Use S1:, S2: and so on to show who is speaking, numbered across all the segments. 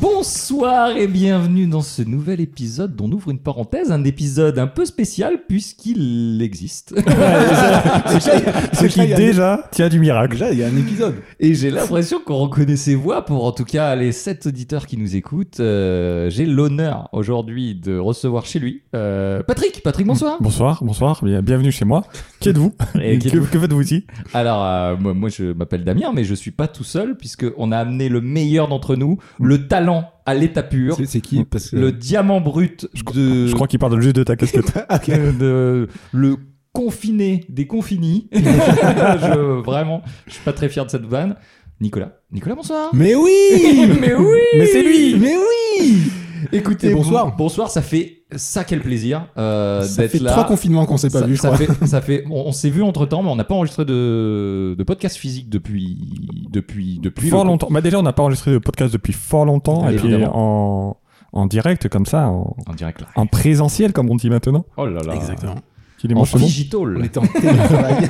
S1: Bonsoir et bienvenue dans ce nouvel épisode dont on ouvre une parenthèse, un épisode un peu spécial puisqu'il existe.
S2: Ce qui Ah, déjà tient du miracle.
S3: Déjà, il y a un épisode.
S1: Et j'ai l'impression qu'on reconnaît ses voix pour en tout cas les sept auditeurs qui nous écoutent. Euh, j'ai l'honneur aujourd'hui de recevoir chez lui euh, Patrick. Patrick, bonsoir.
S2: Bonsoir, bonsoir, bien- bienvenue chez moi. Qui êtes-vous
S1: Et qui
S2: Que, que faites-vous ici
S1: Alors, euh, moi, moi, je m'appelle Damien, mais je suis pas tout seul puisqu'on a amené le meilleur d'entre nous, le talent à l'état pur.
S3: C'est, c'est qui Parce que
S1: Le diamant brut de,
S2: Je crois qu'il parle juste de ta casquette.
S1: que de- le confiné des confinis. je, vraiment, je suis pas très fier de cette vanne. Nicolas. Nicolas, bonsoir.
S3: Mais oui
S1: Mais oui
S3: Mais c'est lui Mais oui
S1: Écoutez,
S3: Et
S1: bon-
S3: bonsoir.
S1: bonsoir, ça fait ça quel plaisir euh,
S3: Ça
S1: d'être
S3: fait
S1: là.
S3: trois confinements qu'on s'est pas
S1: ça,
S3: vu, je
S1: ça
S3: crois.
S1: fait, ça fait, on, on s'est vu entre temps, mais on n'a pas enregistré de, de podcast physique depuis, depuis, depuis
S2: Fort
S1: le-
S2: longtemps. Bah déjà, on n'a pas enregistré de podcast depuis fort longtemps.
S1: Oui,
S2: et puis en, en direct, comme ça, en,
S1: En direct là.
S2: en présentiel, comme on dit maintenant.
S1: Oh là là.
S2: Qui les
S1: En
S2: manches, c'est bon
S1: digital.
S3: On était en télétravail.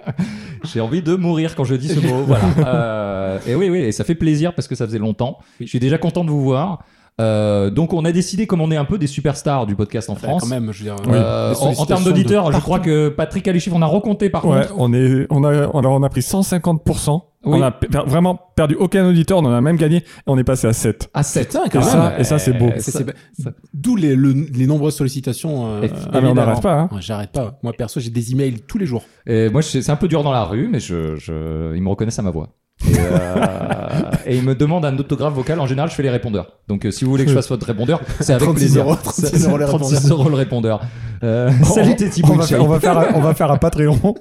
S1: J'ai envie de mourir quand je dis ce mot. voilà. Euh, et oui, oui, et ça fait plaisir parce que ça faisait longtemps. Je suis déjà content de vous voir. Euh, donc, on a décidé, comme on est un peu des superstars du podcast en
S3: Quand
S1: France,
S3: même, je veux dire.
S1: euh,
S3: les
S1: en, en termes
S3: sollicitations
S1: d'auditeurs,
S3: de
S1: je crois que Patrick a les chiffres, on a recompté par
S2: Ouais,
S1: contre.
S2: on est, on a, alors on a pris 150%.
S1: Oui.
S2: On a pe- vraiment perdu aucun auditeur, on en a même gagné et on est passé à 7.
S1: À 7.
S3: Putain,
S2: Et
S3: quand
S2: Ah, ça,
S3: même.
S2: et ça, c'est beau.
S1: euh,
S3: Ça,
S1: ça-
S3: c'est- D'où les, le- les nombreuses sollicitations. euh,
S1: Et-
S2: Ah, mais on
S1: évidemment.
S2: n'arrête pas. Hein.
S3: Ouais, J'arrête pas. Moi, perso, j'ai des emails tous les jours.
S1: Et moi, je- c'est un peu dur dans la rue, mais je, je- ils me reconnaissent à ma voix. Et, euh, et ils me demandent un autographe vocal. En général, je fais les répondeurs. Donc, euh, si vous voulez que je fasse votre répondeur, c'est avec
S3: 36
S1: plaisir.
S3: euros, 36 euros les
S1: 36 euros le répondeur. Euh, salut, t'es
S2: on, va faire, on, va faire, un- on va faire un Patreon.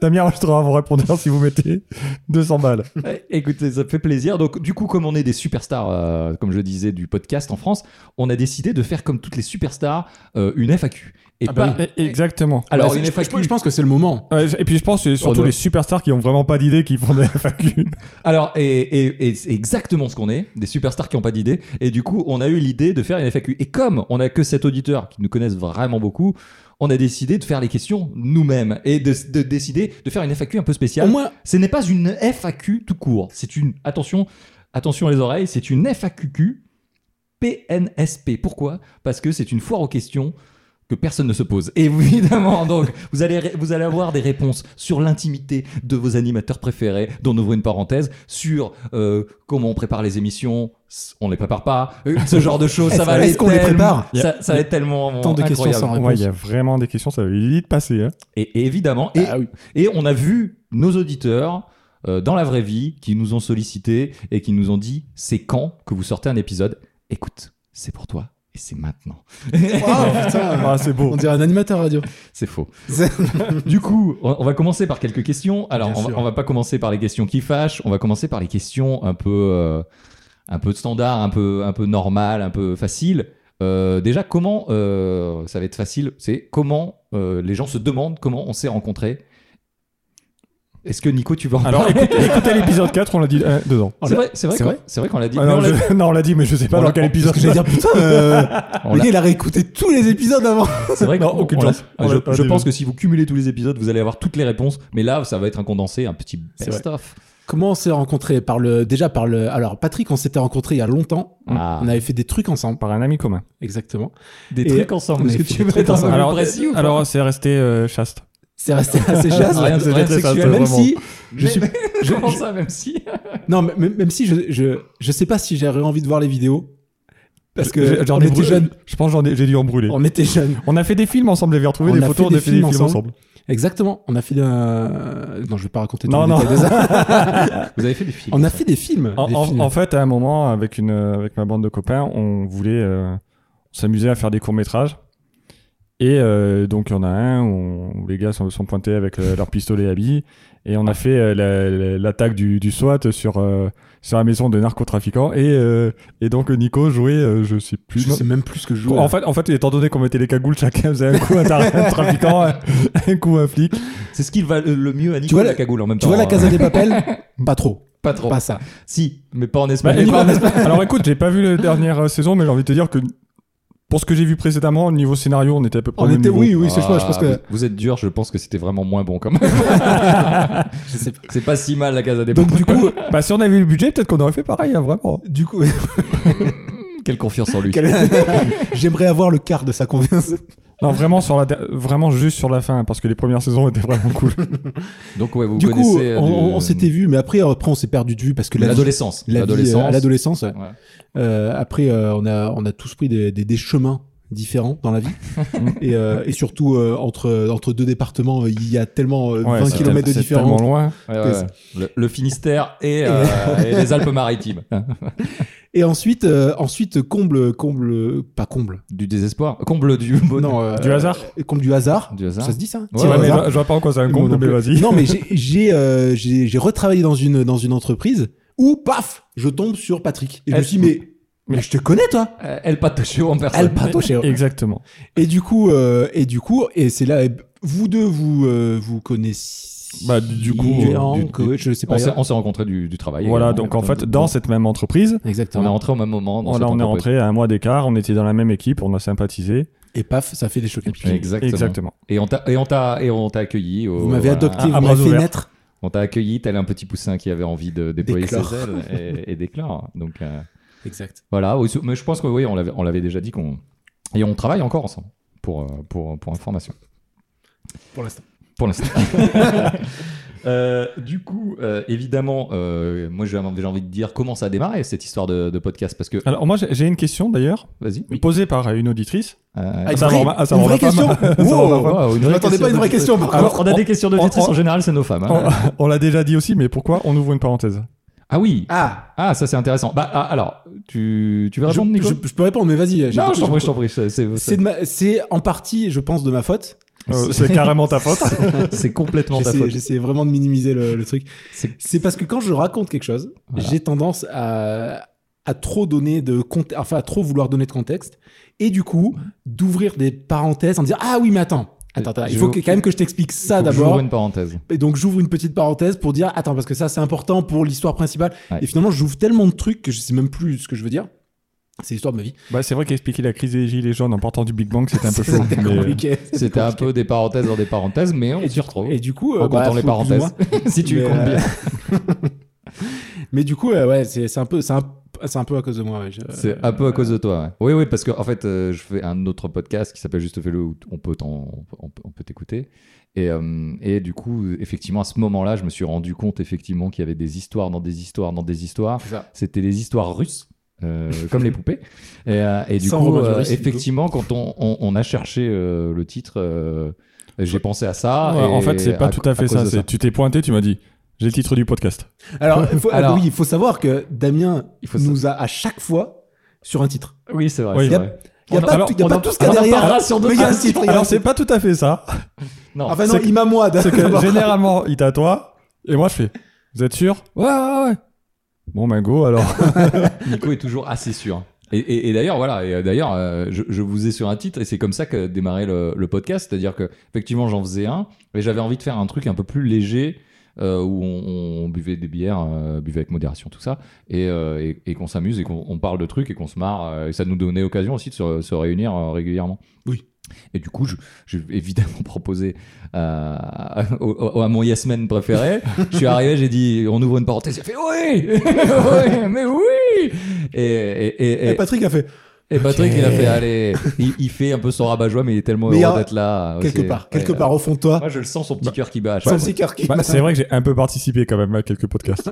S2: Damien enregistrera vos répondeurs si vous mettez 200 balles.
S1: Ouais, Écoutez, ça fait plaisir. Donc, du coup, comme on est des superstars, euh, comme je disais, du podcast en France, on a décidé de faire comme toutes les superstars euh, une FAQ. Et
S3: Ah
S1: pas.
S3: bah
S2: Exactement.
S1: Alors,
S3: Ouais,
S1: une
S3: je-
S1: FAQ.
S3: je, je pense que c'est le moment.
S2: ah, Ouais, et puis je pense que c'est surtout
S1: doit-
S2: les superstars qui ont vraiment pas d'idée qui font des FAQ.
S1: Alors, et, et- et c'est exactement ce qu'on est, des superstars qui n'ont pas d'idée. Et du coup, on a eu l'idée de faire une FAQ. Et comme on a que cet auditeur qui nous connaissent vraiment beaucoup, on a décidé de faire les questions nous-mêmes et de, de décider de faire une FAQ un peu
S3: Au
S1: spéciale.
S3: moins,
S1: Ce n'est pas une FAQ tout court. C'est une attention, attention les oreilles. C'est une FAQQ PNSP. Pourquoi Parce que c'est une foire aux questions que personne ne se pose. Et évidemment, donc vous allez vous allez avoir des réponses sur l'intimité de vos animateurs préférés, dont on ouvre une parenthèse, sur euh, comment on prépare les émissions, on les prépare pas, euh, ce genre de choses. ça va
S3: Est-ce
S1: aller
S3: qu'on les
S1: tellement-
S3: prépare
S1: Ça, ça va être tellement
S3: Tant de questions
S1: incroyable.
S3: sans
S2: Ouais, il
S3: réponse.
S2: y a vraiment des questions, ça va vite passer. Hein.
S1: Et, et évidemment, et,
S3: Ah oui.
S1: et on a vu nos auditeurs euh, dans la vraie vie qui nous ont sollicités et qui nous ont dit c'est quand que vous sortez un épisode Écoute, c'est pour toi et c'est maintenant.
S3: Oh, putain.
S2: Ah, c'est
S3: On
S2: beau.
S3: dirait un animateur radio.
S1: c'est faux. Du coup, on on va commencer par quelques questions. Alors,
S3: Bien
S1: on va,
S3: sûr.
S1: on va pas commencer par les questions qui fâchent. On va commencer par les questions un peu, euh, un peu standard, un peu, un peu normal, un peu facile. Euh, déjà, comment euh, ça va être facile C'est comment euh, les gens se demandent comment on s'est rencontrés. Est-ce que Nico, tu veux en
S2: Alors
S1: parler
S2: écoute- écoutez l'épisode 4, on l'a dit euh, dedans.
S1: C'est vrai, c'est vrai,
S3: C'est
S1: quoi.
S3: vrai
S1: C'est vrai qu'on l'a dit.
S2: Ah
S1: Mais
S2: non,
S1: on l'a-
S2: je- non, on l'a dit, mais je sais pas
S1: On
S2: dans
S1: l'a-
S2: quel épisode.
S3: Parce que j'allais dire, putain, euh,
S1: on
S3: le
S1: l'a-
S3: gars, il a réécouté tous les épisodes avant.
S1: C'est vrai
S2: Non,
S1: qu'on-
S2: aucune
S1: on l'a-
S2: chance.
S1: Ah,
S2: On
S1: je,
S2: l'a pas
S1: je
S2: dit,
S1: pense
S2: non.
S1: que si vous cumulez tous les épisodes, vous allez avoir toutes les réponses. Mais là, ça va être un condensé, un petit
S3: C'est vrai.
S1: best-of.
S3: Comment on s'est rencontrés par le déjà par le alors Patrick on s'était rencontrés il y a longtemps
S1: Ah.
S3: on avait fait des trucs ensemble
S2: Par un ami commun.
S3: exactement
S1: Des
S3: Et-
S1: trucs ensemble.
S3: on
S1: Est-ce
S3: avait
S1: que
S3: fait
S1: tu
S3: des
S1: veux
S3: trucs
S1: être un peu
S3: ensemble.
S1: plus
S2: Alors,
S1: précis ou pas
S2: alors c'est resté euh, chaste.
S3: c'est resté assez chasse
S1: Ah, Rien,
S2: Vous êtes
S1: rien
S2: très
S1: sexuel.
S2: sympa,
S3: même
S2: vraiment.
S3: si je
S1: Mais-
S3: suis je-
S1: Comment
S3: je-
S1: ça, même si
S3: non mais- même, même si je, je je sais pas si j'aurais envie de voir les vidéos parce
S2: Je-
S3: que
S2: j'en
S3: on
S2: ai
S3: était
S2: brûlé-
S3: jeunes
S2: Je pense que j'en ai- j'ai dû en brûler.
S3: on était jeunes
S2: On a fait des films ensemble, j'avais retrouvé
S3: On
S2: des
S3: a
S2: photos,
S3: fait
S2: on
S3: des
S2: a fait des
S3: films
S2: films ensemble.
S3: exactement on a fait un... non je vais pas raconter tout
S2: Non,
S3: le
S2: non.
S3: détail des arts.
S1: Vous avez fait des films.
S3: on a fait des films,
S2: En,
S3: des
S2: en-
S3: films.
S2: en fait, à un moment, avec, une, euh, avec ma bande de copains, on voulait euh, s'amuser à faire des courts-métrages. Et euh, donc, il y en a un où, on- où les gars sont, sont pointés avec euh, leur pistolet à billes. Et on a fait euh, la- la- l'attaque du, du SWAT sur, euh, sur la maison de narcotrafiquants. Et, euh, et donc, Nico jouait, euh, je sais plus.
S3: je sais même plus ce que je jouais
S2: En fait, en fait, étant donné qu'on mettait les cagoules, chacun faisait un coup un tar- un trafiquant, un, un coup un flic.
S1: C'est ce qui va le le mieux à Nico
S3: vois
S1: la...
S3: la-
S1: cagoule en même
S3: tu
S1: temps.
S3: vois la
S1: hein.
S3: Casa des Papel pas trop
S1: Pas trop.
S3: pas ça
S1: Si, mais pas en
S2: Bah,
S1: Espagne.
S2: Nico- alors écoute, j'ai pas vu la dernière euh, saison, mais j'ai envie de te dire que Pour ce que j'ai vu précédemment, au niveau scénario, on était à peu près
S3: On
S2: au même
S3: était,
S2: niveau.
S3: oui, oui, c'est ça, je pense
S1: Ah,
S3: que.
S1: Vous, vous êtes dur, je pense que c'était vraiment moins bon quand même.
S3: Je sais pas.
S1: C'est pas si mal la Casa des
S3: Donc,
S1: Papel.
S3: du coup,
S2: Bah, si on avait eu le budget, peut-être qu'on aurait fait pareil, hein, vraiment.
S3: du coup,
S1: Quelle confiance en lui.
S3: quel- j'aimerais avoir le quart de sa confiance.
S2: Non, vraiment, sur la, der- vraiment juste sur la fin, parce que les premières saisons étaient vraiment cool.
S1: Donc ouais, vous
S3: du coup,
S1: connaissez euh,
S3: on,
S1: du-
S3: on s'était vu, mais après, après, on s'est perdu de vue parce que la vie-
S1: l'adolescence.
S3: la vie, euh, à
S1: L'adolescence.
S3: l'adolescence.
S1: Ouais.
S3: Euh, après, euh, on, a, on a tous pris des, des, des chemins différents dans la vie. et, euh, et surtout, euh, entre, entre deux départements, il y a tellement euh,
S2: Ouais,
S3: 20
S2: c'est
S3: km de
S2: tel- c'est tellement
S3: différence.
S2: loin.
S1: Ouais, ouais, ouais. Le, le Finistère et, euh, et les Alpes-Maritimes.
S3: Et ensuite, euh, ensuite comble, comble, pas comble.
S1: Du désespoir. Comble du bonheur.
S3: non, euh,
S2: Du hasard.
S3: Comble du hasard.
S1: Du hasard.
S3: Ça se dit ça
S1: Ouais,
S3: Tir au
S2: Ouais, mais
S1: ouais.
S3: hasard.
S2: je, je vois pas en quoi ça
S3: Moi
S2: incombe,
S3: non
S2: mais
S3: plus.
S2: vas-y.
S3: Non, mais j'ai- j'ai euh, j'ai- j'ai retravaillé dans une, dans une entreprise où, paf, je tombe sur Patrick. Et je me
S1: Elle-
S3: suis dit, mais, mais je te connais, toi
S1: Euh, El Patocho en personne.
S3: El Pato Cheo.
S2: Exactement.
S3: Et du coup, euh, et du coup, et c'est là, vous deux, vous euh, vous connaissez.
S2: Bah, du- du coup,
S3: Bien,
S1: euh, du-
S3: que- je sais pas.
S1: On s'est- on s'est rencontrés du, du travail.
S2: Voilà,
S1: également.
S2: donc en fait, dans cette même entreprise,
S1: On est
S3: Exactement.
S1: rentrés au même moment. dans
S2: on,
S1: cette
S2: on est
S1: entreprise.
S2: rentré à un mois d'écart, on était dans la même équipe, on a sympathisé.
S3: Et paf, ça fait des chocs à pied.
S1: Exactement.
S2: Exactement.
S1: Et on t'a et on t'a et on t'a accueilli. au-
S3: Vous m'avez
S1: à-
S3: adopté,
S1: à-
S2: à
S3: vous
S2: bras
S3: m'avez fait
S2: ouverts.
S3: naître.
S1: On t'a accueilli tel un petit poussin qui avait envie de déployer ses
S3: D'éclore.
S1: ailes et, et d'éclore. Donc euh,
S3: Exact.
S1: voilà. Oui, Mais je pense que oui, on l'avait on l'avait déjà dit qu'on et on travaille encore ensemble pour euh, pour pour information.
S3: Pour l'instant.
S1: Pour l'instant. Euh, du coup, euh, évidemment, euh, moi j'ai j'ai envie de dire comment ça a démarré cette histoire de, de podcast parce que
S2: Alors moi, j'ai j'ai une question d'ailleurs,
S1: vas-y.
S2: posée par une auditrice.
S1: Euh, oh,
S2: Ah, ça va, on va- ça va,
S3: une
S2: on
S3: vraie
S2: va pas
S3: question.
S2: mal. Ça va,
S3: Wow.
S2: on va pas
S1: wow, une
S3: Je
S1: vraie
S3: m'attendais pas à une vraie question. Par
S1: Alors,
S3: contre,
S1: on a des questions de
S2: on-
S1: vitrice
S2: on-
S1: en général, c'est nos femmes. hein.
S2: On, on l'a déjà dit aussi, mais pourquoi On ouvre une parenthèse.
S1: Ah oui,
S3: ah,
S1: ah ça c'est intéressant. Bah ah, alors, tu, tu veux
S3: je,
S1: répondre, Nico
S3: je- je peux répondre, mais vas-y. j'ai
S1: Non,
S3: pas-
S1: je t'en prie, je t'en prie. c'est- c'est-
S3: C'est de ma- c'est en partie, je pense, de ma faute.
S2: Euh, c'est carrément ta faute.
S1: C'est complètement ta
S3: J'essaie-
S1: faute.
S3: J'essaie vraiment de minimiser le, le truc.
S1: C'est-
S3: C'est parce que quand je raconte quelque chose,
S1: Voilà.
S3: j'ai tendance à, à trop donner de conte- enfin à trop vouloir donner de contexte, et du coup d'ouvrir des parenthèses en disant ah oui mais attends, attends, attends, il
S1: Je-
S3: faut que- quand même que je t'explique ça
S1: Faut que j'ouvre
S3: d'abord.
S1: une parenthèse.
S3: Et donc j'ouvre une petite parenthèse pour dire attends parce que ça c'est important pour l'histoire principale.
S1: Ouais.
S3: Et finalement j'ouvre tellement de trucs que je sais même plus ce que je veux dire. C'est l'histoire de ma vie.
S2: Bah, c'est vrai qu'expliquer la crise des gilets jaunes en partant du Big Bang, c'était un peu chaud.
S3: C'était
S1: euh,
S2: mais- euh,
S3: compliqué.
S1: C'était un peu des parenthèses dans des parenthèses, mais on s'y retrouve.
S3: Et du coup,
S1: en
S3: bah,
S1: comptant les
S3: faut plus ou
S1: parenthèses.
S3: moins-
S1: si tu
S3: Mais,
S1: comptes bien.
S3: euh, mais du coup, euh, ouais, c'est c'est un peu, c'est un, c'est un peu à cause de moi. ouais, je-
S1: C'est un peu à cause de toi. ouais. Oui, oui, parce que en fait, euh, je fais un autre podcast qui s'appelle Juste Fais-le où t- on peut t'en- on peut- on peut- on peut t'écouter. Et, euh, et du coup, effectivement, à ce moment-là, je me suis rendu compte effectivement qu'il y avait des histoires dans des histoires dans des histoires.
S3: C'est ça.
S1: C'était des histoires russes. euh, comme les poupées. Et, euh, et du
S3: Sans
S1: coup,
S3: Romain Duris,
S1: euh,
S3: du coup.
S1: effectivement, quand on, on- on a cherché euh, le titre, euh, j'ai pensé à ça.
S2: Ouais,
S1: et
S2: en fait, c'est pas
S1: à-
S2: tout Ah, à fait
S1: cause
S2: ça.
S1: de
S2: c'est- Tu t'es pointé, tu m'as dit, j'ai le titre du podcast.
S3: Alors, il faut,
S1: Alors-
S3: oui, il faut savoir que Damien
S1: Il faut
S3: nous a à chaque fois sur un titre.
S1: Oui, c'est vrai.
S2: Oui.
S1: c'est
S2: Yep.
S1: vrai.
S3: Il n'y a,
S2: On-
S3: pas,
S2: alors,
S3: tout- il y a
S2: on
S3: pas
S2: en-
S3: tout ce qu'il y
S2: on
S3: a
S2: en
S3: derrière.
S1: parlera sur
S3: Mais
S1: d'autres
S3: il y a un
S1: émissions.
S3: titre. il y a un
S2: Alors,
S3: titre.
S2: c'est pas tout à fait ça.
S1: Non,
S3: Enfin,
S2: c'est
S3: non,
S2: que-
S3: il m'a moi.
S2: C'est que
S3: d'abord.
S2: généralement, il t'a toi, et moi je fais. Vous êtes sûr Ouais, ouais, ouais. Bon, ben go alors.
S1: Nico est toujours assez sûr. Et, et- et d'ailleurs, voilà, et euh, d'ailleurs, euh, je, je vous ai sur un titre et c'est comme ça que démarrait le, le podcast. C'est-à-dire que, effectivement, j'en faisais un, mais j'avais envie de faire un truc un peu plus léger euh, où on, on buvait des bières, euh, buvait avec modération, tout ça, et, euh, et- et qu'on s'amuse et qu'on on parle de trucs et qu'on se marre. euh, et ça nous donnait occasion aussi de se, se réunir euh, régulièrement.
S3: Oui.
S1: Et du coup, je- j'ai évidemment proposé euh, au- au- à mon Yes Man préféré. je suis arrivé, j'ai dit, on ouvre une parenthèse. Il a fait, oui, oui, mais oui. Et, et, et,
S3: Et
S1: et,
S3: Patrick a fait
S1: et Patrick,
S3: Ok.
S1: il a fait, allez, il, il fait un peu son rabat-joie, mais il est tellement
S3: Mais il y
S1: heureux
S3: a-
S1: d'être là.
S3: quelque
S1: aussi.
S3: part,
S1: Ouais,
S3: quelque
S1: euh,
S3: part au fond de toi.
S1: Moi, je le sens, son petit
S2: Bah,
S1: cœur qui bat. à
S3: Son
S1: chaque
S3: petit cœur qui.
S2: Bah, c'est vrai que j'ai un peu participé quand même à quelques podcasts.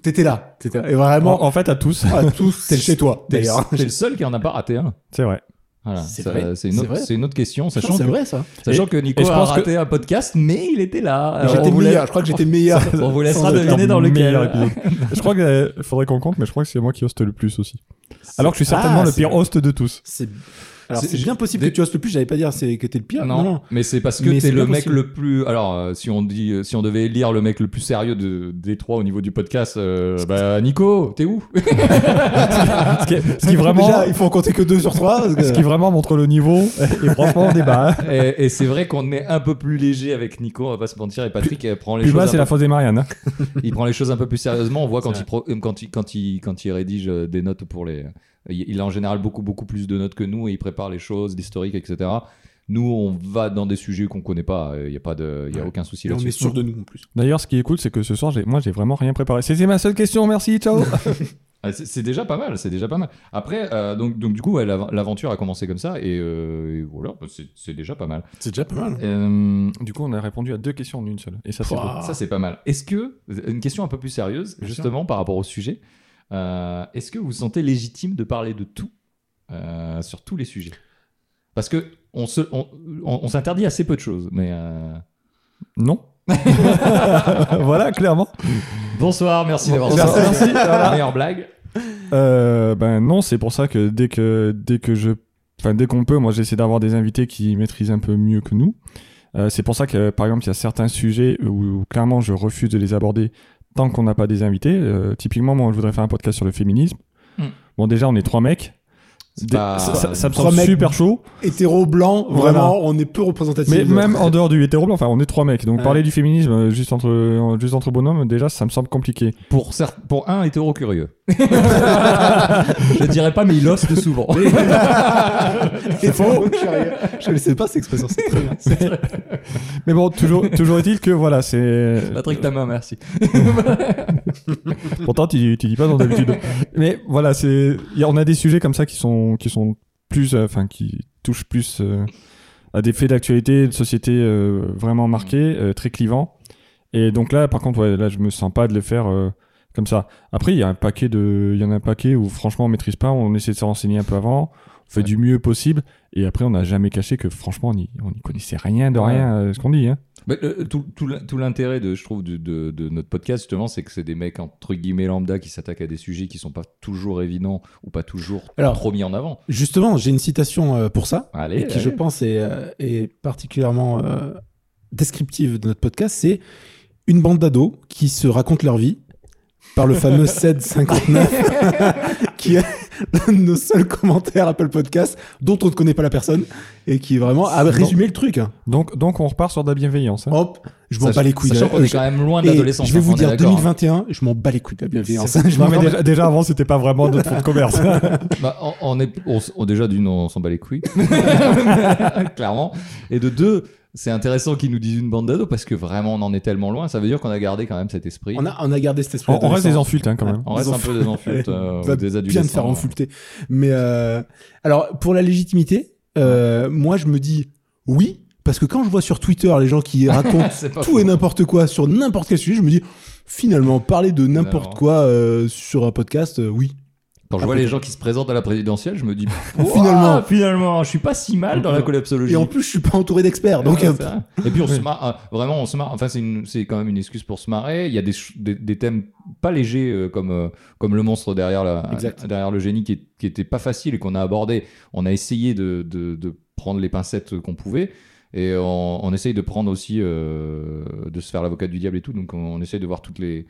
S3: T'étais là. T'étais là. Et
S2: en,
S3: vraiment,
S2: en fait, à tous.
S3: à tous, c'est chez toi.
S1: T'es
S3: D'ailleurs.
S1: le, t'es le seul qui en a pas raté un.
S2: C'est vrai.
S1: Voilà,
S3: C'est
S1: Ça,
S3: vrai,
S1: c'est une,
S3: c'est
S1: autre-
S3: vrai.
S1: c'est une autre question, sachant,
S3: C'est
S1: que,
S3: vrai ça.
S1: sachant que Nico
S2: et je
S1: a
S2: pense que-
S1: raté un podcast, mais il était là. Alors,
S3: J'étais
S1: on vous
S3: meilleur.
S1: la-
S3: Je crois que j'étais meilleur.
S1: On vous
S3: Sans
S1: laissera
S3: aucun
S1: deviner dans
S2: meilleur
S1: lequel.
S2: épisode. je crois qu'il faudrait qu'on compte, mais je crois que c'est moi qui hoste le plus aussi. Alors que je suis certainement
S3: Ah,
S2: le
S3: c'est
S2: pire
S3: vrai.
S2: host de tous.
S3: C'est. Alors
S1: C'est-
S3: c'est bien possible
S1: des-
S3: que tu hostes le plus. J'allais pas dire c'est que t'es le pire.
S1: Non,
S3: Non, non.
S1: mais c'est parce que
S3: Mais
S1: t'es
S3: c'est
S1: le
S3: pas
S1: mec
S3: possible.
S1: le plus. Alors, euh, si on dit, euh, si on devait lire le mec le plus sérieux de des trois au niveau du podcast, euh, bah Nico, t'es où
S2: ce, qui, est- ce qui vraiment,
S3: Déjà, il faut en compter que 2 sur 3.
S2: ce qui vraiment montre le niveau. Et franchement, on débat. hein.
S1: Et, et c'est vrai qu'on est un peu plus léger avec Nico, on va pas se mentir. Et Patrick euh, prend les
S2: Plus
S1: choses.
S2: bas,
S1: un
S2: c'est la faute des Marianne. hein.
S1: peu- Il prend les choses un peu plus sérieusement. On voit quand
S3: C'est
S1: il, pro- euh, quand il quand il quand il rédige euh, des notes pour les Il il a en général beaucoup, beaucoup plus de notes que nous et il prépare les choses, l'historique, etc. Nous, on va dans des sujets qu'on connaît pas. euh, Il n'y a, pas de- il y a
S3: Ouais.
S1: aucun souci
S3: Et on
S1: là-dessus.
S3: est sûr de nous en plus.
S2: D'ailleurs, ce qui est cool, c'est que ce soir, j'ai- moi, j'ai vraiment rien préparé. C'était ma seule question, merci, ciao
S1: Ah, c'est- C'est déjà pas mal, c'est déjà pas mal. Après, euh, donc, donc du coup, ouais, l'av- l'aventure a commencé comme ça et, euh, et voilà, bah, c'est- c'est déjà pas mal.
S3: C'est déjà pas mal.
S1: Euh,
S2: Du coup, on a répondu à deux questions en une seule. Et ça, c'est beau.
S3: Pouah.
S1: Ça, c'est pas mal. Est-ce que, une question un peu plus sérieuse,
S3: Ah. Bien sûr.
S1: justement, par rapport au sujet, euh, est-ce que vous vous sentez légitime de parler de tout euh, sur tous les sujets Parce que on se- on, on- on s'interdit assez peu de choses, mais. euh,
S2: Non Voilà, clairement.
S1: Bonsoir, merci d'avoir
S2: Bonsoir.
S1: sorti
S2: Merci,
S1: la meilleure blague.
S2: Euh, ben non, c'est pour ça que dès que, dès que je... Enfin, dès qu'on peut, moi, j'essaie d'avoir des invités qui maîtrisent un peu mieux que nous. Euh, c'est pour ça que, par exemple, il y a certains sujets où, où, clairement, je refuse de les aborder tant qu'on n'a pas des invités. Euh, typiquement, moi, je voudrais faire un podcast sur le féminisme.
S1: Hmm.
S2: Bon, déjà, on est trois mecs.
S1: C'est
S2: Dé-
S1: pas-
S2: ça, ça- ça me
S3: Trois
S2: semble
S3: mecs.
S2: super chaud.
S3: Hétéro blanc,
S2: Voilà.
S3: vraiment, on est peu représentatif.
S2: Mais même en dehors du hétéro blanc, enfin, on est trois mecs. Donc,
S3: Ouais.
S2: parler du féminisme euh, juste entre, euh, juste entre bonhommes, déjà, ça me semble compliqué.
S1: Pour, certes- pour un hétéro curieux. Je dirais pas, mais il osse de souvent.
S3: C'est faux. curieux. Je connaissais pas cette expression, c'est très bien.
S2: Mais bon, toujours, toujours est-il que voilà, c'est.
S1: Patrick, ta main, merci.
S2: Pourtant, tu, tu dis pas dans d'habitude. Mais voilà, c'est. y a- On a des sujets comme ça qui sont, qui sont plus. euh, Enfin, qui touchent plus euh, à des faits d'actualité, de société euh, vraiment marqués,
S1: Mm.
S2: euh, très clivants. Et donc là, par contre, ouais, là, je me sens pas de les faire. euh, comme ça. Après, il y a un paquet de, il y en a un paquet où franchement on maîtrise pas, on essaie de se renseigner un peu avant, on fait
S1: Ouais.
S2: du mieux possible, et après on n'a jamais caché que franchement on n'y on y connaissait rien de
S1: Ouais.
S2: rien, euh, ce qu'on dit. Hein.
S1: Mais, euh, tout tout l'in- tout l'intérêt, de, je trouve, de, de- de notre podcast, justement, c'est que c'est des mecs entre guillemets lambda qui s'attaquent à des sujets qui sont pas toujours évidents ou pas toujours
S3: Alors-
S1: trop mis en avant.
S3: Justement, j'ai une citation euh, pour ça,
S1: Allez,
S3: et qui je
S1: allez.
S3: pense est, euh, est particulièrement euh, descriptive de notre podcast. C'est une bande d'ados qui se racontent leur vie par le fameux CED 59, qui est l'un de nos seuls commentaires Apple Podcast, dont on ne connaît pas la personne, et qui est vraiment a
S2: Non.
S3: résumé le truc. hein.
S2: Donc, donc on repart sur de la bienveillance. hein.
S3: Hop, je m'en
S1: Sachant-
S3: bats les couilles. de la-
S1: Sachant qu'on est
S3: je-
S1: quand même loin de
S3: et
S1: l'adolescence.
S3: je vais
S1: hein,
S3: vous
S1: on est
S3: dire,
S1: d'accord, hein.
S3: 2021, je m'en bats les couilles de la bienveillance. Je
S2: Non,
S3: m'en
S2: mais
S3: bats-
S2: déjà, déjà avant, c'était pas vraiment notre faute commerce.
S1: Bah, on, on est, on s- on- déjà d'une, on s'en bat les couilles, clairement. Et de deux, c'est intéressant qu'ils nous disent une bande d'ados parce que vraiment on en est tellement loin. Ça veut dire qu'on a gardé quand même cet esprit.
S3: on, a, on a gardé cet esprit.
S2: on, on reste
S3: d'adolescence.
S2: des enfultes hein, quand même.
S1: On reste
S3: Des
S1: un peu des
S3: Ouais,
S1: enfultes, euh,
S3: va
S1: ou des adultes.
S3: bien de faire enfulter. Mais euh, alors, pour la légitimité, euh, moi, je me dis oui, parce que quand je vois sur Twitter les gens qui racontent
S1: C'est pas
S3: tout
S1: faux.
S3: et n'importe quoi sur n'importe quel sujet, je me dis finalement, parler de n'importe
S1: Finalement.
S3: quoi euh, sur un podcast, euh, oui.
S1: Quand je vois
S3: Après-
S1: les gens qui se présentent à la présidentielle, je me dis Ouah,
S3: Finalement.
S1: finalement, je suis pas si mal dans la collapsologie.
S3: Et en plus, je suis pas entouré d'experts,
S1: Ouais,
S3: donc euh,
S1: c'est vrai. et puis on se marre, euh, vraiment on se marre. Enfin, c'est une- c'est quand même une excuse pour se marrer. Il y a des, ch- des, des thèmes pas légers euh, comme euh, comme le monstre derrière la
S3: Exact.
S1: derrière le génie qui, est- qui était pas facile et qu'on a abordé. On a essayé de, de, de prendre les pincettes qu'on pouvait. Et on, on essaye de prendre aussi, euh, de se faire l'avocat du diable et tout. Donc on, on essaye de voir toutes les.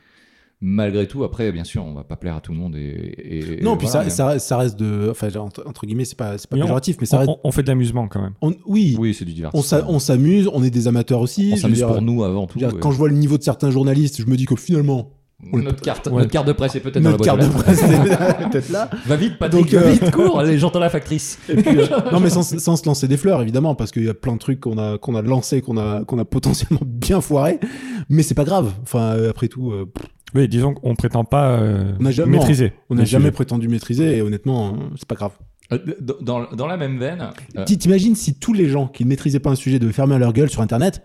S1: Malgré tout, après, bien sûr, on va pas plaire à tout le monde. Et, et-
S3: non,
S1: et
S3: puis
S1: voilà, mais-
S3: ça, ça, ça reste de, enfin, genre, entre, entre guillemets, c'est pas, c'est pas
S2: Mais on-
S3: péjoratif, mais ça
S2: On,
S3: reste.
S2: on- on fait de l'amusement quand même.
S3: on- oui,
S1: Oui, c'est du
S3: on
S1: divertissement.
S3: s'a- on s'amuse, on est des amateurs
S1: On
S3: aussi. je veux
S1: s'amuse
S3: dire,
S1: pour nous avant tout.
S3: je veux dire,
S1: ouais.
S3: Quand je vois le niveau de certains journalistes, je me dis que finalement, on
S1: notre, carte,
S2: Ouais.
S1: notre carte de presse est peut-être dans la
S3: notre
S1: boîte
S3: carte
S1: aux
S3: de
S1: lettres.
S3: presse est peut-être là.
S1: Va vite, Patrick,
S3: Donc,
S1: va
S3: euh,
S1: vite, cours, allez, j'entends la factrice.
S3: Et puis, euh, non, mais sans, sans se lancer des fleurs, évidemment, parce qu'il y a plein de trucs qu'on a, qu'on a lancés, qu'on a, qu'on a potentiellement bien foiré. Mais c'est pas grave. Enfin, euh, après tout, euh, pff,
S2: Oui, disons qu'on prétend pas euh,
S3: On a jamais-
S2: maîtriser.
S3: on n'a
S2: les
S3: jamais
S2: sujets.
S3: prétendu maîtriser et honnêtement, euh, c'est pas grave.
S1: Euh, Dans, dans- dans la même veine, euh,
S3: Ti- T'imagines si tous les gens qui ne maîtrisaient pas un sujet devaient fermer leur gueule sur Internet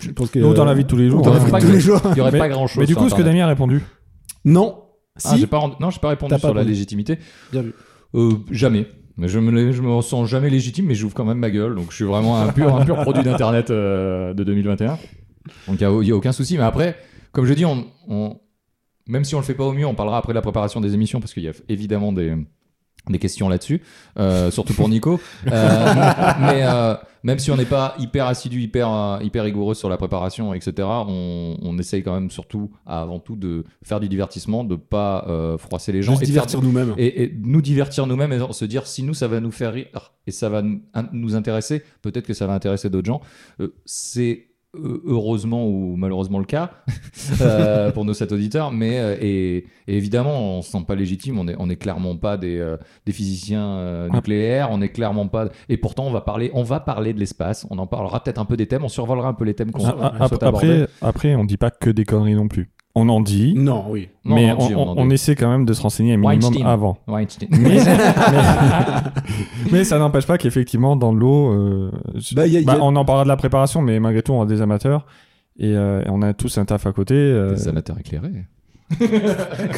S3: Je pense que.
S2: Nous, dans la vie de tous les jours. hein.
S3: dans la
S1: on
S3: vie de
S1: pas
S3: tous
S1: que-
S3: les jours.
S1: il n'y aurait
S2: Mais-
S1: pas grand chose.
S2: Mais du coup, ce que Damien a répondu.
S3: Non.
S1: Ah,
S3: Si.
S1: j'ai pas, rendu- non, j'ai pas répondu
S3: T'as
S1: sur
S3: pas
S1: la
S3: répondu.
S1: légitimité.
S3: Bien vu.
S1: Euh, jamais. Mais Je me, je me sens jamais légitime, mais j'ouvre quand même ma gueule. Donc je suis vraiment un pur, un pur produit d'Internet euh, de 2021. Donc il n'y a, aucun souci. Mais après, comme je dis, on, on- même si on le fait pas au mieux, on parlera après de la préparation des émissions parce qu'il y a évidemment des, des questions là-dessus, euh, surtout pour Nico. Euh, mais euh, même si on n'est pas hyper assidu, hyper, euh, hyper rigoureux sur la préparation, etc., on, on essaye quand même surtout, à- avant tout, de faire du divertissement, de pas euh, froisser les gens
S3: Juste
S1: et de faire
S3: divertir nous-mêmes.
S1: et, et nous divertir nous-mêmes et se dire si nous ça va nous faire rire et ça va nous, in- nous intéresser, peut-être que ça va intéresser d'autres gens. Euh, c'est euh, heureusement ou malheureusement le cas euh, pour nos sept auditeurs. Mais euh, et, et évidemment, on ne se sent pas légitime. On est, on est clairement pas des, euh, des physiciens euh, nucléaires. On est clairement pas. Et pourtant, on va parler, on va parler de l'espace. On en parlera peut-être un peu des thèmes. On survolera un peu les thèmes qu'on
S2: Ah, ah,
S1: qu'on souhaite aborder.
S2: après, après, on dit pas que des conneries non plus. On en dit,
S3: Non, oui.
S1: Non,
S2: mais
S1: on en dit,
S2: on,
S1: on en
S2: on
S1: dit.
S2: essaie quand même de se renseigner un minimum
S1: Weinstein.
S2: avant.
S1: Weinstein.
S2: Mais, mais- mais ça n'empêche pas qu'effectivement, dans l'eau, euh, je-
S3: Bah, y a- y a-
S2: bah, on en parlera de la préparation, mais malgré tout, on a des amateurs et euh, on a tous un taf à côté. euh,
S1: Des amateurs éclairés.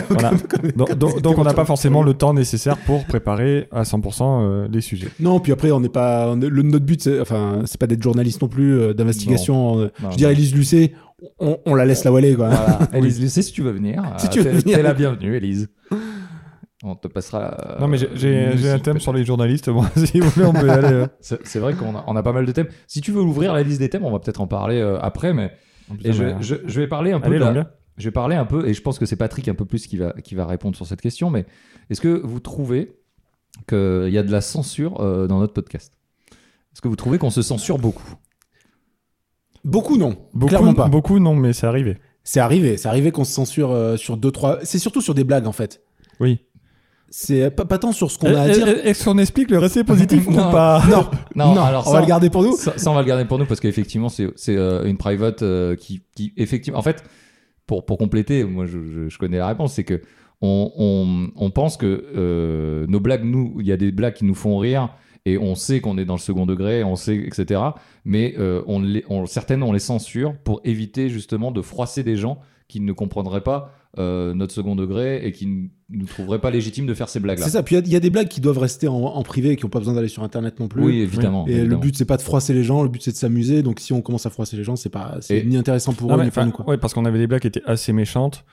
S2: voilà. donc, donc- donc on n'a pas forcément le temps nécessaire pour préparer à 100% euh, les sujets.
S3: Non, puis après, on n'est pas. on est- le, notre but, c'est, enfin, c'est pas d'être journaliste non plus, euh, d'investigation. euh,
S1: Non,
S3: je dirais, Elise Lucet, on, on la laisse la voiler, quoi.
S1: Voilà. Élise, Lucet, si tu veux venir,
S3: Si
S1: euh,
S3: tu veux
S1: t'es-
S3: venir.
S1: t'es la bienvenue, Élise. On te passera. euh,
S2: non, mais j'ai- j'ai
S1: une
S2: j'ai un
S1: musique,
S2: thème sur les journalistes. Bon, si vous voulez, on peut y aller. euh.
S1: C'est c'est vrai qu'on a, on a pas mal de thèmes. Si tu veux ouvrir la liste des thèmes, on va peut-être en parler euh, après, mais et je, je- je vais parler un peu.
S2: Allez,
S1: de la-
S2: l'anglais.
S1: je vais parler un peu, et je pense que c'est Patrick un peu plus qui va, qui va répondre sur cette question. Mais est-ce que vous trouvez qu'il y a de la censure euh, dans notre podcast Est-ce que vous trouvez qu'on se censure beaucoup
S3: Beaucoup, non.
S2: Beaucoup,
S3: Clairement pas.
S2: Beaucoup, non, mais c'est arrivé.
S3: C'est arrivé, c'est arrivé qu'on se censure euh, sur deux, trois. C'est surtout sur des blagues, en fait.
S2: Oui.
S3: C'est euh, pas, pas tant sur ce
S4: Euh,
S3: qu'on a à
S2: Est-
S3: dire.
S2: est- Est-ce qu'on explique le récit positif ou
S1: Non.
S2: pas
S3: Non,
S1: Non,
S3: non,
S1: alors
S3: on
S1: ça,
S3: va le garder pour nous.
S1: Ça, ça, on va le garder pour nous parce qu'effectivement, c'est c'est, euh, une private euh, qui, qui, effectivement. En fait, pour, pour compléter, moi je, je- je connais la réponse, c'est que on, on- on pense que euh, nos blagues, nous, il y a des blagues qui nous font rire et on sait qu'on est dans le second degré, on sait, etc. Mais euh, on les, on, certaines, on les censure pour éviter justement de froisser des gens qui ne comprendraient pas euh, notre second degré et qui ne nous trouveraient pas légitimes de faire ces blagues-là.
S3: C'est ça. Puis il y a- il y, a des blagues qui doivent rester en, en privé et qui n'ont pas besoin d'aller sur Internet non plus.
S1: Oui, évidemment.
S3: Et le
S1: évidemment.
S3: but, c'est pas de froisser les gens, le but, c'est de s'amuser. Donc, si on commence à froisser les gens, c'est pas, c'est
S1: Et-
S3: ni intéressant pour
S2: Non,
S3: eux,
S2: mais
S3: ni pour
S2: enfin,
S3: nous, quoi.
S2: ouais, parce qu'on avait des blagues qui étaient assez méchantes,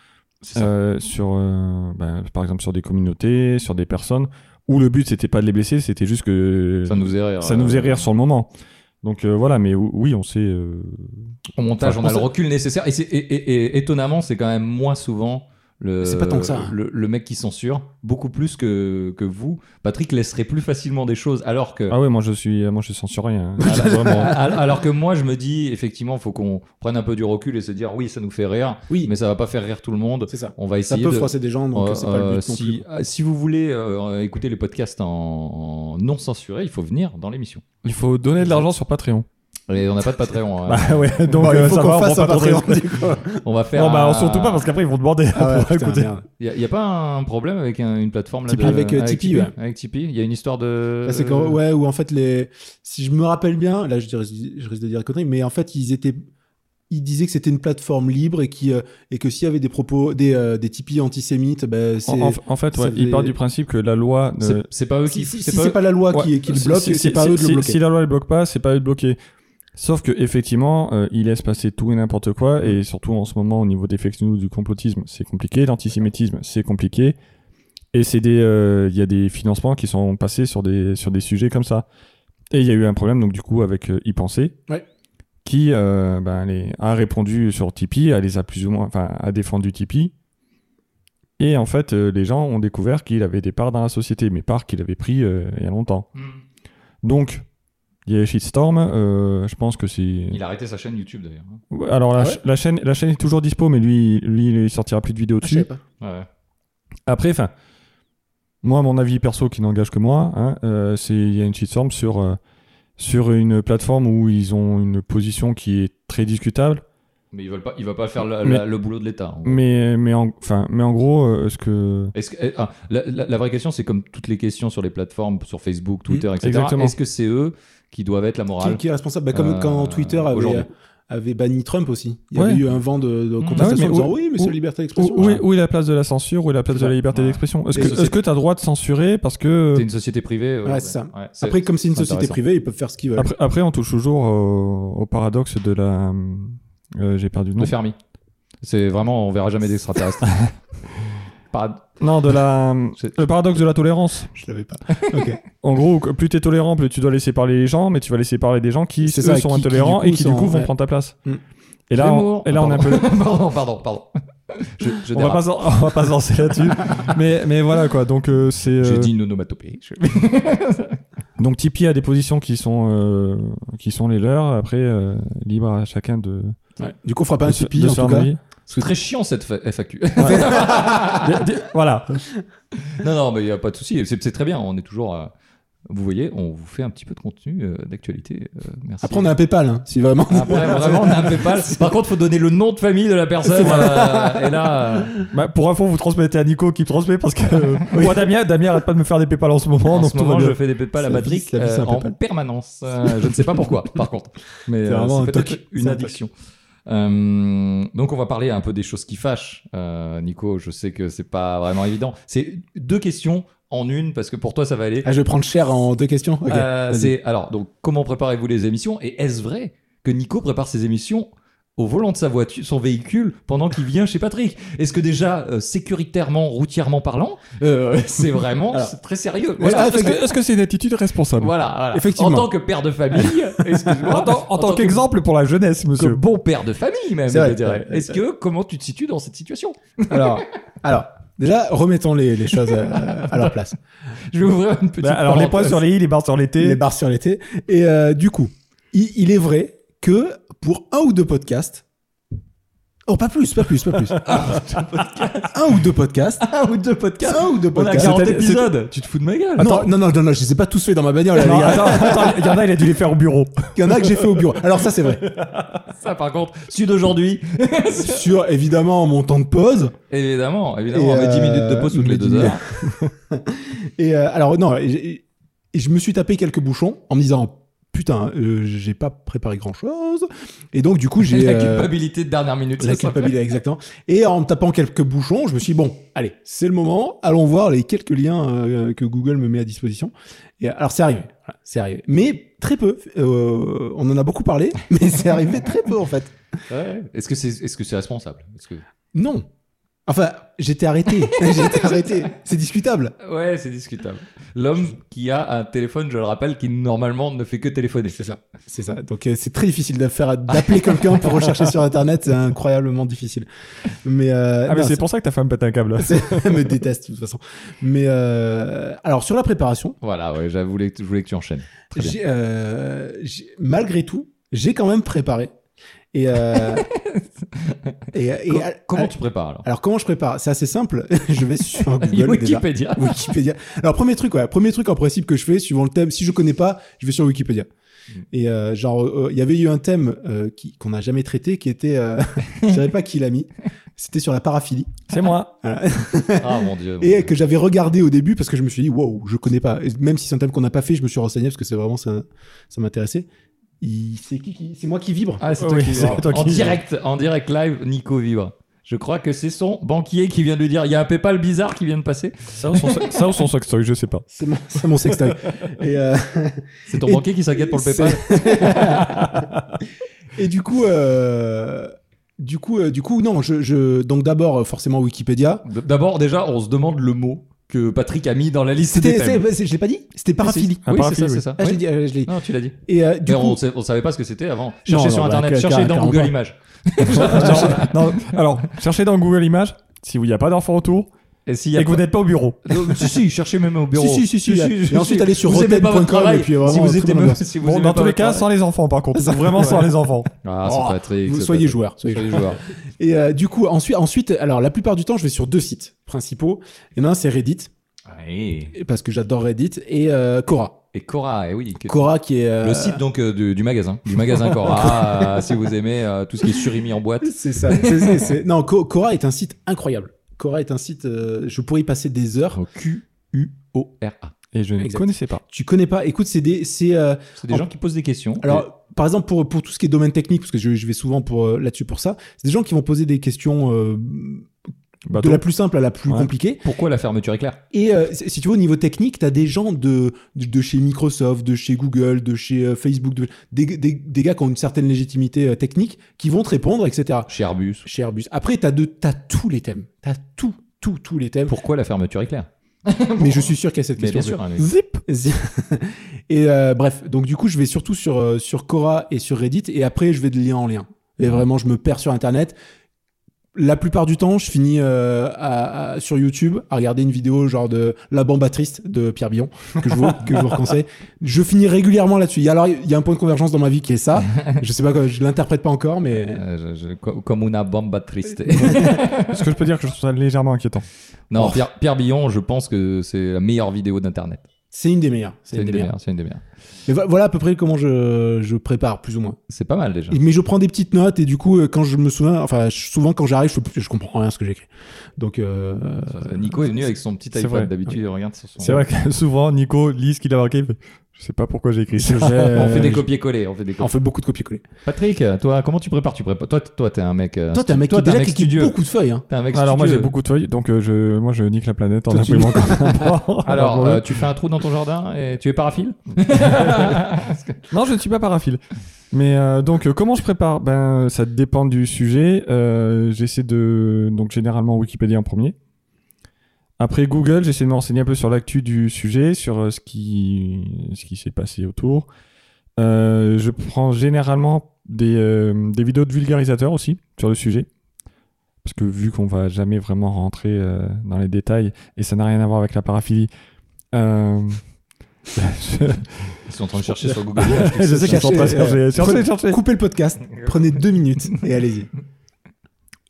S1: ça.
S2: euh, sur, euh, ben, par exemple sur des communautés, sur des personnes, où le but c'était pas de les blesser, c'était juste que
S1: ça nous faisait rire.
S2: ça nous faisait
S1: euh,
S2: rire sur le moment. Donc euh, voilà, mais ou- oui, on sait. euh,
S1: Au montage,
S2: Enfin,
S1: on a
S2: on
S1: le
S2: sait-
S1: recul nécessaire. Et, c'est- et- et- et étonnamment, c'est quand même moins souvent le,
S3: C'est pas tant que ça. hein.
S1: le, le mec qui censure, beaucoup plus que, que vous. Patrick laisserait plus facilement des choses, alors que,
S2: Ah ouais, moi je suis, moi je sens sur rien. hein. Vraiment.
S1: al- alors que moi, je me dis, effectivement, faut qu'on prenne un peu du recul et se dire, oui, ça nous fait rire,
S3: Oui,
S1: mais ça va pas faire rire tout le monde.
S3: c'est ça.
S1: On va
S3: Ça
S1: essayer
S3: peut
S1: de...
S3: froisser des gens, donc
S1: Euh,
S3: c'est pas le
S1: euh,
S3: but non
S1: si,
S3: plus.
S1: ah, si vous voulez euh, écouter les podcasts en, en non censuré, il faut venir dans l'émission.
S2: Il faut donner de l'argent sur Patreon.
S1: Et on n'a pas de Patreon. hein.
S2: Bah ouais, donc
S3: Bon,
S2: euh,
S3: il faut
S2: ça
S3: qu'on
S2: va, on
S3: fasse
S2: prend
S3: un
S2: pas trop de
S3: Patreon.
S2: risques.
S3: dis quoi.
S1: on va faire.
S2: Non, bah
S1: un-
S2: on surtout pas parce qu'après ils vont demander.
S3: Ah ouais,
S2: pour
S3: putain,
S2: écouter.
S3: merde.
S1: Il n'y a, pas un problème avec un- une plateforme là,
S3: Tipeee,
S1: de-
S3: avec, euh, Tipeee,
S1: Tipeee
S3: ouais.
S1: Avec Tipeee, il y a une histoire de.
S3: Là, Ah, c'est quand, ouais, ou en fait, les, si je me rappelle bien, là, je, dirais- je risque de dire des conneries, mais en fait, ils étaient, ils disaient que c'était une plateforme libre et qui, euh, et que s'il y avait des propos, des, euh, des tipis antisémites, ben, c'est,
S2: En, en- en fait,
S3: ça
S2: ouais, il
S3: faisait-
S2: part du principe que la loi ne,
S1: C'est- C'est pas eux qui.
S3: si, si-
S1: c'est
S3: si
S1: pas
S3: c'est
S1: eux-
S3: pas la loi
S2: Ouais.
S3: qui, qui le
S2: Si-
S3: bloque,
S2: si-
S3: c'est
S2: si-
S3: pas
S2: si-
S3: eux de
S2: si-
S3: le bloquer.
S2: Si la loi ne bloque pas, c'est pas eux de le bloquer. Sauf que effectivement, euh, il laisse passer tout et n'importe quoi, et surtout en ce moment au niveau des fake news, du complotisme, c'est compliqué, l'antisémitisme, c'est compliqué, et c'est des, euh, il y a des financements qui sont passés sur des sur des sujets comme ça. Et il y a eu un problème donc du coup avec euh, y penser,
S3: Ouais.
S2: qui euh, ben, les, a répondu sur Tipeee, a les a plus ou moins, enfin a défendu Tipeee. Et en fait, euh, les gens ont découvert qu'il avait des parts dans la société, mais parts qu'il avait pris euh, il y a longtemps.
S1: Hmm.
S2: Donc, il y a Shitstorm, euh, je pense que c'est...
S1: Il a arrêté sa chaîne YouTube d'ailleurs. hein.
S2: Ouais, Alors, la,
S3: Ah ouais
S2: ch- la chaîne, la chaîne est toujours dispo, mais lui, lui il sortira plus de vidéos
S3: Ah, je savais
S2: dessus.
S3: pas.
S1: Ouais.
S2: Après, enfin, moi, mon avis perso qui n'engage que moi, hein, euh, c'est il y a une shitstorm sur, euh, sur une plateforme où ils ont une position qui est très discutable,
S1: Mais ils veulent pas, ils veulent pas faire la-
S2: Mais-
S1: la- le boulot de l'État.
S3: Mm.
S1: en gros.
S2: mais, mais, en, enfin, mais en gros, euh, ce que...
S1: Est-ce que, eh, ah, la, la- la vraie question, c'est comme toutes les questions sur les plateformes, sur Facebook, Twitter, etc.
S2: exactement.
S1: Est-ce que c'est eux qui doivent être la
S3: Qui,
S1: morale
S3: Mm, qui est responsable? Bah, comme
S1: Euh,
S3: quand Twitter avait,
S1: aujourd'hui.
S3: avait banni Trump aussi. Il y
S2: Ouais.
S3: avait eu un vent de, de
S1: mais
S3: contestation en
S2: où-
S3: disant, oui, mais c'est
S2: où-
S3: la liberté
S2: Où,
S3: d'expression.
S2: où
S3: Ouais.
S2: est, où est la place de la censure Où est la place
S1: C'est
S2: de la
S1: ça,
S2: liberté
S1: ouais.
S2: d'expression Est-ce
S3: Et
S2: que
S1: c'est-
S2: tu as droit de censurer parce que...
S1: C'est une société privée. euh,
S3: Ouais, c'est ça.
S1: Ouais, c'est-
S3: Après, comme c'est une
S1: c'est
S3: société
S1: intéressant.
S3: privée, ils peuvent faire ce qu'ils veulent.
S2: Après, après, on touche toujours euh, au, au paradoxe de la. euh, J'ai perdu le nom.
S1: De Fermi. C'est vraiment, on verra jamais d'extraterrestres. Pas-
S2: Non, de la.
S1: C'est-
S2: Le paradoxe de la tolérance.
S3: Je l'avais pas. Ok.
S2: En gros, que- plus t'es tolérant, plus tu dois laisser parler les gens, mais tu vas laisser parler des gens qui eux,
S3: C'est ça,
S2: sont
S3: qui- qui,
S2: intolérants
S3: du coup,
S2: et qui du
S3: sont-
S2: coup vont
S3: ouais.
S2: prendre ta place.
S3: Mm.
S2: Et là, on,
S1: L'humour.
S2: et là, on est un peu.
S1: pardon, pardon, pardon. Je, je
S2: On va,
S1: dérape.
S2: pas, s'en- on va pas se lancer là-dessus. mais, mais voilà quoi, donc euh, c'est. euh,
S1: J'ai dit une onomatopée. Je-
S2: Donc Tipeee a des positions qui sont, euh, qui sont les leurs. Après, euh, libre à chacun de,
S3: Du coup, on fera pas
S2: de
S3: un
S2: se-
S3: Tipeee
S2: de
S3: en
S2: se
S3: tout cas.
S2: harmonier.
S1: C'est très chiant cette fa- FAQ.
S2: Des- des- voilà.
S1: non, non, mais il n'y a pas de souci. C'est c'est très bien. On est toujours. à- Vous voyez, on vous fait un petit peu de contenu euh, d'actualité. Euh, merci.
S3: Après, on a un PayPal, hein, si vraiment.
S1: Après, vraiment, on a un PayPal. Par contre, faut donner le nom de famille de la personne. euh, et là, euh,
S2: Bah, pour info, vous transmettez à Nico qui me transmet parce que euh, moi, Damien, Damien arrête pas de me faire des PayPal en ce moment.
S1: en
S2: donc
S1: ce
S2: tout va
S1: moment,
S2: bien.
S1: je fais des PayPal à
S3: Ça
S1: Patrick
S3: vit- ça vit, c'est
S1: euh,
S3: un
S1: en
S3: PayPal.
S1: permanence. Euh, je ne sais pas pourquoi, par contre. Mais
S3: C'est
S1: euh,
S3: vraiment
S1: c'est
S3: un
S1: peut-être
S3: toc.
S1: une
S3: C'est un
S1: addiction. Euh, donc, on va parler un peu des choses qui fâchent. Euh, Nico, je sais que c'est pas vraiment évident. C'est deux questions en une parce que pour toi, ça va aller.
S3: Ah, je vais prendre cher en deux questions. Ok,
S1: Euh,
S3: vas-y.
S1: c'est alors donc comment préparez-vous les émissions et est-ce vrai que Nico prépare ses émissions au volant de sa voiture, son véhicule, pendant qu'il vient chez Patrick Est-ce que déjà euh, sécuritairement, routièrement parlant, euh, c'est vraiment
S3: Alors.
S1: c'est très sérieux
S3: Ouais,
S1: Voilà,
S3: ah,
S2: Est-ce que est-ce que c'est une attitude responsable
S1: voilà, voilà.
S3: Effectivement.
S1: En tant que père de famille, excuse-moi,
S2: En tant, en tant qu'exemple pour la jeunesse,
S1: que
S2: monsieur.
S1: bon père de famille même,
S3: C'est vrai.
S1: je dirais.
S3: Ouais.
S1: Est-ce que comment tu te situes dans cette situation
S3: Alors, alors, déjà, remettons les, les choses euh, à leur place.
S1: Je vais ouvrir une petite.
S2: Bah, alors, les points
S1: parenthèse.
S2: sur les i, les barres sur les t.
S3: Les barres sur l'été. Et euh, du coup, il, il est vrai que pour un ou deux podcasts, oh pas plus, pas plus, pas plus, un ou deux podcasts,
S1: un ou deux podcasts.
S3: un ou deux
S1: On a
S3: podcasts.
S1: 40
S2: C'est-à-dire-
S1: épisodes. Tu te fous de ma gueule
S3: Non, non, non, non, non, je les ai pas tous faits dans ma bagnole. là, les
S2: Non,
S3: gars.
S2: attends, attends, il y en a, il a dû les faire au bureau.
S3: Il y en a que j'ai fait au bureau. Alors ça, c'est vrai.
S1: Ça, par contre, celui d'aujourd'hui,
S3: Sur évidemment mon temps de pause.
S1: Évidemment, évidemment,
S3: Et,
S1: mais 10
S3: euh,
S1: minutes de pause toutes
S3: mais
S1: les
S3: 10
S1: deux
S3: minutes.
S1: heures.
S3: Et euh, alors non, j'ai- et je me suis tapé quelques bouchons en me disant putain, euh, j'ai pas préparé grand chose. Et donc du coup, j'ai
S1: la
S3: euh,
S1: culpabilité de dernière minute.
S3: La
S1: ça, ça
S3: culpabilité, exactement. Et en me tapant quelques bouchons, je me suis dit, bon, allez, c'est le moment, allons voir les quelques liens euh, que Google me met à disposition. Et alors, c'est arrivé, Voilà, c'est arrivé. Mais très peu, Euh, on en a beaucoup parlé, mais c'est arrivé très peu, en fait.
S1: fait. Ouais. Est-ce que c'est est-ce que c'est responsable Est-ce que-
S3: Non. Enfin, j'étais arrêté, j'étais arrêté, c'est discutable.
S1: Ouais, c'est discutable. L'homme qui a un téléphone, je le rappelle, qui normalement ne fait que téléphoner. C'est ça.
S3: C'est ça. Donc euh, c'est très difficile de faire d'appeler quelqu'un pour rechercher sur internet, c'est incroyablement difficile. Mais euh,
S2: Ah, mais
S3: non,
S2: c'est pour ça que ta femme pète un câble.
S3: c'est- elle me déteste de toute façon. Mais euh, alors sur la préparation,
S1: Voilà, ouais, j'avoue, je voulais que tu enchaînes. Très bien.
S3: J'ai, euh, j'ai- malgré tout, j'ai quand même préparé. Et, euh, et, et-
S1: Com-
S3: al-
S1: comment
S3: al-
S1: tu prépares alors
S3: alors comment je prépare C'est assez simple. je vais sur
S1: Il y a
S3: Google déjà.
S1: Wikipédia.
S3: Wikipédia. Alors premier truc, ouais, premier truc en principe que je fais, suivant le thème, si je connais pas, je vais sur Wikipédia.
S1: Mm.
S3: Et euh, genre, euh, il y avait eu un thème euh, qui qu'on n'a jamais traité, qui était, euh, je savais pas qui l'a mis. C'était sur la paraphilie.
S2: C'est moi.
S1: Ah mon dieu. mon
S3: Et
S1: Dieu.
S3: que j'avais regardé au début parce que je me suis dit, wow, je connais pas. Et même si c'est un thème qu'on n'a pas fait, je me suis renseigné parce que c'est vraiment ça, ça m'intéressait. Il- C'est qui, qui- C'est moi qui vibre.
S1: Ah, c'est
S2: Oui,
S1: toi qui
S2: c'est
S1: vibre.
S2: toi
S1: en
S2: qui-
S1: direct, en direct live, Nico vibre. Je crois que c'est son banquier qui vient de lui dire il y a un PayPal bizarre qui vient de passer.
S2: Ça ou son, ça ou son sextoy, je sais pas.
S3: C'est mon, c'est mon sextoy. Et, euh,
S1: C'est ton
S3: Et-
S1: banquier qui s'inquiète pour le PayPal.
S3: et du coup, euh, du coup, euh, du coup, non. Je, je- donc d'abord, euh, forcément Wikipédia.
S1: D- D'abord, déjà, on se demande le mot que Patrick a mis dans la liste des
S3: C'était,
S1: thèmes.
S3: c'est- c'est- je l'ai pas dit. C'était paraphilie.
S2: Ah,
S1: oui, c'est
S2: paraphilie,
S1: ça,
S2: oui.
S1: c'est ça.
S3: Ah, je
S1: Oui.
S3: l'ai dit. euh, je l'ai dit.
S1: Non, tu l'as dit.
S3: Et euh, du
S1: Mais on,
S3: coup,
S1: sait- on savait pas ce que c'était avant. Cherchez sur
S3: non, bah,
S1: Internet,
S3: car-
S1: cherchez dans
S3: carrément
S1: Google
S3: pas.
S1: Images.
S2: Non, alors, cherchez dans Google Images si il n'y a pas d'enfant autour
S1: Et s'il y a
S2: et que vous n'êtes pas au bureau.
S1: pas- Non, si, si, cherchez même au bureau.
S3: Si, si, si, si, là. Et ensuite, allez sur
S1: Vous aimez pas votre
S3: rotten.com,
S1: travail,
S3: et puis vraiment,
S1: si vous
S3: très
S1: êtes
S3: bonne ambiance.
S1: si vous
S2: Bon,
S1: aimez
S2: dans
S1: pas
S2: tous les
S1: votre
S2: cas,
S1: travail.
S2: sans les enfants, par contre. Vraiment sans les enfants.
S1: Ah, c'est
S3: Oh,
S1: Patrick.
S3: vous
S1: c'est
S3: soyez
S1: Patrick.
S3: joueur. soyez
S1: Soyez joueur.
S3: Et euh, du coup, ensuite, ensuite, alors la plupart du temps, je vais sur deux sites principaux. Il y en a un, c'est Reddit,
S1: Ouais.
S3: parce que j'adore Reddit, et euh, Quora.
S1: Et Cora, eh oui. que-
S3: Quora qui est... euh,
S1: Le site donc euh, du, du magasin. Du magasin Cora, euh, si vous aimez euh, tout ce qui est surimi en boîte.
S3: C'est ça. c'est- c'est- c'est- Non, Co- Quora est un site incroyable. Quora est un site... euh, je pourrais y passer des
S1: Oh.
S3: heures.
S1: Q-U-O-R-A.
S2: Et je ne
S3: Exact.
S2: connaissais pas.
S3: Tu connais pas... Écoute, c'est des... c'est, euh,
S1: C'est des
S3: En-
S1: gens qui posent des questions.
S3: Alors, par exemple, pour, pour tout ce qui est domaine technique, parce que je, je vais souvent pour euh, là-dessus pour ça, c'est des gens qui vont poser des questions euh, de
S2: Bateau.
S3: la plus simple à la plus
S2: Ouais.
S3: compliquée.
S1: Et pourquoi la fermeture éclair
S3: Et euh, si si tu veux, au niveau technique, tu as des gens de, de, de chez Microsoft, de chez Google, de chez euh, Facebook, de- des, des, des gars qui ont une certaine légitimité euh, technique, qui vont te répondre, etc.
S1: Chez Airbus.
S3: Chez Airbus. Après, tu as, tous les thèmes. Tu as tout, tout, tous les thèmes.
S1: Pourquoi la fermeture éclair
S3: Mais je suis sûr qu'il y a cette
S1: Mais
S3: question.
S1: bien sûr, hein, mais-
S3: Zip Et euh, bref, donc du coup, je vais surtout sur, euh, sur Quora et sur Reddit, et après, je vais de lien en lien. Et vraiment, je me perds sur Internet. la plupart du temps, je finis euh, à- à- sur YouTube à regarder une vidéo genre de La Bamba Triste de Pierre Billon, que je vous, que je vous conseille. Je finis régulièrement là-dessus. Il y a- Alors, il y a un point de convergence dans ma vie qui est ça. Je sais pas, quoi, je l'interprète pas encore, mais
S1: Euh, je- je- co- comme una bomba triste.
S2: Est-ce que je peux dire que je trouve ça légèrement inquiétant
S1: non,
S3: Oh.
S1: Pierre, Pierre Billon, je pense que c'est la meilleure vidéo d'internet.
S3: c'est une des meilleures.
S1: C'est une, des meilleures. C'est une des meilleures.
S3: Mais vo- voilà à peu près comment je, je prépare, plus ou moins.
S1: C'est pas mal déjà.
S3: Et- Mais je prends des petites notes et du coup, euh, quand je me souviens, enfin, je- souvent quand j'arrive, je, je comprends rien à ce que j'écris. Donc, euh,
S1: Euh, Nico est venu avec son petit
S2: c'est vrai.
S1: iPhone. D'habitude, il regarde sur son.
S2: C'est vrai que souvent, Nico lit ce qu'il a marqué. il fait, Je sais pas pourquoi j'ai écrit ça.
S1: On fait
S2: euh,
S1: des
S3: copier
S1: copier-coller. On fait des
S3: On
S1: copier
S3: fait beaucoup de copier-coller.
S1: Patrick, euh, toi, comment tu prépares Tu prépares. Toi, t- toi, t'es un mec. euh,
S3: Toi, t'es un mec
S1: toi,
S3: qui,
S1: t'es un
S3: déjà,
S1: mec
S3: qui équipe
S1: studieux.
S3: beaucoup de feuilles. Hein.
S1: T'es un mec
S2: Alors, moi, j'ai
S1: studieux.
S2: beaucoup de feuilles, donc euh, je, moi, je nique la planète en
S3: Toi, tu-
S2: imprimant comme un porc. Ah,
S1: Alors, euh, tu fais un trou dans ton jardin et tu es paraphile
S2: Non, je ne suis pas paraphile. Mais euh, donc, euh, comment je prépare Ben, ça dépend du sujet. Euh, j'essaie de. Donc, généralement, Wikipédia en premier. Après Google, j'essaie de me renseigner un peu sur l'actu du sujet, sur euh, ce qui, ce qui s'est passé autour. Euh, je prends généralement des, euh, des vidéos de vulgarisateurs aussi sur le sujet. Parce que vu qu'on va jamais vraiment rentrer euh, dans les détails et ça n'a rien à voir avec la paraphilie, euh, je-
S1: Ils sont en train de chercher sur Google.
S2: je sais qu'ils sont en train de
S3: Cherchez,
S2: chercher.
S3: euh,
S2: Cherchez,
S3: prenez-
S2: cherchez.
S3: Coupez le podcast, prenez deux minutes et allez-y.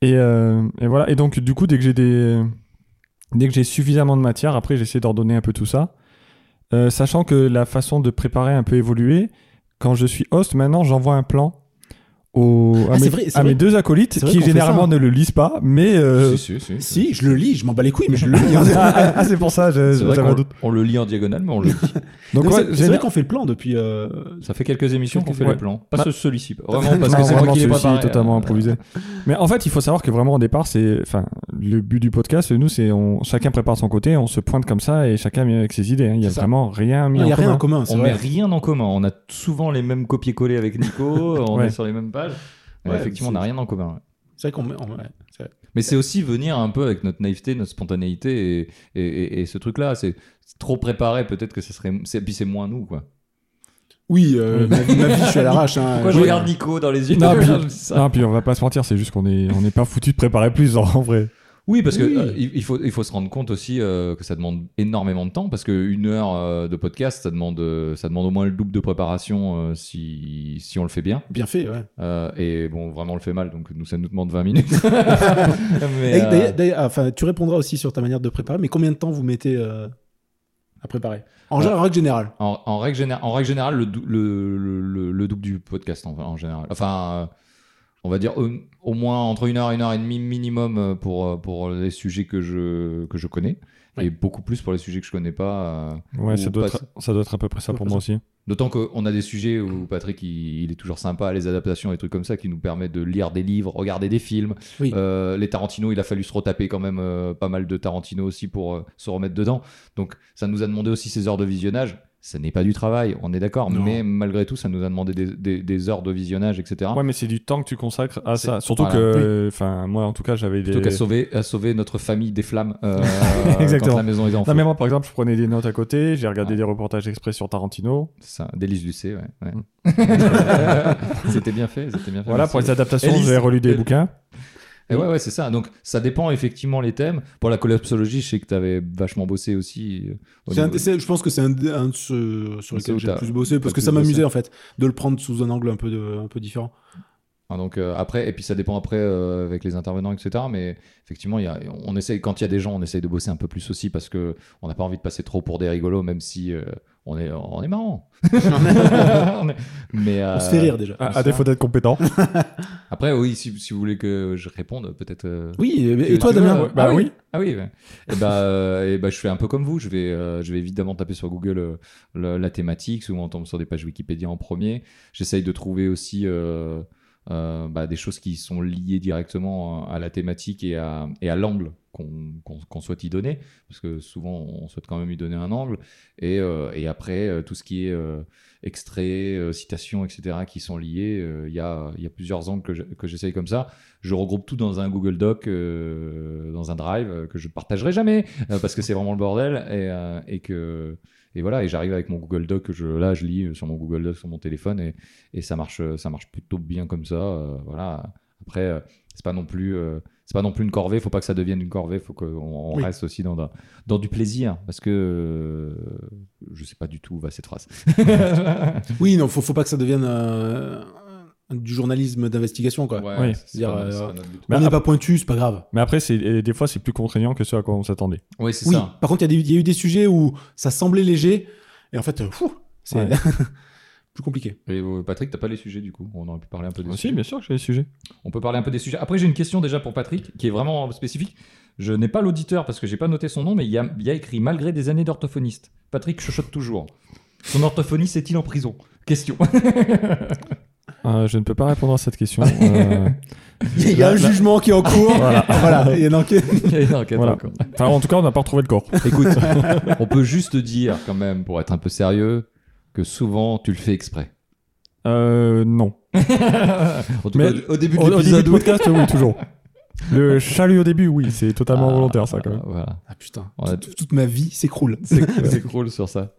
S2: Et, euh, et voilà. Et donc, du coup, dès que j'ai des, dès que j'ai suffisamment de matière, après, j'essaie d'ordonner un peu tout ça, Euh, sachant que la façon de préparer a un peu évolué. Quand je suis host, maintenant, j'envoie un plan au, à,
S3: Ah, c'est
S2: mes,
S3: vrai, c'est
S2: à mes
S3: vrai.
S2: deux acolytes
S3: C'est vrai
S2: qui
S3: qu'on fait
S2: généralement
S3: ça, hein.
S2: ne le lisent pas, mais euh,
S1: Si, si, si.
S3: Si, je le lis, je m'en bats les couilles, mais je le lis. hein.
S2: ah, ah, c'est pour ça. je-
S1: C'est vrai
S2: j'avais un
S1: qu'on
S2: doute.
S1: on le lit en diagonale, mais on le lit.
S2: Donc,
S3: Non,
S2: ouais,
S3: c'est- c'est
S2: géné-
S3: vrai qu'on fait le plan depuis. euh,
S1: Ça fait quelques émissions qu'on fait
S2: Ouais.
S1: le plan. Pas
S2: Bah-
S1: ce- celui-ci. Vraiment, parce
S2: Non,
S1: que c'est moi
S2: vraiment,
S1: qui l'ai
S2: celui-ci est
S1: préparé.
S2: totalement
S1: Euh,
S2: improvisé. Mais en fait, il faut savoir que vraiment au départ, c'est, enfin, le but du podcast, nous, c'est on, chacun prépare son côté, on se pointe comme ça et chacun vient avec ses idées. hein. Il y a
S3: C'est ça.
S2: vraiment rien mis
S3: Il
S2: en
S3: n'y a rien
S2: commun.
S3: en commun, c'est
S1: On met
S3: vrai.
S1: rien en commun. On a souvent les mêmes copier-coller avec Nico. on
S2: Ouais.
S1: est sur les mêmes pages. Mais
S3: Ouais,
S1: effectivement, on n'a
S3: c'est-
S1: rien en commun. ouais.
S3: C'est vrai qu'on met. on- ouais, c'est vrai.
S1: Mais c'est aussi venir un peu avec notre naïveté, notre spontanéité et, et- et- et ce truc-là. C'est c'est trop préparé. Peut-être que ce serait. c'est- Puis c'est moins nous, quoi.
S3: Oui, euh, ma, ma vie, je suis à l'arrache. hein.
S1: Pourquoi je
S3: Oui.
S1: regarde Nico dans les yeux
S2: Non, puis-
S1: Je dis ça.
S2: Non, puis on va pas se mentir, c'est juste qu'on est, on n'est pas foutu de préparer plus en vrai.
S1: Oui, parce que
S3: Oui.
S1: euh, il il faut il faut se rendre compte aussi euh, que ça demande énormément de temps parce que une heure euh, de podcast ça demande euh, ça demande au moins le double de préparation euh, si si on le fait bien
S3: Bien fait, ouais.
S1: Euh, et bon vraiment on le fait mal donc nous ça nous demande 20 minutes. Mais,
S3: Et
S1: euh,
S3: d'ailleurs- d'ailleurs, ah, enfin, tu répondras aussi sur ta manière de préparer, mais combien de temps vous mettez euh, à préparer En
S1: Ouais.
S3: général, règle générale.
S1: en, en règle générale en règle générale le dou- le, le- le- le double du podcast en, en général enfin euh, on va dire au, au moins entre une heure et une heure et demie minimum euh, pour euh, pour les sujets que je que je connais et beaucoup plus pour les sujets que je connais pas. euh,
S2: Ouais,
S1: Ou
S2: ça doit,
S1: pas-
S2: être, ça doit être à peu près ça
S3: peu
S2: pour
S3: près
S2: moi aussi.
S1: D'autant qu'on a des sujets où Patrick, il, il est toujours sympa, les adaptations et trucs comme ça, qui nous permettent de lire des livres, regarder des films.
S3: Oui.
S1: Euh, les Tarantino, il a fallu se retaper quand même euh, pas mal de Tarantino aussi pour euh, se remettre dedans. Donc ça nous a demandé aussi ces heures de visionnage. Ce n'est pas du travail, on est d'accord,
S3: Non.
S1: mais malgré tout, ça nous a demandé des, des- des heures de visionnage, etc.
S2: Ouais, mais c'est du temps que tu consacres à
S1: C'est-
S2: ça. Surtout
S1: voilà.
S2: que, enfin, moi, en tout cas, j'avais des.
S1: Plutôt qu'à sauver, à sauver notre famille des flammes euh,
S2: Exactement.
S1: quand la maison est en feu.
S2: Non, mais moi, par exemple, je prenais des notes à côté, j'ai regardé
S1: Ah.
S2: des reportages exprès sur Tarantino.
S1: C'est ça, délice du C, ouais. ouais. c'était bien fait, c'était bien fait.
S2: Voilà,
S1: merci.
S2: pour les adaptations,
S1: Élise-
S2: j'ai relu des
S1: Él-
S2: bouquins.
S1: Et ouais, ouais, c'est ça. Donc, ça dépend effectivement les thèmes. Pour la collapsologie, je sais que tu avais vachement bossé aussi. euh, au
S3: C'est un-
S1: niveau-
S3: c'est- je pense que c'est un, de- un de ceux sur
S1: C'est
S3: lesquels
S1: où
S3: j'ai
S1: t'as-
S3: le plus bossé,
S1: t'as
S3: parce que
S1: plus
S3: ça
S1: bossé.
S3: m'amusait en fait de le prendre sous un angle un peu, de- un peu différent.
S1: Hein, donc, euh, après, et puis ça dépend après euh, avec les intervenants, etc. Mais effectivement, il y a, on essaye, quand il y a des gens, on essaye de bosser un peu plus aussi parce que on n'a pas envie de passer trop pour des rigolos, même si euh, on, est, on est marrant. On est- Mais,
S3: On se fait rire déjà.
S2: À,
S1: Ah, c'est ça.
S2: à défaut d'être compétent.
S1: Après, oui, si, si vous voulez que je réponde, peut-être. euh,
S3: Oui, et, et
S1: Tu-
S3: toi
S1: tu veux,
S3: Damien
S1: ouais.
S2: bah
S1: Ah
S2: oui.
S1: Ah oui, ouais. et bah, euh, et bah, je fais un peu comme vous. Je vais, euh, je vais évidemment taper sur Google euh, le- la thématique. Souvent, on tombe sur des pages Wikipédia en premier. J'essaye de trouver aussi euh, euh, bah, des choses qui sont liées directement euh, à la thématique et à, et à l'angle qu'on qu'on- qu'on souhaite y donner, parce que souvent on souhaite quand même y donner un angle. Et, euh, et après, euh, tout ce qui est euh, extrait, euh, citation, etc., qui sont liés, euh, il y, a, il y a plusieurs angles que je- que j'essaye comme ça je regroupe tout dans un Google Doc, euh, dans un Drive euh, que je partagerai jamais euh, parce que c'est vraiment le bordel et, euh, et que et voilà et j'arrive avec mon Google Doc que je là je lis sur mon Google Doc sur mon téléphone et, et ça marche euh, ça marche plutôt bien comme ça euh, voilà après euh, c'est pas non plus euh,
S4: c'est pas non plus une corvée, faut pas que ça devienne une corvée, faut qu'on on
S3: Oui.
S4: reste aussi dans, d'un- dans du plaisir, parce que euh, je sais pas du tout où va cette phrase.
S3: Oui, non, faut, faut pas que ça devienne euh, du journalisme d'investigation, quoi.
S4: Ouais,
S2: Oui.
S4: c'est pas-
S3: C'est-à-dire,
S4: c'est
S3: euh,
S4: pas notre but.
S2: Bah,
S3: on n'est
S2: ap-
S3: pas pointu, c'est pas grave.
S2: Mais après, c'est- et des fois, c'est plus contraignant que ce à quoi on s'attendait.
S4: Ouais, c'est
S3: Oui,
S4: ça.
S3: par contre, il y, a des- il y a eu des sujets où ça semblait léger, et en fait, euh, fou, c'est
S2: Ouais.
S3: plus compliqué.
S4: Et, euh, Patrick, t'as pas les sujets du coup On aurait pu parler un peu des
S2: Ah, Si,
S4: sujets.
S2: bien sûr que j'ai des sujets.
S4: On peut parler un peu des sujets. Après, j'ai une question déjà pour Patrick, qui est vraiment spécifique. Je n'ai pas l'auditeur parce que j'ai pas noté son nom, mais il y a, il y a écrit malgré des années d'orthophoniste. Patrick chuchote toujours. Son orthophoniste est-il en prison Question.
S2: Euh, je ne peux pas répondre à cette question. Euh,
S3: Il y a un jugement qui est en cours. voilà. il y a une enquête.
S4: Il y a une enquête
S2: Voilà.
S4: encore.
S2: Enfin, en tout cas, on n'a pas retrouvé le corps.
S4: Écoute, on peut juste dire quand même, pour être un peu sérieux, que souvent tu le fais exprès.
S2: Euh, non.
S4: En tout
S2: Mais
S4: cas, au début
S2: Au, au
S4: de
S2: début
S4: l'épisode.
S2: du podcast, oui, toujours. Le chalut au début, oui, c'est totalement
S4: Ah,
S2: volontaire, ça,
S1: Euh.
S2: quand même.
S4: Voilà.
S3: Ah putain,
S4: On a-
S3: toute, toute ma vie s'écroule.
S4: C'est cool sur ça.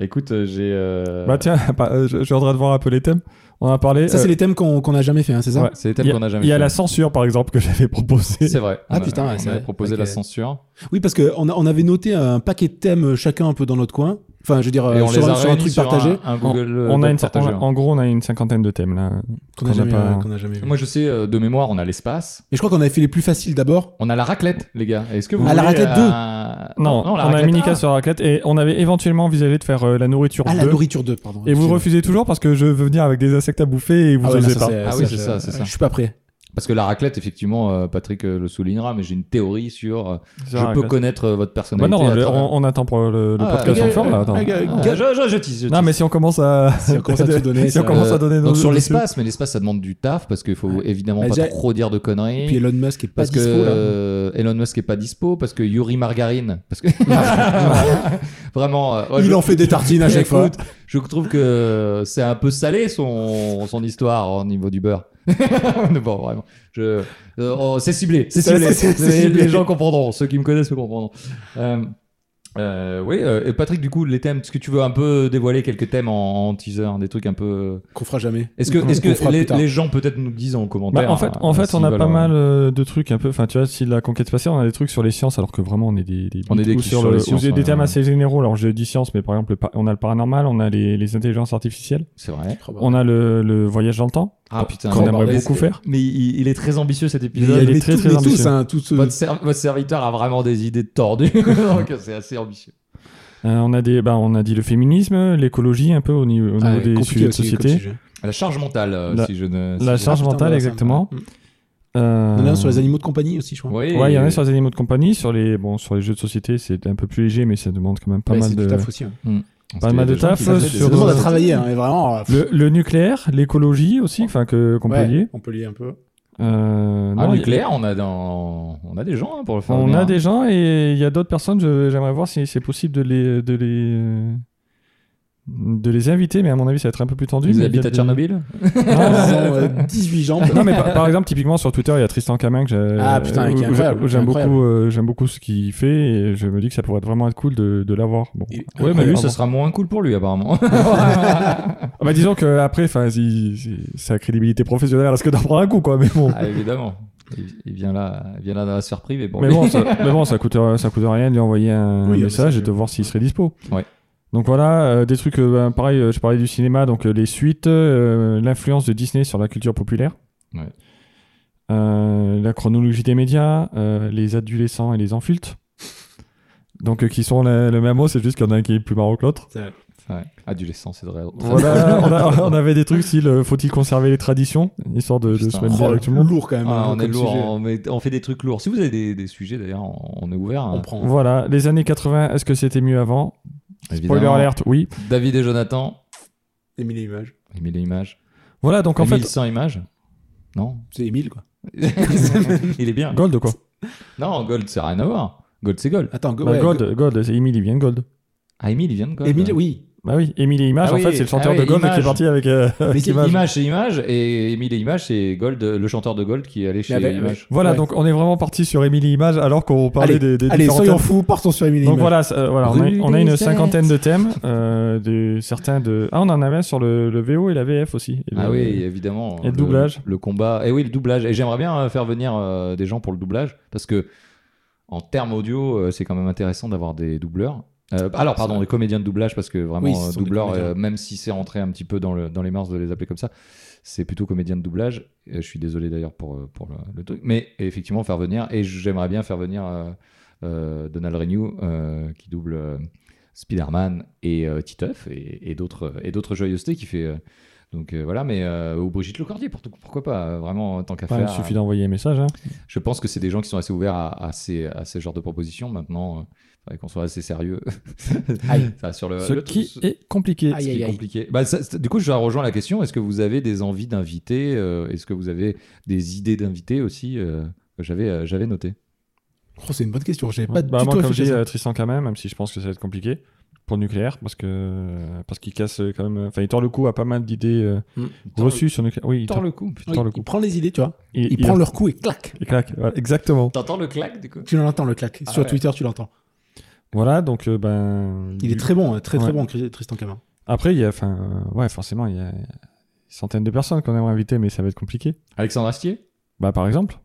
S4: Écoute, euh, j'ai. euh,
S2: Bah tiens, bah, euh, je, je voudrais devoir un peu les thèmes. On en a parlé.
S3: Ça, c'est
S2: euh,
S3: les thèmes qu'on qu'on n'a jamais fait, hein, c'est ça
S2: Ouais.
S4: c'est les thèmes
S2: y
S4: qu'on n'a jamais
S2: Il y a
S4: fait.
S2: la censure, par exemple, que j'avais proposé.
S4: C'est vrai.
S3: Ah,
S4: On a-
S3: putain, ouais, c'est
S4: on avait
S3: vrai.
S4: proposé
S3: Ok.
S4: la censure.
S3: Oui, parce qu'on on avait noté un paquet de thèmes chacun un peu dans notre coin. Enfin, je veux dire,
S4: Et
S3: euh,
S4: on
S3: sur,
S4: les
S3: un,
S4: a
S3: sur un truc partagé.
S4: Un, Google euh,
S2: On a
S4: Doc
S2: une,
S4: partagé,
S2: on-
S4: hein.
S2: en gros, on a une cinquantaine de thèmes là.
S3: Qu'on
S2: qu'on
S3: n'a
S2: n'a
S3: jamais,
S2: pas-
S3: euh, qu'on n'a jamais vu.
S4: Moi, je sais euh, de mémoire, on a l'espace.
S3: Et je crois qu'on avait fait les plus faciles d'abord.
S4: On a la raclette, les gars. Est-ce que vous
S3: Ah, la
S4: voulez,
S3: raclette
S4: euh,
S3: deux.
S4: un-
S2: Non, on a un
S4: raclette
S2: mini
S4: un.
S2: cas sur la raclette et on avait éventuellement envisagé de faire euh, la nourriture
S3: Ah, la
S2: 2.
S3: nourriture 2, pardon.
S2: Et vous
S3: Excusez-moi.
S2: refusez toujours parce que je veux venir avec des insectes à bouffer et vous
S3: Ah ouais, non,
S2: osez
S3: ça,
S2: pas.
S3: c'est-
S4: Ah
S3: ça,
S4: oui, c'est
S3: je-
S4: ça, c'est ça.
S3: Je suis pas prêt.
S4: Parce que la raclette, effectivement, euh, Patrick euh, le soulignera, mais j'ai une théorie sur. euh,
S2: Sur
S4: je
S2: la
S4: peux
S2: raclette.
S4: connaître euh, votre
S2: Bah
S4: personnalité.
S2: non,
S4: à
S2: le-
S4: travers-
S2: on, on attend pour le, le
S4: Ah,
S2: podcast
S4: ok,
S2: en forme là.
S4: euh,
S2: attends.
S4: ok,
S3: Ah,
S4: je- je- je tease, je
S2: Non,
S4: tease.
S2: mais si on commence à.
S3: Si on commence à tout donner,
S2: si on
S3: ça-
S2: commence à donner nos-
S4: Euh, Donc sur
S2: nos-
S4: l'espace, mais l'espace ça demande du taf parce qu'il faut évidemment
S3: Bah,
S4: pas
S3: déjà-
S4: trop dire de
S3: Et puis
S4: conneries.
S3: Elon Musk est pas
S4: Parce que
S3: dispo, là.
S4: euh, Elon Musk est pas dispo, parce que Yuri Margarine, parce que vraiment, euh, ouais,
S3: Il
S4: je-
S3: en fait des tartines à chaque fois.
S4: Écoute, Je trouve que c'est un peu salé son, son histoire au niveau du beurre. Mais bon, vraiment. Je, euh, oh, c'est ciblé. C'est
S3: C'est-
S4: ciblé.
S3: c'est- c'est
S4: Les-
S3: ciblé.
S4: Les gens comprendront. Ceux qui me connaissent me comprendront. Euh, euh, oui, euh, et Patrick, du coup, les thèmes, est-ce que tu veux un peu dévoiler quelques thèmes en, en teaser, hein, des trucs un peu.
S3: Qu'on fera jamais.
S4: Est-ce que,
S3: Qu'on-
S4: est-ce
S3: qu'on fera
S4: que les,
S3: plus tard.
S4: les gens peut-être nous disent en
S2: Bah,
S4: commentaire
S2: en fait, en
S4: euh,
S2: fait,
S4: s'ils
S2: on a
S4: veulent,
S2: pas
S4: euh,
S2: mal euh, de trucs un peu. Enfin, tu vois, si la conquête spatiale, on a des trucs sur les sciences, alors que vraiment, on est des, des
S4: On est des
S2: ou
S4: geeks sur les
S2: ou
S4: sciences,
S2: des
S3: hein.
S4: ouais,
S2: thèmes
S4: ouais.
S2: assez généraux. Alors, je dis sciences, mais par exemple, le pa- on a le paranormal, on a les, les intelligences artificielles,
S4: C'est vrai.
S3: Oh, bah.
S2: on a le, le voyage dans le temps,
S4: Ah putain.
S2: qu'on
S3: Oh,
S2: aimerait
S3: bordel,
S2: beaucoup faire.
S4: Mais il, il est très ambitieux cet
S3: Mais
S4: épisode.
S2: il est
S3: mais
S2: très,
S3: tous-
S2: très
S3: mais tous,
S2: ambitieux.
S3: hein, tous, euh,
S2: Mm.
S4: Votre, ser- votre serviteur a vraiment des idées tordues. Donc c'est assez ambitieux.
S2: Euh, on a des, bah, on a dit le féminisme, l'écologie, un peu au niveau, au
S3: Ah,
S2: niveau des
S3: compliqué
S2: sujets de
S3: aussi, comme
S2: société.
S3: sujet.
S4: La charge mentale, euh,
S2: La-
S4: si je ne. si
S2: La
S4: je-
S2: charge
S3: Ah, putain,
S2: mentale,
S3: voilà, ça,
S2: exactement.
S3: ouais.
S2: Euh,
S3: Il y en a un sur les animaux de compagnie aussi, je crois.
S4: Oui.
S2: Ouais, il y en a sur les animaux de compagnie, sur les, bon, sur les jeux de société, c'est un peu plus léger, mais ça demande quand même pas
S3: Ouais,
S2: mal
S3: c'est du
S2: de.
S3: taf aussi. hein.
S2: Pas mal de taf,
S3: Ça
S2: euh,
S3: fait des-
S2: sur-
S3: ça demande à travailler, hein, et vraiment. euh, pff,
S2: Le, le nucléaire, l'écologie aussi, enfin que qu'on peut lier.
S3: ouais, on peut lier un peu.
S2: Euh,
S4: Ah,
S2: non,
S4: nucléaire, on a, dans... on a des gens hein, pour
S2: il
S4: le
S2: y a-
S4: faire.
S2: On
S4: venir,
S2: a
S4: hein.
S2: des gens et il y a d'autres personnes. je- J'aimerais voir si c'est possible de les de les euh, de les inviter, mais à mon avis, ça va être un peu plus tendu.
S4: Ils
S2: mais il y a
S4: habitent à
S2: des-
S4: Tchernobyl
S3: Ils
S2: Non, non,
S3: ont euh, 18 jambes.
S2: non, mais par, par exemple, typiquement sur Twitter, il y a Tristan Camin que j'ai-
S3: Ah, putain, qui est
S2: où- où
S3: incroyable,
S2: j'ai- où J'aime
S3: qui est
S2: beaucoup, euh, j'aime beaucoup ce qu'il fait et je me dis que ça pourrait être vraiment être cool de, de l'avoir. Bon.
S3: Il-
S4: Oui, mais
S2: Incroyable.
S4: lui, ce sera moins cool pour lui, apparemment.
S2: Ah, bah, disons que après, enfin, si- si- sa crédibilité professionnelle risque d'en prendre un coup, quoi. Mais bon.
S4: ah, évidemment. Il, il vient là, il vient là dans la sphère privée. Pour
S2: Mais
S4: lui.
S2: bon, ça, mais bon, ça coûte, ça coûte rien de lui envoyer
S4: ah
S2: un
S3: Oui,
S2: message
S3: un message,
S2: et de
S3: oui.
S2: voir s'il serait dispo.
S4: bah, Ouais.
S2: Donc voilà, euh, des trucs, euh, ben, pareil, euh, je parlais du cinéma, donc euh, les suites, euh, l'influence de Disney sur la culture populaire,
S4: Ouais.
S2: Euh, la chronologie des médias, euh, les adolescents et les enfultes. Donc euh, qui sont la- le même mot, c'est juste qu'il y en a un qui est plus marrant que l'autre.
S4: Ouais. Adolescent, c'est vrai.
S2: Voilà, on, a- on avait des trucs style euh, faut-il conserver les traditions, histoire de, de se
S4: Putain.
S2: mettre bien
S3: Oh,
S2: avec tout le monde.
S3: lourd quand même.
S4: Ah,
S3: hein,
S4: on est
S3: comme
S4: lourd,
S3: sujet.
S4: on, met- on fait des trucs lourds. Si vous avez des, des sujets, d'ailleurs, on, on est ouvert.
S3: On
S4: hein.
S3: prend.
S2: Voilà, les années 80, est-ce que c'était mieux avant
S4: Évidemment.
S2: Spoiler alert, oui.
S4: David et Jonathan,
S3: Émile et Images.
S4: Émile et Images.
S2: Voilà, donc en
S4: Émile
S2: fait,
S4: sans Images Non
S3: C'est Émile, quoi.
S4: Il est bien.
S2: Gold quoi.
S4: Non, Gold, ça n'a rien à voir. Gold, c'est Gold.
S3: Attends, go-
S2: Bah,
S3: ouais,
S2: Gold, Gold, c'est Emily vient de Gold.
S4: Ah, Emile, il vient de
S3: go-
S4: Gold.
S3: Émile, oui.
S2: Bah oui, Émile et Image,
S4: Ah
S2: en fait,
S4: oui,
S2: c'est le chanteur
S4: ah oui,
S2: de Gold qui est
S4: Image.
S2: parti avec, euh,
S4: Mais
S2: avec
S4: c'est
S2: Image.
S4: Image, c'est Image, et Émile et Image, c'est Gold, le chanteur de Gold qui est allé chez
S3: Mais avec-
S4: Image.
S2: Voilà,
S3: Ouais.
S2: donc on est vraiment parti sur Émile et Image alors qu'on parlait
S3: Allez,
S2: des, des
S3: Allez,
S2: différents
S3: soyons
S2: thèmes.
S3: fous, partons sur Emily.
S2: Donc
S3: Image.
S2: voilà, c'est- euh, voilà on,
S4: Rue
S2: a, on a une
S4: des Sept.
S2: cinquantaine de thèmes, euh, de, certains de... Ah, on en avait sur le, le VO et la VF aussi. Et le-
S4: Ah oui, évidemment.
S2: Et le doublage.
S4: Le combat. Et oui, le doublage. Et j'aimerais bien euh, faire venir euh, des gens pour le doublage, parce que en termes audio, euh, c'est quand même intéressant d'avoir des doubleurs. Euh, alors, pardon, des comédiens de doublage, parce que vraiment,
S3: Ah, Oui, ce
S4: euh,
S3: sont des
S4: doubleurs,
S3: comédiens.
S4: euh, même si c'est rentré un petit peu dans, le, dans les mœurs de les appeler comme ça, c'est plutôt comédien de doublage. Euh, je suis désolé d'ailleurs pour, euh, pour le, le truc. Mais effectivement, faire venir, et j'aimerais bien faire venir euh, euh, Donald Renew, euh, qui double euh, Spider-Man et euh, Titeuf, et, et d'autres et d'autres joyeusetés qui fait. euh, donc euh, voilà, mais euh, ou Brigitte Lecordier, pour, pourquoi pas, euh, vraiment, tant qu'à
S2: Enfin,
S4: faire.
S2: il suffit d'envoyer un message. Hein.
S4: Je pense que c'est des gens qui sont assez ouverts à, à ces, à ces genres de propositions. Maintenant, euh, il faudrait qu'on soit assez sérieux. Ça, sur le,
S2: Ce
S4: Bah, le-
S2: qui
S4: ce-
S2: est compliqué.
S4: ce qui
S3: aïe,
S4: est
S3: aïe.
S4: compliqué. Bah, ça, c'est- du coup, je rejoins la question. Est-ce que vous avez des envies d'invités euh, Est-ce que vous avez des idées d'invités aussi euh, que J'avais, euh, j'avais noté.
S3: Oh, c'est une bonne question. J'avais
S2: Ouais.
S3: pas
S2: Bah,
S3: du
S2: moi,
S3: tout
S2: comme je
S3: réfléchi
S2: dis,
S3: à ça.
S2: euh, Tristan quand même, même si je pense que ça va être compliqué pour nucléaire, parce que parce qu'il casse euh, quand même. Enfin, il tord le coup à pas mal d'idées euh,
S3: Mm.
S2: reçues sur nucléaire. Oui, il
S4: Tends
S2: tord,
S4: le coup. putain.
S2: tord le
S3: Il
S2: coup.
S3: prend les idées, tu vois.
S2: Il,
S3: Il,
S2: il-
S3: prend leur coup et clac.
S2: il claque. Voilà, exactement.
S4: T'entends le clac du coup
S3: Tu l'entends le clac.
S4: Ah
S3: Sur
S4: ouais.
S3: Twitter, tu l'entends.
S2: Voilà, donc euh, ben.
S3: Il
S2: du-
S3: est très bon, euh, très très
S2: Ouais.
S3: bon, Tristan Camin.
S2: Après, il y a, enfin, euh, ouais, forcément, il y a des centaines de personnes qu'on aimerait inviter, mais ça va être compliqué.
S4: Alexandre Astier
S2: Bah, par exemple.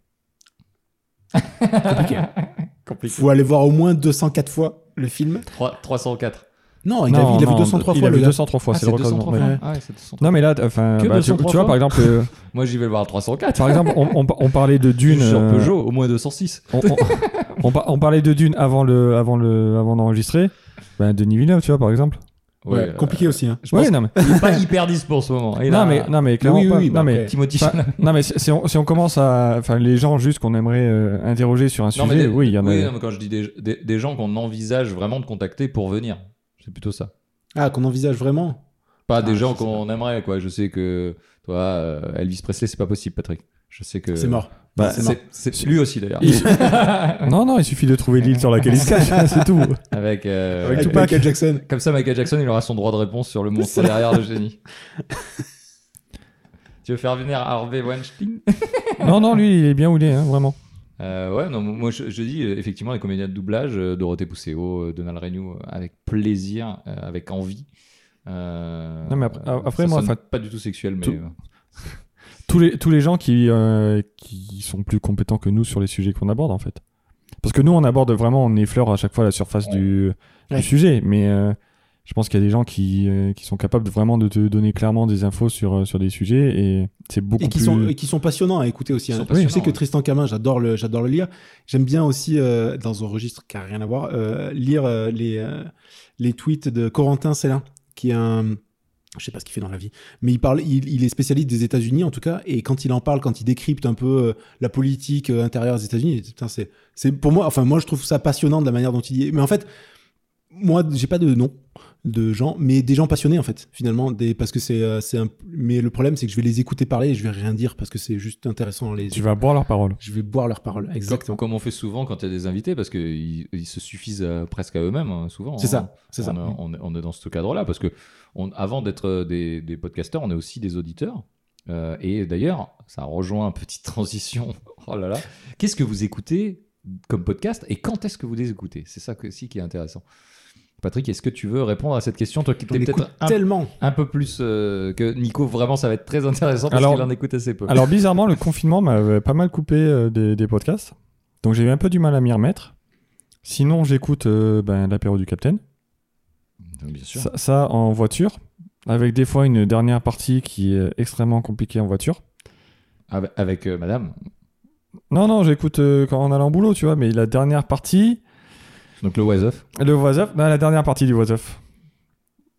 S4: Compliqué.
S3: Faut aller voir au moins 204 fois le film.
S4: 304.
S3: Non, Ah, il,
S2: Non,
S3: a, vu- il a
S2: non,
S3: vu 203
S2: il
S3: fois
S2: a
S3: le
S2: vu
S3: gars.
S2: 203 fois,
S4: Ah,
S2: c'est le record.
S4: 203
S2: ouais.
S4: fois.
S3: ouais.
S4: Ah ouais, c'est 203.
S2: Non, mais là, enfin,
S4: Que
S2: bah, tu,
S4: 203
S2: tu vois,
S4: fois
S2: par exemple, euh,
S4: Moi, j'y vais le voir à 304.
S2: par exemple, on, on- on parlait de Dune.
S4: sur
S2: euh,
S4: Peugeot, au moins 206.
S2: on, on- on par- on parlait de Dune avant le avant le avant d'enregistrer. Ben Denis Villeneuve, tu vois par exemple.
S3: Ouais,
S4: euh,
S3: compliqué aussi. Hein.
S4: je pense
S2: Ouais, non mais
S4: qu'il est pas hyper dispo en ce moment. Et
S2: non
S4: là,
S2: mais non mais clairement
S3: Oui, oui,
S2: pas.
S3: oui,
S2: non,
S3: bah,
S2: mais,
S3: après.
S4: Timothy
S2: Enfin, non mais si si on, si on commence à enfin les gens juste qu'on aimerait euh, interroger sur un
S4: Non,
S2: sujet,
S4: mais des-
S2: oui il y en a.
S4: non, mais quand je dis des, des- des gens qu'on envisage vraiment de contacter pour venir, c'est plutôt ça.
S3: Ah, qu'on envisage vraiment.
S4: Pas
S3: Ah,
S4: des gens
S3: je sais
S4: qu'on aimerait, quoi. Je sais que toi, euh, Elvis Presley, c'est pas possible, Patrick. Je sais que.
S3: C'est mort.
S2: Bah,
S4: C'est-
S3: mort.
S4: c'est- lui aussi d'ailleurs.
S2: Il- non non il suffit de trouver l'île sur laquelle il se cache, c'est tout.
S4: Avec, euh,
S3: Ah
S2: Avec
S4: euh,
S2: Tupac.
S3: Michael Jackson.
S4: Comme ça, Michael Jackson, il aura son droit de réponse sur le monstre derrière le génie. tu veux faire venir Harvey Weinstein
S2: Non non lui il est bien où il est hein, vraiment.
S4: Euh, ouais, non, moi je, je dis euh, effectivement les comédiens de doublage, euh, Dorothée Pousseau, euh, Donald Reignoux, euh, avec plaisir, euh, avec envie. Euh,
S2: Non, mais après-
S4: euh,
S2: après,
S4: ça
S2: moi,
S4: sonne
S2: enfin,
S4: pas du tout sexuel, mais
S2: tout-
S4: euh,
S2: Tous les tous les gens qui euh, qui sont plus compétents que nous sur les sujets qu'on aborde en fait. Parce que nous on aborde vraiment on effleure à chaque fois la surface du
S3: Ouais.
S2: du sujet, mais euh, je pense qu'il y a des gens qui, euh, qui sont capables de- vraiment de te donner clairement des infos sur, euh, sur des sujets et c'est beaucoup
S3: Et qui,
S2: plus.
S3: sont, et qui sont passionnants à écouter aussi.
S4: Ils
S3: hein.
S4: sont
S3: Je
S4: passionnants,
S3: sais que
S4: ouais.
S3: Tristan Camin, j'adore le, j'adore le lire. J'aime bien aussi, euh, dans un registre qui n'a rien à voir, euh, lire euh, les, euh, les tweets de Corentin Célin, qui est un. Je sais pas ce qu'il fait dans la vie, mais il parle, il, il est spécialiste des États-Unis en tout cas, et quand il en parle, quand il décrypte un peu euh, la politique euh, intérieure des États-Unis, putain, c'est, c'est pour moi, enfin moi je trouve ça passionnant de la manière dont il y est. Mais en fait, moi j'ai pas de nom de gens, mais des gens passionnés en fait, finalement, des, parce que c'est, euh, c'est un, mais le problème c'est que je vais les écouter parler et je vais rien dire parce que c'est juste intéressant. Les,
S2: Tu vas boire leurs paroles.
S3: je vais boire leurs paroles, exactement.
S4: Comme, comme on fait souvent quand il y a des invités, parce qu'ils ils se suffisent euh, presque à eux-mêmes, hein, souvent.
S3: C'est
S4: hein.
S3: ça, c'est
S4: on,
S3: ça.
S4: est- on est- on est dans ce cadre-là, parce que on- avant d'être euh, des, des podcasteurs, on est aussi des auditeurs. Euh, et d'ailleurs, ça rejoint une petite transition. Oh là là. Qu'est-ce que vous écoutez comme podcast et quand est-ce que vous les écoutez C'est ça que- aussi qui est intéressant. Patrick, est-ce que tu veux répondre à cette question Toi qui
S3: On
S4: t'es
S3: écoute
S4: peut-être un,
S3: tellement.
S4: un peu plus euh, que Nico, vraiment, ça va être très intéressant parce
S2: Alors-
S4: qu'il en écoute assez
S3: Ah,
S4: peu.
S2: Alors bizarrement, le confinement m'avait pas mal coupé euh, des, des podcasts, donc j'ai eu un peu du mal à m'y remettre. Sinon, j'écoute euh, ben, l'apéro du Capitaine,
S4: Donc, bien sûr.
S2: ça, ça en voiture, avec des fois une dernière partie qui est extrêmement compliquée en voiture.
S4: Avec, avec, euh, madame.
S2: Non, non, j'écoute euh, quand on allant au boulot, tu vois, mais la dernière partie,
S4: Donc le was Off.
S2: le voice off, non, la dernière partie du voice off.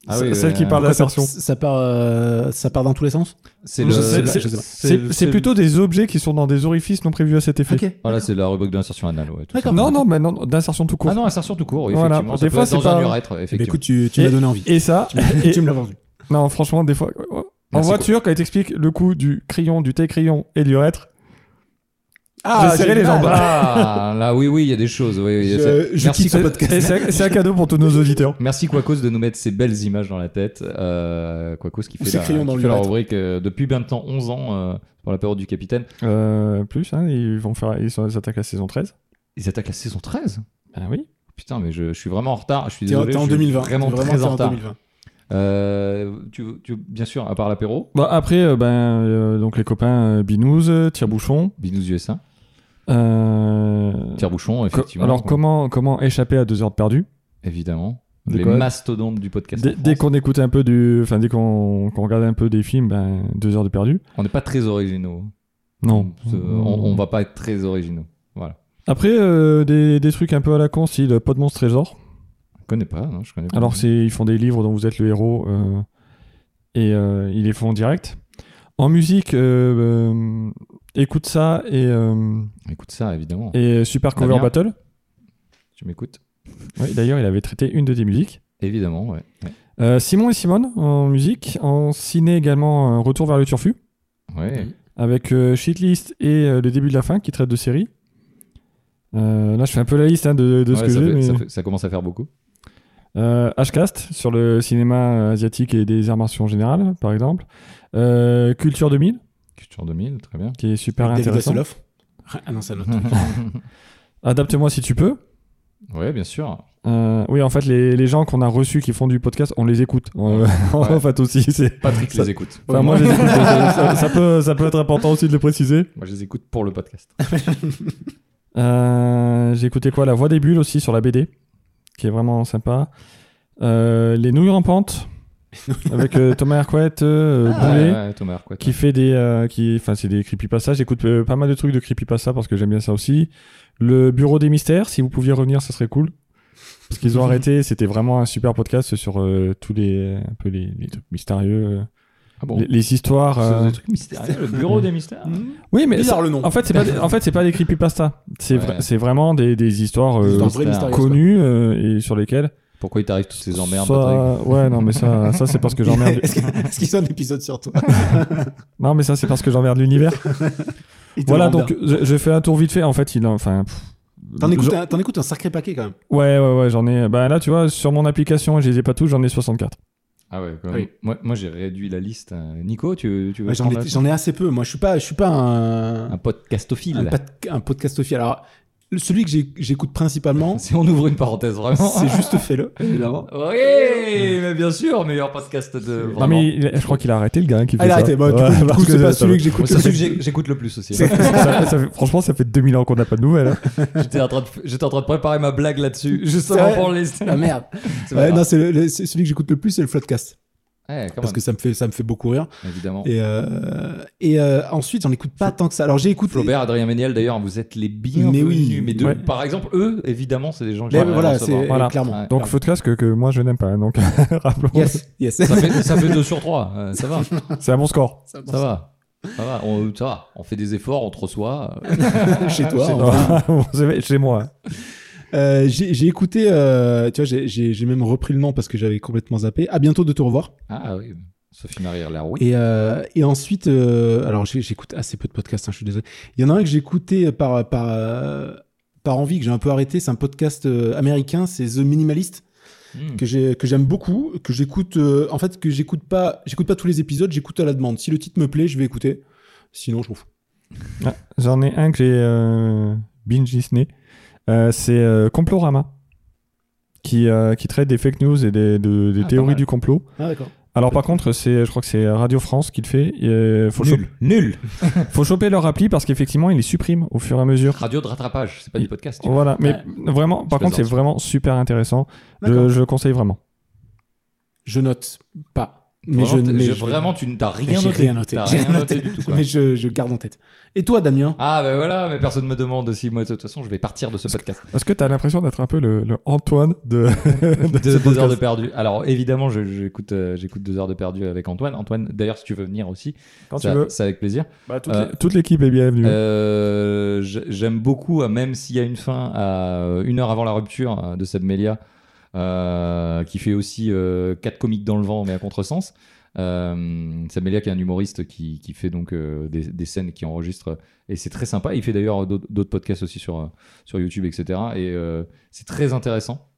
S4: Ah
S2: Ce-
S4: oui,
S2: celle
S4: euh,
S2: qui parle
S3: Pourquoi ça,
S2: d'assertion.
S3: ça part, euh, ça part dans tous les sens.
S4: C'est
S3: Je
S4: le.
S3: sais pas,
S2: c'est-
S3: je sais pas.
S2: C'est- C'est plutôt des objets qui sont dans des orifices non prévus à cet effet.
S3: Ok.
S4: Voilà, c'est la rubrique d'insertion anale. Ouais, tout
S3: D'accord.
S4: ça.
S2: Non, non, mais non, d'insertion tout court.
S4: Ah non, insertion tout court, oui,
S2: Voilà.
S4: effectivement.
S2: Des
S4: ça
S2: fois,
S4: peut être dans
S2: c'est pas-
S4: un urètre,
S3: Eh ben,
S4: effectivement.
S3: écoute, tu, tu m'as
S2: Et-
S3: donné envie.
S2: Et ça, et-
S3: tu me l'as vendu.
S2: non, franchement, des fois, oh, en
S4: Merci,
S2: voiture, quand ils t'expliquent le coût du crayon, du thé-crayon et de l'urètre,
S4: J'ai serré Ah, là, oui, oui, il y a des choses. oui, oui,
S3: Je,
S4: c'est-
S3: je
S4: Merci,
S3: quitte ce
S4: Qua-
S2: Et
S3: podcast.
S2: C'est un- c'est un cadeau pour tous nos auditeurs.
S4: Merci Quacos de nous mettre ces belles images dans la tête. Euh, Quacos qui
S3: Ou
S4: fait,
S3: ces
S4: la,
S3: crayons dans le
S4: qui fait la
S3: lurette.
S4: rubrique euh, depuis bien de temps, 11 ans, euh, pour la période du capitaine.
S2: Euh, plus, hein, ils vont faire, ils, sont, ils attaquent la saison 13.
S4: Ils attaquent la saison 13
S2: Ah oui.
S4: Putain, mais je, je suis vraiment en retard. Je suis
S3: T'es en-
S4: désolé.
S3: t'es en
S4: je suis
S3: 2020.
S4: Vraiment,
S3: t'es
S4: très
S3: t'es
S4: en retard.
S3: 2020.
S4: Euh, tu, veux- tu veux- bien sûr, à part l'apéro,
S2: Bon, après, euh, ben, euh, donc les copains euh, Binous, euh, Tire-Bouchon.
S4: Binous USA,
S2: euh,
S4: Tire-Bouchon,
S2: co-
S4: effectivement.
S2: alors, comment, comment échapper à deux heures de perdu
S4: Évidemment.
S2: Des
S4: les
S2: quoi
S4: mastodontes du podcast.
S2: Dès,
S4: en
S2: dès
S4: France.
S2: qu'on écoute un peu du. Enfin, dès qu'on qu'on regarde un peu des films, ben, deux heures de perdu.
S4: On n'est pas très originaux.
S2: Non.
S4: Euh, On, on va pas être très originaux. Voilà.
S2: Après, euh, des, des trucs un peu à la con, si le Pot de Monstre Trésor.
S4: Je connais pas, non, je connais pas.
S2: Alors, c'est ils font des livres dont vous êtes le héros euh, et euh, ils les font en direct. En musique, euh, euh, écoute ça et, euh,
S4: Écoute ça, évidemment.
S2: et Super Cover
S4: Damien.
S2: Battle.
S4: Tu m'écoutes
S2: Ouais, D'ailleurs, il avait traité une de tes musiques.
S4: Évidemment, ouais. Ouais.
S2: Euh, Simon et Simone en musique. En ciné également, euh, Retour vers le Turfu
S4: Ouais.
S2: avec euh, Shitlist et euh, le début de la fin qui traite de séries. Euh, là, je fais un peu la liste hein, de, de ce
S4: Ouais,
S2: que
S4: ça,
S2: j'ai.
S4: fait-
S2: mais-
S4: ça fait- ça commence à faire beaucoup.
S2: Euh, Hcast sur le cinéma euh, asiatique et des arts martiaux en général, par exemple. Euh, Culture 2000,
S4: Culture 2000, très bien.
S2: qui est super
S3: David
S2: intéressant.
S3: Hasselhoff Ah non, c'est un autre.
S2: Adapte-moi si tu peux.
S4: ouais, bien sûr.
S2: Euh, oui, en fait, les, les gens qu'on a reçus qui font du podcast, on les écoute. Euh, en fait, aussi, c'est.
S4: Patrick
S2: Ça-
S4: les écoute.
S2: Enfin, moi, je les écoute. ça, ça peut, ça peut être important aussi de le préciser.
S4: Moi, je les écoute pour le podcast.
S2: Euh, J'ai écouté quoi La Voix des Bulles aussi sur la BD, qui est vraiment sympa. Euh, les Nouilles Rampantes, avec euh, Thomas Hercouet, euh, Boulet.
S4: Ah, ouais, ouais, Thomas Arquette.
S2: qui fait des euh, qui enfin c'est des creepypasta j'écoute euh, pas mal de trucs de creepypasta parce que j'aime bien ça aussi le bureau des mystères si vous pouviez revenir ça serait cool parce qu'ils ont arrêté c'était vraiment un super podcast sur euh, tous les un peu les, les trucs mystérieux euh,
S4: Ah bon
S2: les, les histoires
S4: C'est
S2: euh,
S4: des trucs mystérieux, le bureau des mystères.
S2: oui mais
S3: Bizarre
S2: ça-
S3: le nom.
S2: en fait c'est pas des, en fait c'est pas des creepypasta c'est
S4: Ouais.
S2: vra- c'est vraiment des, des histoires
S3: Dans
S2: euh,
S3: le
S4: Star.
S3: vrai mystérieux.
S2: connues euh, et sur lesquelles
S4: Pourquoi il t'arrive toutes ces emmerdes, Patrick
S2: soit- ouais non mais ça ça c'est parce que j'emmerde
S3: Est-ce que- est-ce qu'ils ont un épisode sur toi
S2: non mais ça c'est parce que j'emmerde l'univers
S3: Ils te
S2: voilà
S3: rendent
S2: donc je, je fais un tour vite fait en fait il a- enfin pff,
S3: bien. T'en écoutes,
S2: je-
S3: un- t'en écoutes un sacré paquet quand même.
S2: Ouais, ouais, ouais, j'en ai. Bah là, tu vois, sur mon application, je les ai pas tous, j'en ai 64.
S4: Ah ouais, quand
S3: Oui.
S4: même. moi, moi j'ai réduit la liste. Euh, Nico, tu, tu veux
S3: Ouais, J'en
S4: prendre
S3: ai,
S4: la-
S3: j'en ai assez peu. Moi, je suis pas, je suis pas un,
S4: un
S3: un,
S4: podcastophile
S3: pod- un podcastophile. Alors, le- celui que j'ai- j'écoute principalement,
S4: Si on ouvre une parenthèse, vraiment.
S3: c'est juste Fais-le, évidemment.
S4: Oui, mais bien sûr, meilleur podcast de.
S2: Non, mais il- je crois qu'il a arrêté le gars hein, qui fait
S3: Allez,
S2: ça.
S3: arrêtez. Bon, bah, du coup,
S2: Ouais,
S3: du coup,
S2: parce
S3: c'est pas
S2: ça-
S3: celui que j'écoute.
S4: C'est celui que j'ai- j'écoute le plus aussi. hein.
S3: C'est-
S2: ça- ça fait- franchement, ça fait 2000 ans qu'on n'a pas de nouvelles. hein.
S4: J'étais en, train de- j'étais en train de préparer ma blague là-dessus,
S3: C'est
S4: justement
S3: vrai
S4: pour les. C'est
S3: Ah merde.
S4: pas
S3: Ouais,
S4: grave.
S3: non, c'est le- le- c'est celui que j'écoute le plus, c'est le Floodcast.
S4: Ouais, quand
S3: Parce
S4: même,
S3: que ça me fait, ça me fait beaucoup rire.
S4: évidemment.
S3: Et, euh, et euh, ensuite, j'en écoute pas tant que ça. Alors, j'ai écouté.
S4: Flaubert, Adrien Méniel, d'ailleurs, vous êtes les bienvenus.
S3: Mais oui.
S4: Mais de-
S2: Ouais.
S4: par exemple, eux, évidemment, c'est des gens que
S3: Mais
S4: j'aimerais
S3: voilà,
S4: recevoir.
S3: c'est
S2: Voilà.
S3: clairement.
S4: Ouais.
S2: Donc, faut de classe que, que moi je n'aime pas. hein, Donc, rappelons.
S3: Yes, yes.
S4: Ça fait, ça fait 2 sur 3, ça va, ça
S2: C'est un bon score.
S4: va. Ça va, on, ça va, on fait des efforts, on te reçoit. euh,
S3: Chez toi.
S4: Chez
S3: en
S4: toi.
S3: vrai.
S2: Bon, c'est- Chez moi. hein.
S3: Euh, j'ai j'ai écouté, euh, tu vois, j'ai- j'ai j'ai même repris le nom parce que j'avais complètement zappé. À bientôt de te revoir.
S4: Ah oui, Sophie Marie là, oui.
S3: Et, euh, et ensuite, euh, alors j'ai- j'écoute assez peu de podcasts, hein, je suis désolé. Il y en a un que j'ai écouté par, par, euh, par envie, que j'ai un peu arrêté. C'est un podcast euh, américain, c'est The Minimalist,
S4: Hmm.
S3: que j'ai- que j'aime beaucoup, que j'écoute, euh, en fait, que j'écoute pas, j'écoute pas tous les épisodes, j'écoute à la demande. Si le titre me plaît, je vais écouter. Sinon, je m'en fous.
S2: Ah, J'en ai un que j'ai euh, binge Disney. Euh, c'est euh, Complorama. Qui, euh, qui traite des fake news et des, de- des
S4: Ah, pas
S2: théories
S4: mal.
S2: du complot.
S3: Ah, d'accord.
S2: Alors par contre, c'est, je crois que c'est Radio France qui le fait. et, euh, faut, choper-
S4: Nul, nul.
S2: faut choper leur appli parce qu'effectivement, ils les suppriment au fur et à mesure.
S4: Radio de rattrapage, c'est pas du podcast. tu vois.
S2: Voilà, mais vraiment, par
S4: Je
S2: contre, c'est
S4: plaisante.
S2: vraiment super intéressant. Je,
S3: D'accord.
S2: je le conseille vraiment.
S3: Je note pas. Mais
S4: vraiment,
S3: je,
S4: t'es-
S3: mais
S4: je-
S3: je-
S4: vraiment, tu n'as rien
S3: j'ai
S4: noté.
S3: rien noté.
S4: T'as
S3: J'ai
S4: rien
S3: rien
S4: noté
S3: noté.
S4: du tout. quoi.
S3: mais je, je garde en tête. Et toi, Damien
S4: Ah ben voilà, mais personne me demande aussi. Moi, de toute façon, je vais partir de ce podcast.
S2: Est-ce que tu as l'impression d'être un peu le, le Antoine de, de ce
S4: Deux, deux heures de
S2: podcast
S4: perdu. Alors évidemment, je- j'écoute euh, j'écoute deux heures de perdu avec Antoine. Antoine, d'ailleurs, si tu veux venir aussi,
S2: Quand tu
S4: ça-
S2: veux.
S4: c'est avec plaisir.
S2: Bah, toute
S4: euh,
S2: l'é- toute l'équipe est bienvenue.
S4: Euh, j- J'aime beaucoup, euh, même s'il y a une fin à euh, une heure avant la rupture euh, de Seb Melia, euh, qui fait aussi euh, quatre comiques dans le vent, mais à contresens. Euh, Samelia, qui est un humoriste qui, qui fait donc euh, des, des scènes qui enregistre. Et c'est très sympa. Il fait d'ailleurs d'autres d'autres podcasts aussi sur, euh, sur YouTube, etc. Et euh, c'est très intéressant.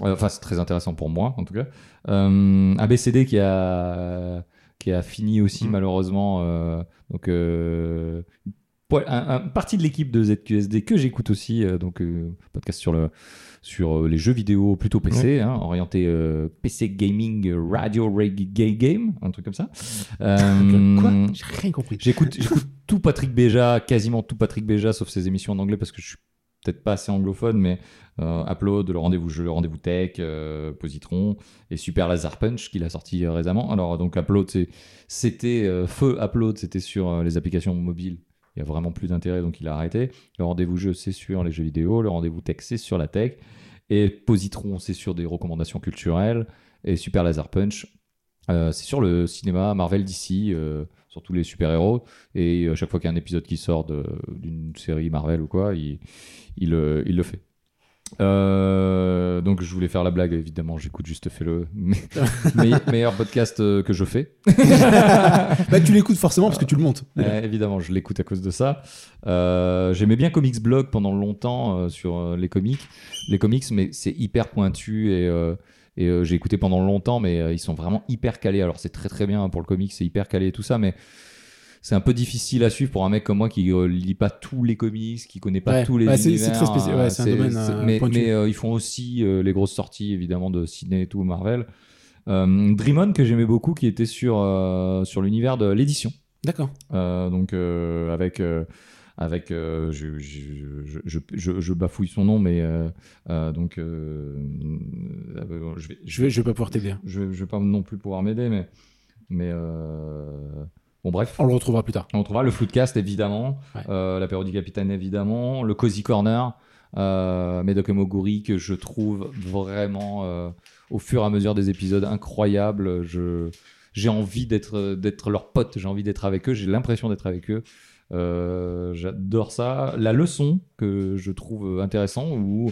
S4: Euh, Enfin, c'est très intéressant pour moi, en tout cas. Euh, ABCD qui a, qui a fini aussi,
S2: Mm.
S4: malheureusement. euh, donc, euh, poil- un, un- partie de l'équipe de ZQSD que j'écoute aussi. euh, donc, euh, podcast sur, le, sur euh, les jeux vidéo, plutôt PC, hein, orienté euh, PC gaming, euh, radio, reg- gay game, un truc comme ça. Euh,
S3: Quoi J'ai rien compris.
S4: J'écoute, j'écoute tout Patrick Béja, quasiment tout Patrick Béja, sauf ses émissions en anglais parce que je suis peut-être pas assez anglophone, mais euh, Upload, le rendez-vous jeu, le rendez-vous tech, euh, Positron et Super Lazar Punch qu'il a sorti euh, récemment. Alors donc Upload, c'est- c'était euh, feu Upload, c'était sur euh, les applications mobiles. Il y a vraiment plus d'intérêt, donc il a arrêté. Le rendez-vous jeu, c'est sur les jeux vidéo. Le rendez-vous tech, c'est sur la tech. Et Positron, c'est sur des recommandations culturelles. Et Super Laser Punch, euh, c'est sur le cinéma Marvel d'ici, sur tous les super-héros. Et à chaque fois qu'il y a un épisode qui sort de- d'une série Marvel ou quoi, il, il, euh, il le fait. Euh, donc je voulais faire la blague, évidemment, j'écoute juste fais-le. Mais, mais- meilleur podcast euh, que je fais.
S3: Bah, tu l'écoutes forcément parce que tu le montes.
S4: Euh, évidemment, je l'écoute à cause de ça. Euh, J'aimais bien Comics Blog pendant longtemps euh, sur euh, les comics, les comics, mais c'est hyper pointu et, euh, et, euh, j'ai écouté pendant longtemps, mais euh, ils sont vraiment hyper calés. Alors c'est très très bien pour le comics, c'est hyper calé et tout ça, mais c'est un peu difficile à suivre pour un mec comme moi qui euh, lit pas tous les comics, qui connaît pas
S3: Ouais.
S4: tous les
S3: Ouais, c'est-
S4: univers.
S3: c'est très spécial. Ouais, c'est un domaine, euh,
S4: mais
S3: pointu.
S4: mais, euh, ils font aussi euh, les grosses sorties évidemment de ciné et tout Marvel. Euh, Dream On que j'aimais beaucoup, qui était sur euh, sur l'univers de l'édition.
S3: D'accord.
S4: Euh, donc euh, avec euh, avec euh, je, je, je, je, je- je bafouille son nom mais euh, euh, donc euh, euh, je vais
S3: Je vais, je vais pas pouvoir t'aider.
S4: je, vais- je vais pas non plus pouvoir m'aider mais mais euh, bon bref
S3: On le retrouvera plus tard.
S4: on trouvera le Floodcast, évidemment,
S3: Ouais.
S4: euh, la période du Capitaine, évidemment, le Cozy Corner, euh, Medoc et Moguri, que je trouve vraiment, euh, au fur et à mesure des épisodes, incroyables. Je, j'ai envie d'être, d'être leur pote, j'ai envie d'être avec eux, j'ai l'impression d'être avec eux. Euh, j'adore ça. La leçon que je trouve intéressant, où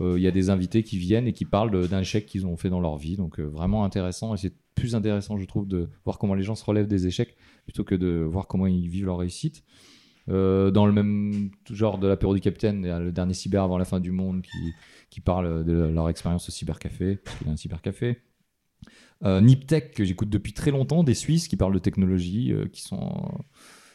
S4: euh, il y a des invités qui viennent et qui parlent de- d'un échec qu'ils ont fait dans leur vie. Donc, euh, vraiment intéressant. Et c'est plus intéressant, je trouve, de voir comment les gens se relèvent des échecs plutôt que de voir comment ils vivent leur réussite. Euh, dans le même genre de l'apéro du capitaine, il y a le dernier cyber avant la fin du monde qui, qui parle de leur expérience au cybercafé, parce qu'il y a un cybercafé. Euh, Niptech, que j'écoute depuis très longtemps, des Suisses qui parlent de technologie, euh, qui sont,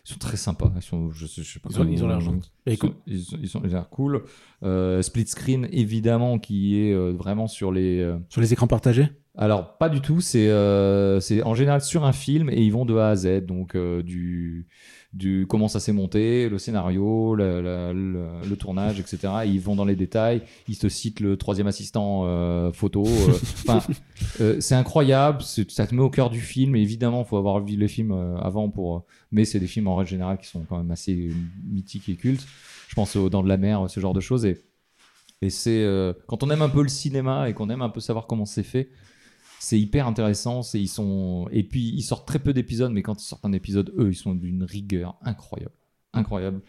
S4: ils sont très sympas. Ils, sont, je, sais- je sais pas
S3: Ils ont- ils ont l'air gentils.
S4: Ils sont- ils sont- ils sont- ils ont l'air cool. Euh, Split Screen, évidemment, qui est euh, vraiment sur les. euh,
S3: Sur les écrans partagés
S4: alors, pas du tout. C'est euh, c'est en général sur un film et ils vont de A à Z. Donc, euh, du, du comment ça s'est monté, le scénario, le, le- euh, le- le tournage, etc. Et ils vont dans les détails. Ils te citent le troisième assistant euh, photo. euh. Enfin, euh, c'est incroyable. c'est- Ça te met au cœur du film. Et évidemment, il faut avoir vu les films euh, avant pour. Mais c'est des films en règle générale qui sont quand même assez mythiques et cultes. Je pense aux Dents de la Mer, ce genre de choses. Et, et c'est euh, quand on aime un peu le cinéma et qu'on aime un peu savoir comment c'est fait c'est hyper intéressant. C'est ils sont et puis ils sortent très peu d'épisodes, mais quand ils sortent un épisode, eux, ils sont d'une rigueur incroyable, incroyable.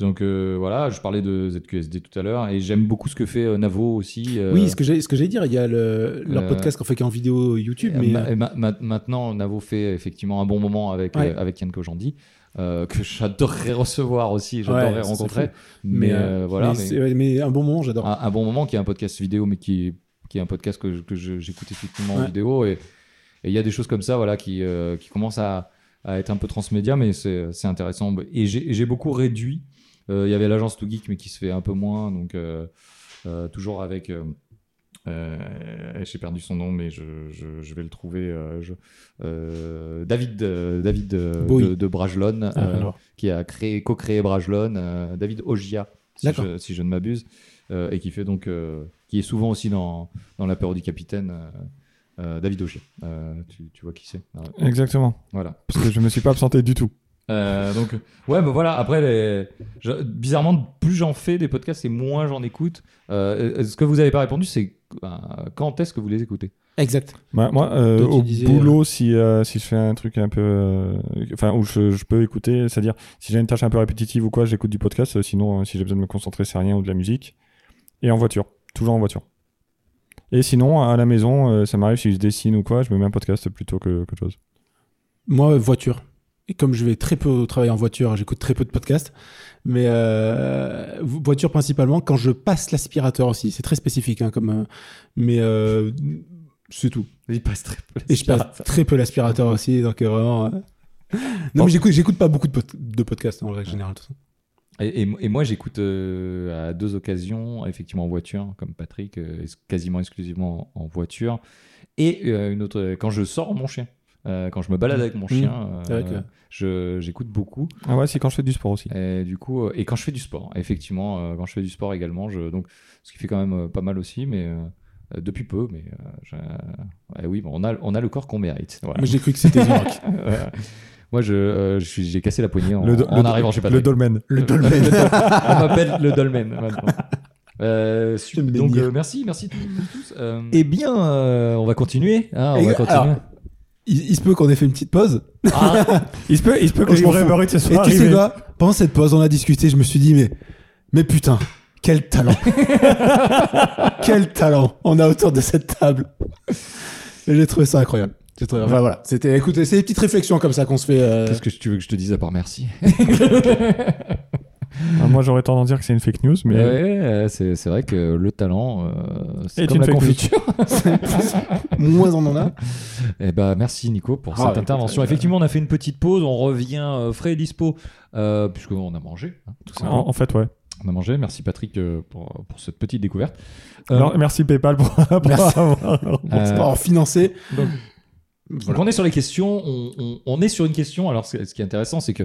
S4: Donc euh, voilà, je parlais de ZQSD tout à l'heure et j'aime beaucoup ce que fait euh, Navo aussi. euh,
S3: Oui, ce que j'ai ce que j'allais dire, il y a le, leur
S4: euh,
S3: podcast qu'on fait qu'en vidéo YouTube,
S4: et
S3: mais
S4: ma-
S3: euh,
S4: et ma- ma- maintenant, Navo fait effectivement un bon moment avec
S3: Ouais.
S4: euh, avec Yann Kojandi. euh, que j'adorerais recevoir aussi, j'adorerais
S3: Ouais, ça, c'est
S4: rencontrer.
S3: fou.
S4: Mais,
S3: euh,
S4: euh, voilà,
S3: mais
S4: mais-
S3: c'est- ouais, mais un bon moment, j'adore.
S4: un, un bon moment qui est un podcast vidéo mais qui est, qui est un podcast que, je- que je- j'écoutais effectivement en
S3: Ouais.
S4: vidéo et et il y a des choses comme ça voilà qui, euh, qui commencent à, à être un peu transmédia mais c'est, c'est intéressant et j'ai, j'ai beaucoup réduit Euh, il y avait l'agence Too Geek mais qui se fait un peu moins donc euh, euh, toujours avec euh, euh, j'ai perdu son nom mais je, je- je vais le trouver euh, je- euh, David euh, David euh,
S3: Bowie.
S4: de, de Brajlon
S3: Ah,
S4: euh,
S3: alors.
S4: qui a créé, co-créé Brajlon, euh, David Ogia, si
S3: D'accord.
S4: je, si je ne m'abuse, euh, et qui fait donc, euh, qui est souvent aussi dans, dans la peur du capitaine, euh, euh, David Ogia. Euh, tu, tu vois qui c'est Ah,
S2: Exactement.
S4: Voilà.
S2: Parce que je me suis pas absenté du tout.
S4: Euh, donc, ouais, bah voilà. Après, les... je- bizarrement, plus j'en fais des podcasts et moins j'en écoute. Euh, ce que vous n'avez pas répondu, c'est euh, quand est-ce que vous les écoutez
S3: Ah, Exact.
S2: Bah, moi, euh,
S3: Toi, tu
S2: au
S3: disais,
S2: boulot, si, euh, si je fais un truc un peu. euh, Enfin, où je, je peux écouter, c'est-à-dire, si j'ai une tâche un peu répétitive ou quoi, j'écoute du podcast. euh, sinon, euh, si j'ai besoin de me concentrer, c'est rien ou de la musique. Et en voiture, toujours en voiture. Et sinon, à la maison, euh, ça m'arrive si je dessine ou quoi, je me mets un podcast plutôt que, que chose.
S3: Moi, voiture. Et comme je vais très peu travailler en voiture, j'écoute très peu de podcasts. Mais euh, voiture principalement, quand je passe l'aspirateur aussi. C'est très spécifique, hein, comme. euh, mais euh, c'est tout.
S4: Il passe très peu.
S3: Et je passe très peu l'aspirateur aussi, donc euh, vraiment. euh. Non, mais j'écoute, j'écoute pas beaucoup de, pod- de podcasts en règle générale. de toute façon.
S4: Et, et- et moi, j'écoute euh, à deux occasions, effectivement en voiture, comme Patrick, euh, es- quasiment exclusivement en, en voiture. Et euh, une autre, euh, quand je sors mon chien, Euh, quand je me balade avec mon chien,
S3: C'est
S4: euh,
S3: vrai que-
S4: je- j'écoute beaucoup.
S2: Ah ouais, c'est quand je fais du sport aussi.
S4: Et du coup, euh, et quand je fais du sport, effectivement, euh, quand je fais du sport également, je, donc ce qui fait quand même euh, pas mal aussi, mais euh, euh, depuis peu, mais euh, je- ouais, oui, bon, on a, on a le corps qu'on mérite. Voilà.
S3: Moi, j'ai cru que c'était The Rock.
S4: Euh, moi, je, euh, je suis- j'ai cassé la poignée en,
S2: Le do-
S4: en
S2: le-
S4: arrivant chez Patrick.
S2: Le dolmen.
S4: Le dolmen. On m'appelle le dolmen. maintenant. Euh, su-
S3: J'aime
S4: donc
S3: bénir.
S4: euh, merci, merci tous. tous, euh,
S3: Et
S4: eh bien, euh, on va continuer. hein, on
S3: Et-
S4: va continuer.
S3: alors, il, il se peut qu'on ait fait une petite pause.
S4: Ah,
S2: Il se peut, il se peut que
S3: Oh,
S2: les
S3: je m'en fous.
S2: Uber Eats se
S3: Et
S2: soient
S3: tu sais
S2: arrivés.
S3: quoi Pendant cette pause, on a discuté. Je me suis dit, mais, mais putain, quel talent Quel talent On a autour de cette table. Et J'ai trouvé ça incroyable. J'ai trouvé- Enfin voilà, c'était. Écoutez, c'est des petites réflexions comme ça qu'on se fait. euh,
S4: Qu'est-ce que tu veux que je te dise à part merci
S2: Ah, Moi, j'aurais tendance à dire que c'est une fake news, mais
S4: Ouais, euh, c'est c'est vrai que le talent, euh, c'est
S2: Et
S4: comme
S2: une
S4: la
S2: fake news.
S4: confiture.
S3: Moins on en a.
S4: Eh ben, merci Nico pour
S3: Ah,
S4: cette
S3: écoute,
S4: intervention.
S3: euh,
S4: Effectivement, on a fait une petite pause. On revient euh, frais et dispo euh, puisqu'on a mangé. hein, tout
S2: en,
S4: simplement.
S2: en fait, ouais.
S4: On a mangé. Merci Patrick euh, pour, pour cette petite découverte. Euh,
S2: Alors, merci PayPal pour, pour
S3: Merci.
S2: avoir-
S4: euh,
S3: C'est pas en financer.
S4: donc,
S3: Voilà.
S4: Donc on est sur les questions, on, on- on est sur une question. Alors ce, ce qui est intéressant, c'est que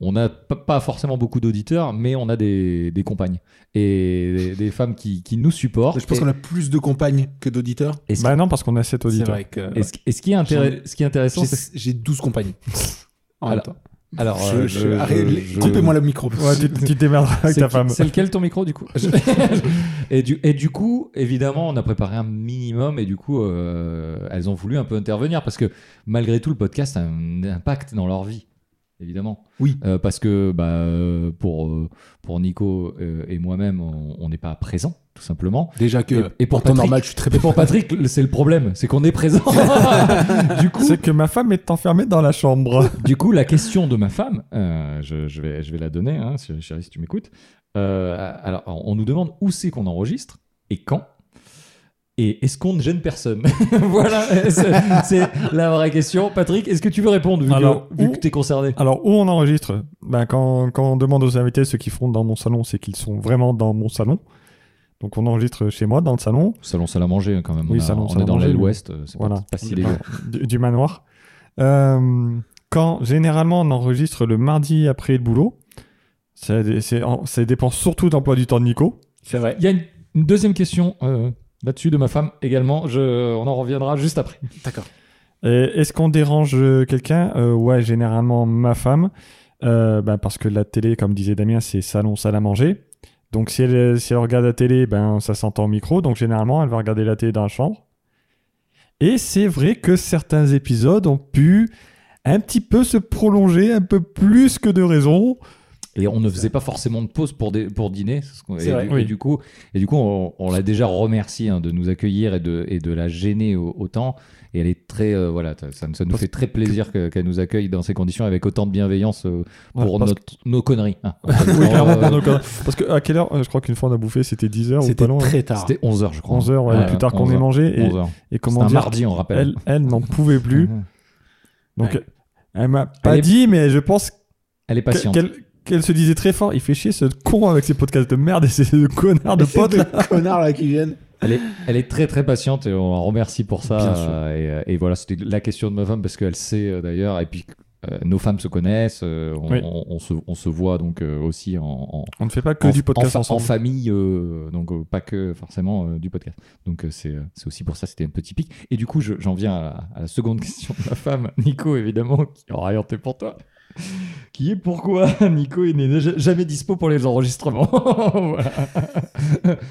S4: on n'a p- pas forcément beaucoup d'auditeurs, mais on a des, des compagnes et des, des femmes qui, qui nous supportent.
S3: Je pense qu'on a plus de compagnes que d'auditeurs.
S4: et, et ce,
S2: Bah non, parce qu'on a 7
S3: C'est
S2: auditeurs.
S3: vrai que.
S4: et ce- et ce qui est intér- ce qui est intéressant,
S3: J'ai-
S4: c'est
S3: J'ai 12 compagnes. En
S4: Alors,
S3: même temps.
S4: alors
S3: Je-
S4: euh,
S3: je-
S4: je-
S3: arrête,
S4: je-
S3: Coupez-moi le micro.
S2: Ouais, tu, tu te démerderas avec
S4: C'est
S2: ta
S4: qui-
S2: femme.
S4: c'est lequel ton micro du coup et, du, et du coup, évidemment, on a préparé un minimum et du coup, euh, elles ont voulu un peu intervenir parce que malgré tout, le podcast a un impact dans leur vie, évidemment.
S3: Oui.
S4: Euh, parce que bah, euh, pour, euh, pour Nico euh, et moi-même, on on n'est pas présents, tout simplement.
S3: Déjà que.
S4: Et- et pour
S3: en temps
S4: Patrick-
S3: normal, je suis très
S4: Et pour Patrick, le- c'est le problème, c'est qu'on est présent. du coup,
S2: C'est que ma femme est enfermée dans la chambre.
S4: du coup, la question de ma femme, euh, je, je vais, je vais la donner, hein, si- chérie, si tu m'écoutes. Euh, alors, on nous demande où c'est qu'on enregistre et quand. Et est-ce qu'on ne gêne personne Voilà, c'est c'est la vraie question. Patrick, est-ce que tu veux répondre vu
S2: Alors,
S4: que, vu
S2: où-
S4: que tu es concerné
S2: Alors, où on enregistre ben, quand, quand on demande aux invités ce qu'ils font dans mon salon, c'est qu'ils sont vraiment dans mon salon. Donc, on enregistre chez moi, dans le salon,
S4: Salon salle à manger hein, quand même.
S2: Oui,
S4: on, a-
S2: salon
S4: on
S2: salle
S4: est
S2: à
S4: dans
S2: manger,
S4: l'aile
S2: oui.
S4: ouest, euh, c'est pas-
S2: Voilà.
S4: pas, si léger.
S2: du, du manoir. Euh, quand généralement on enregistre le mardi après le boulot, ça, dé- c'est en- ça dépend surtout de l'emploi du temps de Nico.
S3: C'est vrai.
S4: Il y a une, une deuxième question euh, là-dessus de ma femme également. Je- on en reviendra juste après.
S3: D'accord.
S2: Et Est-ce qu'on dérange euh, quelqu'un Euh, Ouais, généralement ma femme. Euh, ben, parce que la télé, comme disait Damien, c'est salon, salle à manger. Donc si elle, euh, si elle regarde la télé, ben, ça s'entend au micro. Donc généralement, elle va regarder la télé dans la chambre. Et c'est vrai que certains épisodes ont pu un petit peu se prolonger un peu plus que de raison.
S4: Et on ne faisait pas forcément de pause pour, dé- pour dîner. c'est ce qu'on-
S3: C'est
S4: et,
S3: vrai.
S4: du, et
S2: Oui.
S4: du coup, et du coup, on, on l'a déjà remercié hein, de nous accueillir et de, et de la gêner au- autant. Et elle est très, euh, voilà, t- ça, ça nous fait très plaisir que- qu'elle nous accueille dans ces conditions avec autant de bienveillance euh, pour
S2: Ouais, parce
S4: notre- nos conneries. hein.
S2: Oui, clairement,
S4: Euh,
S2: pour nos conneries. Parce que à quelle heure euh, Je crois qu'une fois on a bouffé, c'était 10h ou
S3: C'était
S2: pas loin. hein.
S3: très tard.
S4: C'était 11 h je crois.
S2: 11h,
S4: Ouais,
S2: plus tard
S4: 11
S2: qu'on
S4: heures.
S2: ait mangé. Et,
S4: 11 heures.
S2: et
S4: C'était
S2: comment
S4: un
S2: dire
S4: mardi, on rappelle.
S2: Elle, elle n'en pouvait plus. Donc,
S3: Ouais.
S2: elle m'a pas
S4: Elle est-
S2: dit, mais je pense
S4: Elle est
S2: que-
S4: patiente.
S2: qu'elle qu'elle se disait très fort. Il fait chier ce con avec ses podcasts de merde et ses connards de potes. là.
S3: de connards là qui viennent.
S4: Elle est, elle est très très patiente et on la remercie pour ça.
S3: Bien sûr.
S4: Euh, Et, euh, et voilà, c'était la question de ma femme parce qu'elle sait euh, d'ailleurs. Et puis euh, nos femmes se connaissent, euh, on,
S2: Oui.
S4: on- on se, on se voit donc euh, aussi en, en-
S2: On ne fait pas que
S4: en-
S2: du podcast
S4: en fa- en
S2: ensemble.
S4: famille, euh, donc euh, pas que forcément euh, du podcast. Donc euh, c'est euh, c'est aussi pour ça c'était un petit pic. Et du coup, je- j'en viens à la, à la seconde question de ma femme, Nico évidemment, qui aura orienté pour toi. Qui est pourquoi Nico il n'est ja- jamais dispo pour les enregistrements. voilà.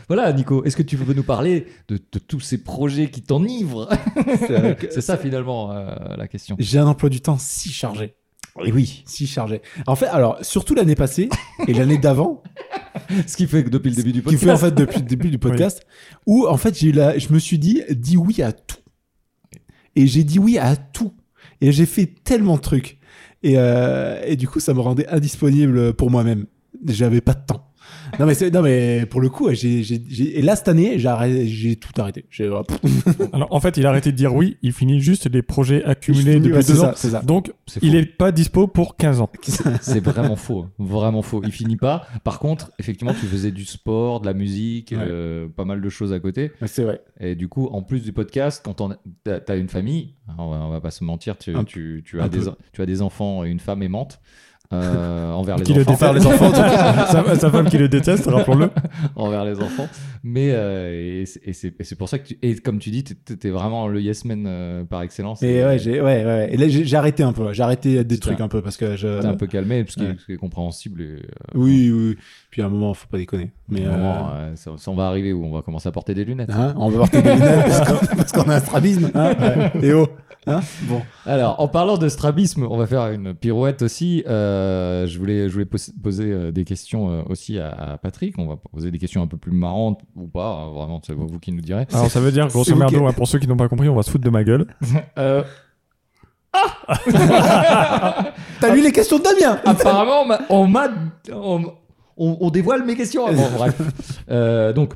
S4: Voilà, Nico, est-ce que tu veux nous parler de, de tous ces projets qui t'enivrent C'est ça finalement euh, la question.
S3: J'ai un emploi du temps si chargé.
S4: Et oui.
S3: Si chargé. En fait, alors, surtout l'année passée et l'année d'avant,
S4: Ce qui fait que depuis le début du
S3: qui
S4: podcast,
S3: fait en fait depuis le début du podcast, où en fait, j'ai eu la, je me suis dit, dis oui à tout. Et j'ai dit oui à tout. Et j'ai fait tellement de trucs. Et, euh, et du coup, ça me rendait indisponible pour moi-même. J'avais pas de temps. Non mais, c'est- non mais pour le coup, j'ai, j'ai- j'ai- et là cette année, j'ai, arrêté- j'ai tout arrêté. J'ai, ah, pff,
S2: Alors, en fait, il a arrêté de dire oui, il finit juste les projets accumulés
S3: je-
S2: depuis
S3: ouais, c'est
S2: deux
S3: ça,
S2: ans.
S3: c'est ça.
S2: Donc,
S4: C'est
S2: il
S4: faux.
S2: est pas dispo pour 15 ans.
S4: C'est vraiment faux, vraiment faux. Il finit pas. Par contre, effectivement, tu faisais du sport, de la musique,
S3: Ouais.
S4: euh, pas mal de choses à côté.
S3: Ouais, c'est vrai.
S4: Et du coup, en plus du podcast, quand on a- t'as t'as une famille, on va, on va pas se mentir, tu,
S3: Un-
S4: tu, tu
S3: un
S4: as des,
S3: peu.
S4: en- tu as des enfants et une femme aimante euh, envers les
S2: Qui le
S4: enfants.
S2: déteste, les enfants, en tout cas. sa, sa femme qui le déteste, rappelons-le.
S4: envers les enfants. Mais euh, et c'est- et c'est et c'est pour ça que tu, et comme tu dis, t'es- t'es t'es vraiment le yes man euh, par excellence.
S3: Et ouais, j'ai, ouais, ouais, ouais. Et là, j'ai, j'ai arrêté un peu. ouais. J'ai arrêté des
S4: C'est
S3: trucs
S4: un-
S3: un peu parce que je.
S4: T'es un peu calmé, ce qui, est,
S3: euh, ouais.
S4: ce qui est compréhensible. Et, euh,
S3: Oui, oui. Puis à un moment, faut pas déconner. Mais.
S4: à un
S3: euh,
S4: moment, euh, ça, ça, on va arriver où on va commencer à porter des lunettes.
S3: hein, on va porter des lunettes parce qu'on, parce qu'on a un strabisme. Hein Et oh. Hein bon.
S4: Alors, en parlant de strabisme, on va faire une pirouette aussi. Euh, je voulais, je voulais pos- poser euh, des questions euh, aussi à, à Patrick. On va poser des questions un peu plus marrantes ou pas. hein, vraiment, c'est vous qui nous direz.
S2: Alors, ça veut dire, grosso
S3: C'est ok.
S2: merdo, hein, pour ceux qui n'ont pas compris, on va se foutre de ma gueule.
S4: Euh,
S3: T'as lu les questions de Damien
S4: Apparemment, on m'a- on m'a. On, on- on dévoile mes questions avant. Bref. Euh, donc,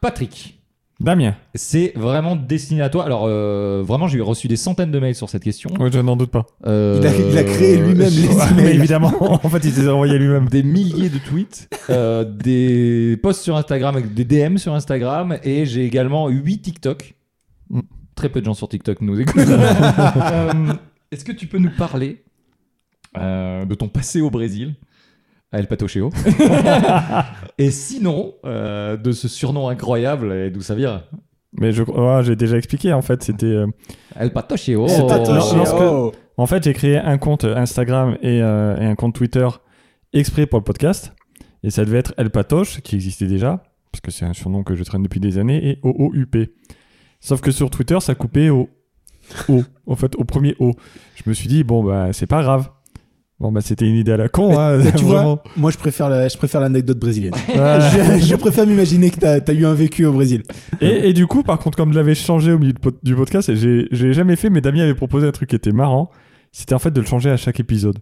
S4: Patrick,
S2: Damien.
S4: c'est vraiment destiné à toi. Alors, euh, vraiment, j'ai reçu des centaines de mails sur cette question.
S2: Oui, je n'en doute pas.
S4: Euh,
S3: Il a- il a créé lui-même les
S4: sur-
S3: emails.
S2: Mais évidemment, en fait, il s'est envoyé lui-même.
S4: Des milliers de tweets, euh, des posts sur Instagram, avec des DM sur Instagram, et j'ai également 8 TikTok.
S2: Mm.
S4: Très peu de gens sur TikTok nous écoutent. Euh, Est-ce que tu peux nous parler euh, de ton passé au Brésil à El Patocheo Et sinon, euh, de ce surnom incroyable et d'où ça vient
S2: Mais je crois, oh, j'ai déjà expliqué, en fait, c'était. euh,
S4: El Patocheo
S3: C'est pas toi,
S2: non,
S3: chez-
S2: non, ce que-
S3: oh.
S2: En fait, j'ai créé un compte Instagram et, euh, et un compte Twitter exprès pour le podcast. Et ça devait être El Patoche, qui existait déjà, parce que c'est un surnom que je traîne depuis des années, et OOUP. Sauf que sur Twitter, ça coupait au O, en fait, au premier O. Je me suis dit, bon, bah, c'est pas grave. Bon, bah, c'était une idée à la con,
S3: Mais-
S2: hein,
S3: mais tu vois,
S2: vraiment.
S3: Moi, je préfère, la- je préfère l'anecdote brésilienne.
S2: Ouais.
S3: je, je préfère m'imaginer que t'as, t'as eu un vécu au Brésil.
S2: Et, et du coup, par contre, comme je l'avais changé au milieu de pod- du podcast, et j'ai j'ai jamais fait, mais Damien avait proposé un truc qui était marrant, c'était en fait de le changer à chaque épisode.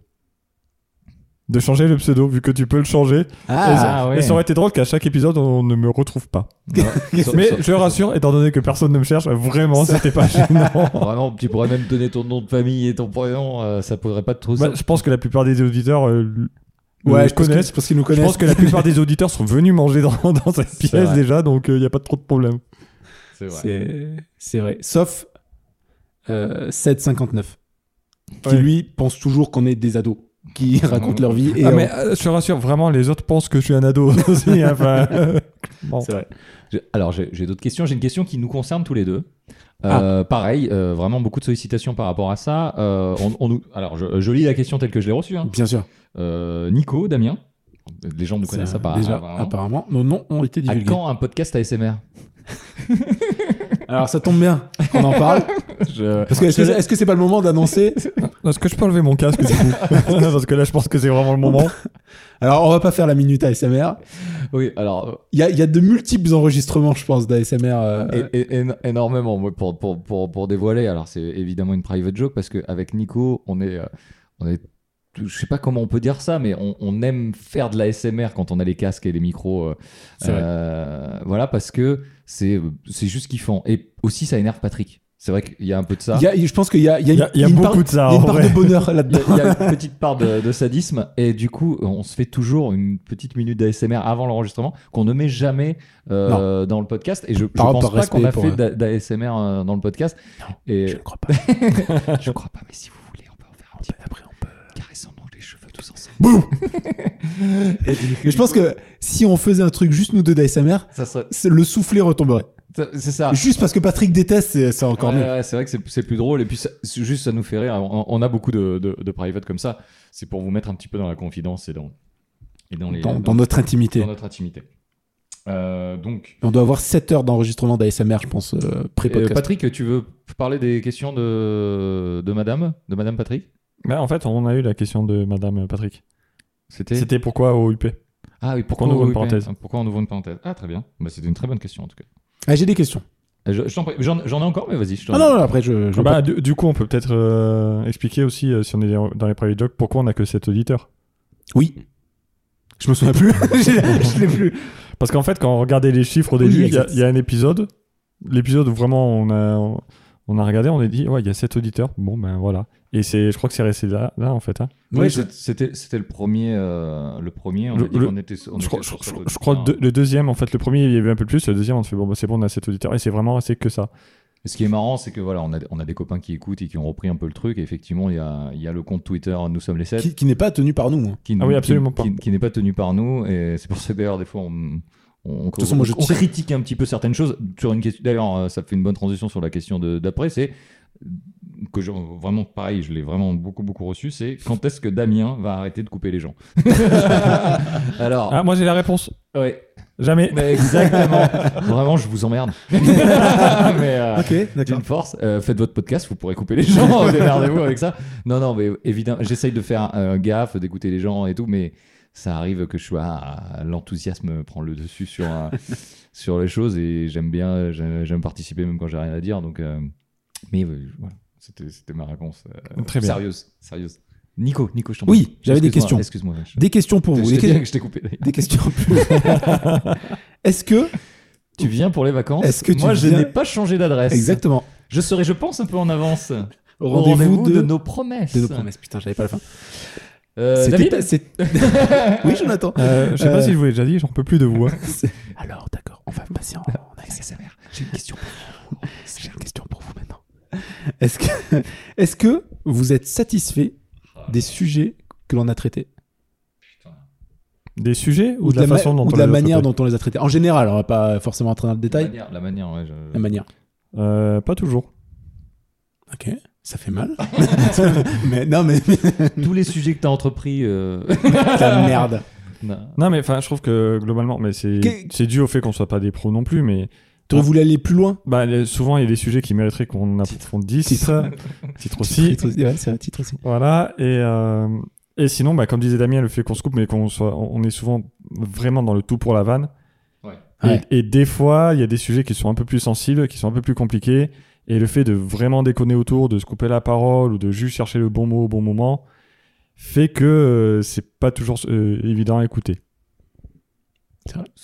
S2: De changer le pseudo, vu que tu peux le changer. et ça,
S4: ouais.
S2: et ça aurait été drôle qu'à chaque épisode, on ne me retrouve pas.
S4: Ouais. Sauf-
S2: Mais
S4: sauf-
S2: je rassure, étant donné que personne ne me cherche, vraiment,
S3: Ça-
S2: c'était pas gênant.
S4: Vraiment, tu pourrais même donner ton nom de famille et ton prénom, euh, ça poserait pas de trouble.
S2: Bah, je pense que la plupart des auditeurs euh, l-
S3: ouais,
S2: le
S3: je pense que
S2: connaissent.
S3: c'est parce qu'ils nous
S2: Je
S3: connaissent.
S2: pense que la plupart des auditeurs sont venus manger dans, dans cette
S4: C'est
S2: pièce
S4: vrai.
S2: déjà, donc il n'y a pas trop de problème.
S4: C'est vrai.
S3: C'est, c'est vrai. Sauf euh, 759, qui
S2: Ouais.
S3: lui pense toujours qu'on est des ados qui racontent leur vie. Et
S2: ah,
S3: on-
S2: mais euh, je te rassure, vraiment, les autres pensent que je suis un ado aussi. hein, enfin, euh, bon.
S3: C'est vrai.
S4: Je- Alors, j'ai j'ai d'autres questions. J'ai une question qui nous concerne tous les deux. Euh, Pareil, euh, vraiment beaucoup de sollicitations par rapport à ça. Euh, on, on nous... Alors, je, je lis la question telle que je l'ai reçue. hein.
S3: Bien sûr.
S4: Euh, Nico, Damien, les gens nous connaissent
S3: Ça,
S4: ça par
S3: Déjà,
S4: apparemment.
S3: apparemment, nos noms ont été
S4: À
S3: divulgués.
S4: quand un podcast ASMR
S3: Alors ça tombe bien qu'on en parle.
S4: Je-
S3: Parce que est-ce que est-ce que c'est pas le moment d'annoncer
S2: Est-ce que je peux enlever mon casque du coup Parce que là, je pense que c'est vraiment le moment.
S3: Alors on va pas faire la minute ASMR.
S4: Oui, alors,
S3: Il y a, il y a de multiples enregistrements, je pense, d'ASMR. euh,
S4: euh, é- é- éno- énormément moi, pour, pour, pour, pour dévoiler. Alors, c'est évidemment une private joke parce qu'avec Nico, on est. euh, on est tout- je sais pas comment on peut dire ça, mais on, on aime faire de l'ASMR quand on a les casques et les micros. euh,
S3: c'est vrai.
S4: Euh, voilà, parce que c'est c'est juste kiffant. Et aussi, ça énerve Patrick. C'est vrai qu'il y a un peu de ça.
S3: Il y a- je pense qu'il y a, il y a
S2: Il y
S3: une-
S2: a, il y a
S3: une part-
S2: beaucoup de ça.
S3: il y a
S2: en
S3: une part
S2: vrai.
S3: de bonheur
S4: Il y,
S3: là-dedans.
S4: a, il y a une petite part de, de sadisme et du coup on se fait toujours une petite minute d'ASMR avant l'enregistrement qu'on ne met jamais euh, dans le podcast et je, je
S3: Par-
S4: pense
S3: par
S4: pas qu'on a
S3: respect
S4: fait
S3: pour-
S4: d'a- d'ASMR euh, dans le podcast et
S3: Je ne crois pas. Bah,
S4: je crois pas mais si vous voulez on peut en faire un petit peu
S3: Après, on peut. euh,
S4: caressant-nous les cheveux tous ensemble
S3: Mais je pense que si on faisait un truc juste nous deux d'ASMR,
S4: ça serait-
S3: c'est- le soufflet retomberait.
S4: c'est ça
S3: Juste parce que Patrick déteste, c'est c'est encore
S4: Ouais,
S3: mieux.
S4: ouais, c'est vrai que c'est- c'est plus drôle et puis ça- c'est juste ça nous fait rire. On, on a beaucoup de, de, de private comme ça. C'est pour vous mettre un petit peu dans la confidence et dans, et dans, les,
S3: Dans, dans notre intimité.
S4: dans notre intimité. Euh, donc,
S3: On doit avoir 7 heures d'enregistrement d'ASMR, je pense, euh,
S4: euh,
S3: pré-podcast.
S4: Patrick, tu veux parler des questions de, de Madame, de Madame Patrick
S2: Mais en fait, on a eu la question de Madame euh, Patrick.
S4: C'était
S2: C'était pourquoi OUP
S4: ah oui pourquoi
S2: on ouvre une
S4: oui, oui.
S2: parenthèse
S4: Pourquoi on ouvre une parenthèse Ah très bien. Bah, c'était une très bonne question en tout cas.
S3: Ah, J'ai des questions.
S4: Je- je t'en prie, J'en j'en ai encore, mais vas-y. je t'en-
S3: Ah non, non, après, je. je-
S2: Ah bah, du, du coup, on peut peut-être euh, expliquer aussi, euh, si on est dans les private jokes, pourquoi on a que 7 auditeurs.
S3: Oui. Je me souviens plus. je l'ai plus.
S2: Parce qu'en fait, quand on regardait les chiffres au
S3: Oui,
S2: début, il y a-
S3: exact.
S2: il y, a un épisode, l'épisode où vraiment on a, on a regardé, on a dit, ouais, il y a 7 auditeurs. Bon, ben voilà. Et c'est, je crois que c'est resté là, là, en fait. hein.
S4: Ouais,
S3: Oui,
S4: c'est- c'était c'était le premier. euh, le premier, on a
S2: Le-
S4: dit
S2: le-
S4: qu'on était. on
S2: Je
S4: était
S2: crois, je-
S4: sur
S2: je-
S4: cette
S2: je crois
S4: auditeur.
S2: deux- le deuxième, en fait, le premier, il y avait un peu plus, le deuxième, on se fait, bon, bah, c'est bon, on a 7 auditeurs. Et c'est vraiment resté que ça.
S4: Et Ce qui est marrant, c'est que voilà, on a, on a des copains qui écoutent et qui ont repris un peu le truc. Et effectivement, il y a, il y a le compte Twitter Nous sommes les 7 qui,
S3: Qui, qui n'est pas tenu par nous. hein.
S2: Ah oui, absolument pas.
S4: qui- qui n'est pas tenu par nous. Et c'est pour ça que d'ailleurs, des fois, on, on,
S3: toute façon, moi, je
S4: on
S3: tire-
S4: critique un petit peu certaines choses. Sur une question, d'ailleurs, euh, ça fait une bonne transition sur la question de- d'après. C'est que je- vraiment pareil, je l'ai vraiment beaucoup beaucoup reçu. C'est quand est-ce que Damien va arrêter de couper les gens Alors,
S2: Ah, moi, j'ai la réponse.
S4: ouais,
S2: Jamais.
S4: mais exactement. vraiment, je vous emmerde. mais, euh,
S3: Ok, d'accord.
S4: d'une force. euh, faites votre podcast, vous pourrez couper les gens, démerdez-vous avec ça. Non, non, mais évidemment, j'essaye de faire euh, gaffe, d'écouter les gens et tout, mais ça arrive que je sois à- l'enthousiasme prend le dessus sur euh, sur les choses et j'aime bien, j'aime j'aime participer même quand j'ai rien à dire. Donc, euh, mais euh, voilà, c'était c'était ma réponse. euh,
S2: Très bien.
S4: Sérieuse, sérieuse. Nico, Nico, je t'en
S3: Oui,
S4: prie.
S3: j'avais des
S4: Excuse-moi,
S3: questions.
S4: Excuse-moi. je-
S3: Des questions pour vous. Des,
S4: je t'ai
S3: que-
S4: bien que je t'ai coupé.
S3: des questions pour vous. Est-ce que.
S4: Tu viens pour les vacances
S3: Est-ce que tu
S4: Moi, je
S3: viens-
S4: n'ai pas changé d'adresse.
S3: Exactement.
S4: Je serai, je pense, un peu en avance.
S3: Au
S4: Au rendez-vous de...
S3: de
S4: nos promesses.
S3: de nos promesses. Putain, j'avais pas la fin.
S4: Euh,
S3: C'était
S4: David
S3: pas- c'est- oui, Jonathan.
S2: Euh, je sais
S3: Euh,
S2: pas si je vous l'ai déjà dit, j'en peux plus de vous. hein.
S3: C'est- Alors, d'accord, on va passer en, en ASMR. J'ai une question pour vous. J'ai une question pour vous maintenant. Est-ce que, est que vous êtes satisfait des sujets que l'on a traités
S2: Des sujets ou,
S3: Ou
S2: de la,
S3: ma-
S2: façon dont
S3: ou
S2: on
S3: de
S2: les
S3: la
S2: a
S3: manière
S2: traités
S3: dont on les a traités En général, on va pas forcément entrer dans le
S4: La
S3: détail.
S4: manière, la manière, ouais. je-
S3: La manière.
S2: Euh, Pas toujours.
S3: Ok, ça fait mal. mais non, mais
S4: Tous les sujets que t'as entrepris. euh,
S3: la merde.
S4: non.
S2: Non, mais enfin, je trouve que globalement, mais c'est
S3: Que-
S2: c'est dû au fait qu'on soit pas des pros non plus, mais
S3: T'aurais voulu aller plus loin
S2: bah, les- souvent il y a des sujets qui mériteraient qu'on approfondisse.
S3: Titre.
S2: Titre aussi.
S3: Titre aussi, ouais, c'est un titre aussi.
S2: Voilà. Et, euh, et sinon, bah, comme disait Damien, le fait qu'on se coupe, mais qu'on soit, on on est souvent vraiment dans le tout pour la vanne.
S4: Ouais.
S2: Et-
S3: Ouais.
S2: Et, des fois, il y a des sujets qui sont un peu plus sensibles, qui sont un peu plus compliqués. Et le fait de vraiment déconner autour, de se couper la parole ou de juste chercher le bon mot au bon moment, fait que euh, c'est pas toujours euh, évident à écouter.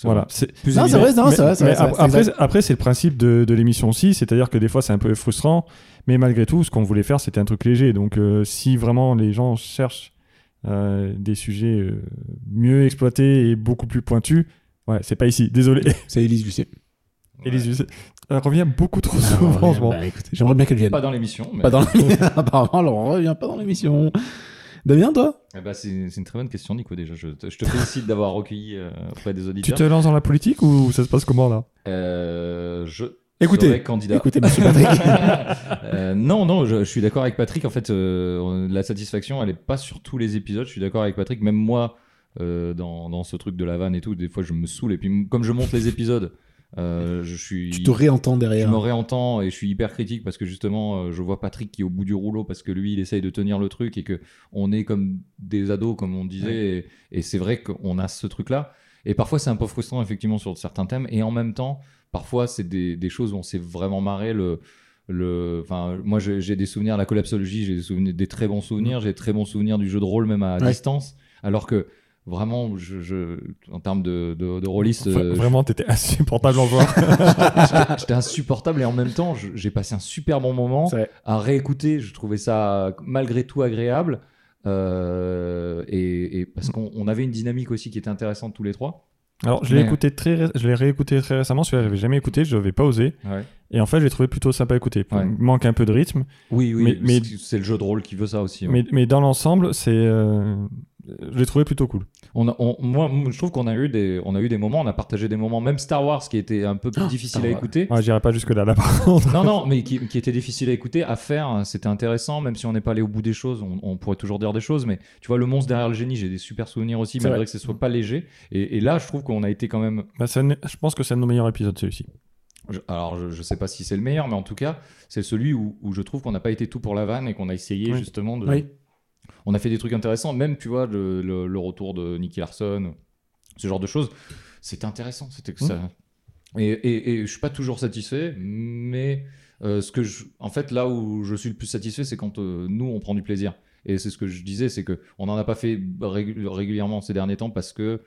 S2: Voilà. C'est
S4: Plus
S3: Non, c'est
S4: évident.
S3: vrai, non,
S2: mais-
S3: c'est vrai, c'est vrai,
S2: mais
S3: c'est vrai,
S2: ap-
S3: c'est
S2: Après,
S3: exact.
S2: après, c'est le principe de, de l'émission aussi, c'est-à-dire que des fois c'est un peu frustrant, mais malgré tout, ce qu'on voulait faire, c'était un truc léger. Donc, euh, si vraiment les gens cherchent euh, des sujets euh, mieux exploités et beaucoup plus pointus, ouais, c'est pas ici. Désolé.
S3: C'est Élise Lucet.
S4: Ouais.
S2: Élise, je sais- elle revient beaucoup trop souvent. je m'en-
S3: Bah, écoutez, J'aimerais bien qu'elle vienne.
S4: Pas dans l'émission. mais-
S3: Pas dans l'émission. Apparemment, alors on revient pas dans l'émission. Damien, toi
S4: Eh ben, c'est c'est une très bonne question, Nico. Déjà, je te, je te félicite d'avoir recueilli euh, auprès des
S2: Tu
S4: auditeurs.
S2: te lances dans la politique ou ça se passe comment là
S4: Euh, je
S3: Écoutez,
S4: serai candidat.
S3: Écoutez, monsieur Patrick.
S4: Euh, non, non, je, je suis d'accord avec Patrick. En fait, euh, la satisfaction, elle est pas sur tous les épisodes. Je suis d'accord avec Patrick. Même moi, euh, dans, dans ce truc de la vanne et tout, des fois, je me saoule. Et puis, m- comme je monte les épisodes, euh, je suis.
S3: tu te réentends
S4: je
S3: derrière.
S4: me réentends et je suis hyper critique parce que justement, euh, je vois Patrick qui est au bout du rouleau parce que lui, il essaye de tenir le truc et que on est comme des ados, comme on disait. Et, et c'est vrai qu'on a ce truc-là. Et parfois, c'est un peu frustrant, effectivement, sur certains thèmes. Et en même temps, parfois, c'est des, des choses où on s'est vraiment marré. Le, le, enfin, moi, j'ai j'ai des souvenirs, la collapsologie, j'ai des, souvenirs- des très bons souvenirs. J'ai des très bons souvenirs du jeu de rôle, même à
S3: Ouais.
S4: distance. Alors que vraiment, je, je- en termes de, de, de rôliste,
S2: Enfin,
S4: euh,
S2: Vraiment, t'étais insupportable en joueur.
S4: J'étais- J'étais insupportable et en même temps, je- j'ai passé un super bon moment
S3: C'est vrai.
S4: à réécouter. Je trouvais ça malgré tout agréable. Euh, et, et parce qu'on on avait une dynamique aussi qui était intéressante tous les trois.
S2: Alors, je l'ai
S4: Mais-
S2: écouté très, ré- je l'ai réécouté très récemment. Celui-là, j'avais jamais écouté, je n'avais pas osé. Et en fait, je l'ai trouvé plutôt sympa à écouter.
S4: Ouais.
S2: Il manque un peu de rythme,
S4: Oui, oui,
S2: Mais- mais-
S4: c'est- c'est le jeu de rôle qui veut ça aussi. hein. ouais.
S2: mais, mais dans l'ensemble, c'est, euh, je l'ai trouvé plutôt cool.
S4: On a- on- moi, moi, je trouve qu'on a eu des, on a eu des moments, on a partagé des moments, même Star Wars qui était un peu plus difficile
S3: Star
S4: à
S3: Wars.
S4: écouter.
S2: Ouais, J'irai pas jusque là, là par contre.
S4: Non, non, mais qui, qui était difficile à écouter, à faire, c'était intéressant, même si on n'est pas allé au bout des choses, on, on pourrait toujours dire des choses, mais tu vois, le monstre derrière le génie, j'ai des super souvenirs aussi,
S3: C'est
S4: malgré
S3: vrai.
S4: que ce soit pas léger. Et, et là, je trouve qu'on a été quand même.
S2: Bah, c'est un- je pense que c'est un de nos meilleurs épisodes celui-ci.
S4: je- alors, je, je sais pas si c'est le meilleur, mais en tout cas, c'est celui où, où je trouve qu'on n'a pas été tout pour la vanne et qu'on a essayé
S2: Oui.
S4: justement de.
S3: Oui.
S4: On a fait des trucs intéressants, même, tu vois, le,
S3: Mmh.
S4: le- le retour de Nicky Larson, ce genre de choses, c'était intéressant, c'était que ça. Et, et, et je suis pas toujours satisfait, mais euh, ce que je, en fait, là où je suis le plus satisfait, c'est quand euh, nous on prend du plaisir. Et c'est ce que je disais, c'est que on n'en a pas fait régu- régulièrement ces derniers temps parce que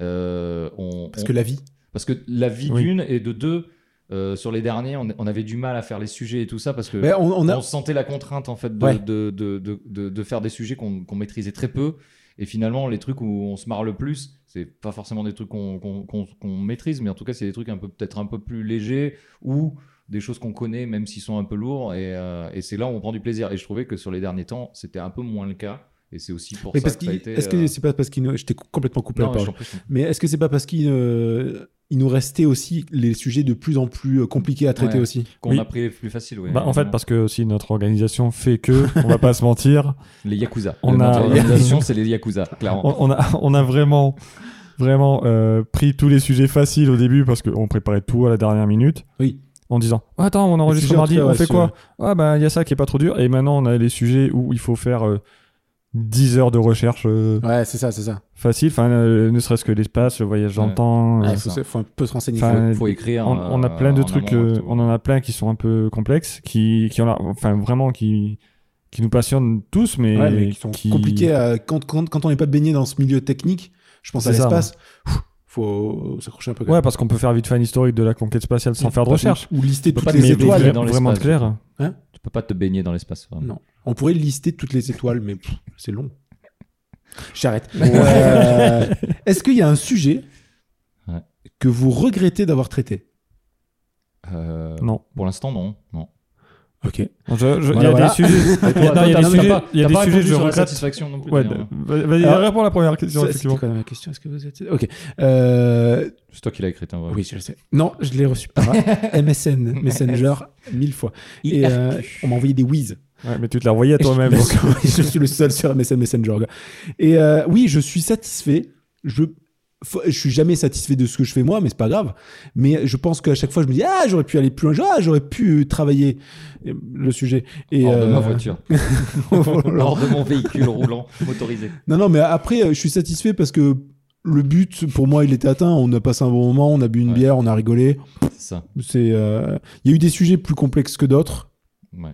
S4: euh, on,
S3: Parce
S4: on-
S3: que la vie.
S4: parce que la vie
S2: Oui.
S4: d'une et de deux euh, sur les derniers, on, on avait du mal à faire les sujets et tout ça parce que
S3: Mais on, on a...
S4: on sentait la contrainte en fait de,
S3: Ouais.
S4: de, de, de, de- de faire des sujets qu'on qu'on maîtrisait très peu. Et finalement, les trucs où on se marre le plus, c'est pas forcément des trucs qu'on qu'on- qu'on- qu'on maîtrise, mais en tout cas, c'est des trucs un peu peut-être un peu plus légers ou des choses qu'on connaît, même s'ils sont un peu lourds. Et, euh, et c'est là où on prend du plaisir. Et je trouvais que sur les derniers temps, c'était un peu moins le cas. Et c'est aussi pour
S3: Mais
S4: ça
S3: parce
S4: que ça a
S3: qu'il-
S4: été.
S3: Est-ce que
S4: euh,
S3: c'est pas parce qu'il nous... Je t'ai complètement coupé
S4: non,
S3: la
S4: mais
S3: parole.
S4: je t'en prie, je t'en prie.
S3: Mais est-ce que c'est pas parce qu'il euh, il nous restait aussi les sujets de plus en plus euh, compliqués à traiter
S4: Ouais.
S3: aussi
S4: qu'on
S2: Oui.
S4: a pris les plus faciles. ouais,
S2: Bah, en fait,
S4: évidemment.
S2: parce que aussi notre organisation fait que, on va pas se mentir,
S4: les Yakuza.
S2: on
S4: Notre
S2: a-
S4: organisation, c'est les Yakuza, clairement.
S2: on, on a, on a vraiment, vraiment euh, pris tous les sujets faciles au début parce qu'on préparait tout à la dernière minute.
S3: Oui.
S2: En disant, attends, on enregistre
S3: sujets, en
S2: mardi,
S3: tout cas,
S2: on
S3: ouais,
S2: fait
S3: c'est-
S2: quoi Ah bah, il y a ça qui est pas trop dur. Et maintenant, on a les sujets où il faut faire euh, 10 heures de recherche euh,
S3: Ouais, c'est ça, c'est ça.
S2: facile, enfin, euh, ne serait-ce que l'espace, le voyage dans le
S4: Ouais.
S2: temps.
S3: Il
S2: euh,
S4: Ouais,
S3: faut,
S4: ça.
S3: Ah, faut un peu se renseigner.
S2: Enfin,
S4: faut écrire.
S2: on, on a
S4: euh,
S2: plein de
S4: en
S2: trucs,
S4: amont,
S2: euh,
S4: tout.
S2: on en a plein qui sont un peu complexes, qui, qui en a, enfin vraiment qui, qui nous passionnent tous, mais
S3: Ouais, mais qui sont compliqués à- quand, quand, quand on n'est pas baigné dans ce milieu technique, je pense à
S2: C'est ça, hein.
S3: l'espace, pff, faut s'accrocher un peu. quand
S2: Ouais,
S3: même.
S2: parce qu'on peut faire vite fait un historique de la conquête spatiale sans faire de
S3: Parce que-
S2: recherche.
S3: Ou lister
S4: peut
S3: toutes
S4: pas
S3: les
S4: te
S2: mais
S4: baigner
S3: étoiles.
S2: vra-
S4: dans
S2: vraiment
S4: l'espace.
S2: clair.
S4: Tu peux pas te baigner dans l'espace.
S2: Mm.
S4: vraiment.
S3: Non. On pourrait lister toutes les étoiles, mais pff, c'est long. J'arrête.
S2: Ouais.
S3: Euh, Est-ce qu'il y a un sujet
S4: Ouais.
S3: que vous regrettez d'avoir traité
S4: Euh,
S2: Non.
S4: Pour l'instant, non. non.
S3: Ok.
S2: Je- je- Il
S3: Voilà,
S2: y a
S3: voilà.
S2: des sujets. Il y
S4: Toi,
S2: a- non, il y a
S4: t'as-
S2: des
S4: t'as
S2: sujets-
S4: pas-
S2: il y a
S4: t'as
S2: des
S4: pas répondu
S2: sujets, je
S4: sur la
S2: regrette.
S4: satisfaction non plus.
S2: Ouais,
S4: d'ailleurs.
S2: vas- vas-y,
S3: Alors-
S2: réponds à la première question,
S3: Ah. Ça, C'était
S2: effectivement.
S3: quoi la question Est-ce que vous êtes Ok. Euh,
S4: hein. C'est toi qui l'as écrite. en vrai.
S3: Oui, je le sais. Non, je l'ai reçu par MSN, Messenger, mille fois. Et euh, on m'a envoyé des whiz.
S2: Ouais, mais tu te la voyais à
S3: Et je-
S2: toi-même.
S3: parce
S2: donc.
S3: que je suis le seul sur MSN Messenger. gars. Et euh, oui, je suis satisfait. Je faut- je suis jamais satisfait de ce que je fais moi, mais c'est pas grave. Mais je pense qu'à chaque fois, je me dis ah j'aurais pu aller plus loin, ah j'aurais pu travailler euh, le sujet. Et
S4: Hors de ma
S3: euh,
S4: voiture.
S3: oh là là.
S4: Hors de mon véhicule roulant motorisé.
S3: non non, mais après, euh, je suis satisfait parce que le but pour moi, il était atteint. On a passé un bon moment, on a bu une
S4: Ouais.
S3: bière, on a rigolé.
S4: C'est ça.
S3: C'est euh, il y a eu des sujets plus complexes que d'autres.
S4: Ouais.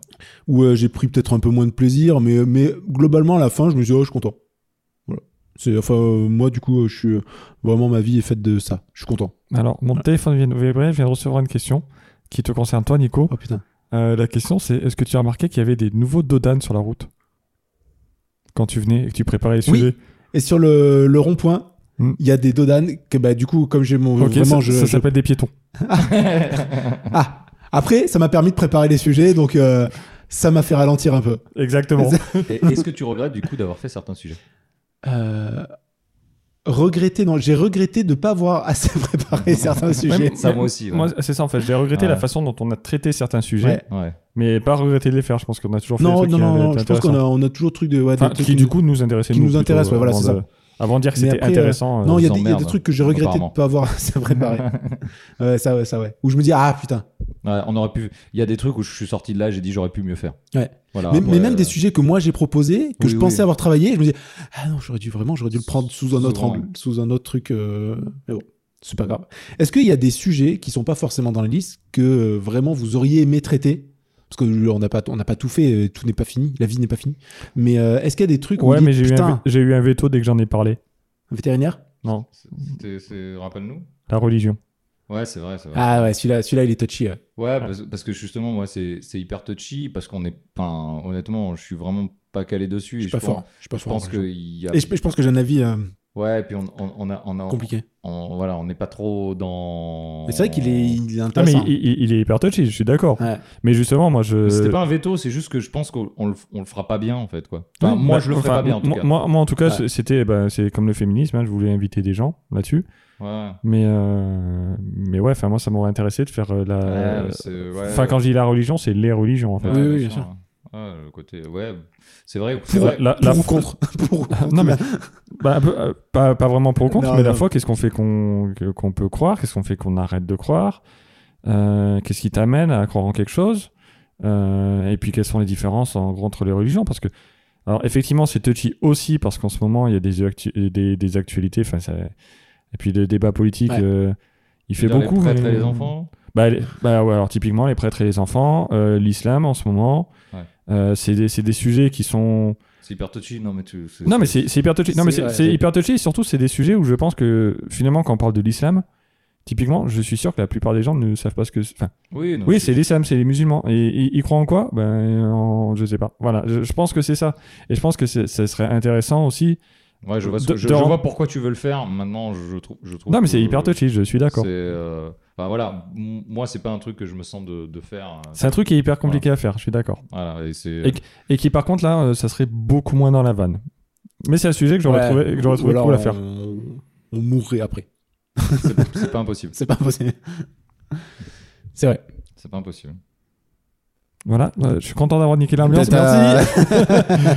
S3: où euh, j'ai pris peut-être un peu moins de plaisir, mais, mais globalement, à la fin, je me suis dit, oh, je suis content. Voilà. C'est, enfin, euh, moi, du coup, euh, je suis euh, vraiment, ma vie est faite de ça. Je suis content.
S2: Alors, mon téléphone vient de vibrer, je viens de recevoir une question qui te concerne toi, Nico.
S3: Oh putain.
S2: Euh, la question, c'est est-ce que tu as remarqué qu'il y avait des nouveaux dodanes sur la route quand tu venais et que tu préparais les
S3: Oui.
S2: sujets
S3: Et sur le, le rond-point, il
S2: Mm.
S3: y a des dodanes que, bah, du coup, comme j'ai mon.
S2: Ok,
S3: vraiment,
S2: ça,
S3: je,
S2: ça
S3: je-
S2: s'appelle des piétons.
S3: Ah Après, ça m'a permis de préparer les sujets, donc euh, ça m'a fait ralentir un peu.
S2: Exactement.
S4: Et Est-ce que tu regrettes du coup d'avoir fait certains sujets
S3: Euh, Regretter, non, j'ai regretté de ne pas avoir assez préparé certains sujets.
S2: mais-
S4: Ça, moi aussi. ouais.
S2: Moi, c'est ça en fait. J'ai regretté
S4: Ouais.
S2: la façon dont on a traité certains sujets,
S3: Ouais.
S4: Ouais.
S2: mais pas regretté de les faire. Je pense qu'on a toujours fait
S3: Non,
S2: des trucs
S3: non,
S2: qui
S3: non,
S2: avaient
S3: non,
S2: été
S3: je pense qu'on a,
S2: intéressants.
S3: on a toujours truc de. ouais, des
S2: Enfin,
S3: trucs
S2: qui du coup nous intéressaient.
S3: qui nous
S2: plutôt,
S3: intéressent, ouais,
S2: euh,
S3: voilà,
S2: avant
S3: c'est
S2: de- Avant de dire que
S3: Mais
S2: c'était
S3: après, euh,
S2: intéressant. euh,
S3: Non, il y a
S4: vous
S3: des, il y a des
S4: emmerde,
S3: trucs que j'ai regretté de ne
S4: apparemment.
S3: pas avoir assez préparé. ouais, ça, ouais, ça, ouais. Où je me dis, ah putain.
S4: Ouais, on aurait pu. Il y a des trucs où je suis sorti de là, j'ai dit j'aurais pu mieux faire.
S3: Ouais.
S4: Voilà,
S3: mais,
S4: après,
S3: mais même des
S4: euh,
S3: sujets que moi j'ai proposés, que
S4: Oui,
S3: je
S4: oui.
S3: pensais avoir travaillé, je me dis, ah non, j'aurais dû vraiment, j'aurais dû le prendre sous un autre
S4: Souvent.
S3: angle, sous un autre truc. euh, Mais bon, c'est pas grave. Est-ce qu'il y a des sujets qui sont pas forcément dans les listes que euh, vraiment vous auriez aimé traiter parce que euh, on n'a pas on n'a pas tout fait, euh, tout n'est pas fini, la vie n'est pas finie. Mais euh, est-ce qu'il y a des trucs où
S2: Ouais,
S3: vous
S2: mais
S3: dites,
S2: j'ai eu, un,
S3: putain,
S2: j'ai eu un veto dès que j'en ai parlé.
S3: vétérinaire
S2: Non,
S4: c'était- c'est- Rappelle-nous.
S2: la religion.
S4: Ouais, c'est vrai, c'est vrai.
S3: Ah ouais, celui-là, celui-là il est touchy. ouais.
S4: Ouais, parce, parce que justement, moi, c'est c'est hyper touchy parce qu'on est. Enfin, honnêtement, je suis vraiment pas calé dessus.
S3: Je suis
S4: et
S3: pas
S4: pense-
S3: fort, je suis pas
S4: Je
S3: fort.
S4: pense
S3: ouais.
S4: qu'il y a.
S3: Et je, je pense que j'ai un avis euh,
S4: Ouais, et puis on, on, on a. On a
S3: compliqué.
S4: on- voilà, on n'est pas trop dans.
S3: Mais c'est vrai qu'il est, il est
S2: Ah, mais
S3: intéressant.
S2: il, il- il est hyper touchy, je suis d'accord.
S3: Ouais.
S2: Mais justement, moi je.
S4: Mais
S3: Euh,
S4: C'était pas un veto, c'est juste que je pense qu'on on le, on le fera pas bien en fait quoi. Enfin, moi
S2: Bah,
S4: je le ferai
S2: enfin,
S4: pas bien en tout
S2: moi-
S4: cas.
S2: Moi, moi, en tout cas,
S3: Ouais.
S2: c'est- c'était, bah, c'est comme le féminisme. hein, je voulais inviter des gens là-dessus,
S4: Ouais.
S2: mais euh, mais ouais, enfin moi, ça m'aurait intéressé de faire euh, la.
S4: Ah, Ouais, mais c'est- ouais.
S2: Enfin, quand je dis la religion, c'est les religions en fait.
S4: Ouais,
S3: Oui, oui, bien
S4: sûr. Ouais, le côté. Ouais, c'est vrai. c'est
S2: Pour
S4: vrai.
S2: la-
S3: Pour
S2: la-
S3: ou contre Pour ou contre
S2: Non, mais- bah, un peu, euh, pas, pas vraiment pour ou contre,
S3: Non,
S2: mais la
S3: non.
S2: foi, qu'est-ce qu'on fait qu'on que- qu'on peut croire Qu'est-ce qu'on fait qu'on arrête de croire Euh, Qu'est-ce qui t'amène à croire en quelque chose Euh, Et puis, quelles sont les différences en gros entre les religions Parce que, alors, effectivement, c'est touchy aussi parce qu'en ce moment, il y a des, actu- des, des actualités, enfin, ça- et puis des débats politiques.
S3: Ouais.
S2: euh, Il fait
S4: Dire
S2: beaucoup.
S4: Les prêtres
S2: mais-
S4: et les enfants.
S2: bah, les- bah ouais, alors typiquement les prêtres et les enfants, euh, l'islam en ce moment,
S4: Ouais.
S2: euh, c'est des, c'est des sujets qui sont...
S4: C'est hyper touchy. Non, mais tu.
S2: Non mais c'est c'est hyper touchy, non, mais
S4: C'est-
S2: c'est
S4: ouais.
S2: c'est hyper touchy et surtout c'est des sujets où je pense que finalement quand on parle de l'islam, typiquement je suis sûr que la plupart des gens ne savent pas ce que... c'est- Enfin,
S4: Oui, non,
S2: oui c'est l'islam, c'est les musulmans. Et ils ils croient en quoi Ben en- je sais pas. Voilà, je, je pense que c'est ça. Et je pense que c'est- ça serait intéressant aussi...
S4: Ouais, je vois, ce
S2: De-
S4: que- je,
S2: de-
S4: je vois pourquoi tu veux le faire. Maintenant, je, je trouve, je trouve.
S2: Non mais
S4: que-
S2: c'est hyper touchy, je suis d'accord.
S4: c'est, euh, enfin, voilà, m- moi c'est pas un truc que je me sens de, de faire. hein.
S2: C'est un truc qui est hyper compliqué à faire, je suis d'accord.
S4: Voilà, et c'est.
S2: Et- Et qui, par contre, là, euh, ça serait beaucoup moins dans la vanne. Mais c'est un sujet que j'aurais
S3: Ouais.
S2: trouvé, que j'aurais
S3: Ou
S2: trouvé
S3: alors
S2: cool à faire.
S3: On, on mourrait après.
S4: c'est c'est pas impossible.
S3: C'est pas possible. C'est vrai.
S4: C'est pas impossible.
S2: Voilà, euh, je suis content d'avoir niqué l'ambiance.
S3: Peut-être,
S2: Merci.
S3: euh,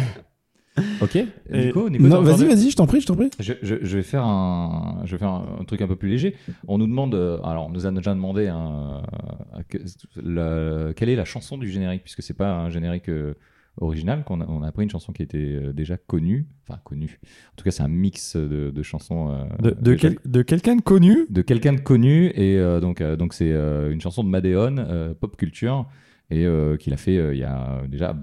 S4: Ok. Nico, Nico
S3: Non,
S4: t'as
S3: vas-y,
S4: entendu
S3: vas-y, je t'en prie, je t'en prie.
S4: Je, je- je vais faire un, je vais faire un, un truc un peu plus léger. On nous demande, euh, alors on nous a déjà demandé hein, euh, que- la- quelle est la chanson du générique, puisque c'est pas un générique euh, original, qu'on a, on a pris une chanson qui était euh, déjà connue, enfin connue. En tout cas, c'est un mix de, de chansons. euh,
S2: De, de
S4: déjà-
S2: quel- de quelqu'un de connu
S4: de quelqu'un de connu et euh, donc euh, donc c'est euh, une chanson de Madeon euh, pop culture et euh, qu'il a fait euh, il y a déjà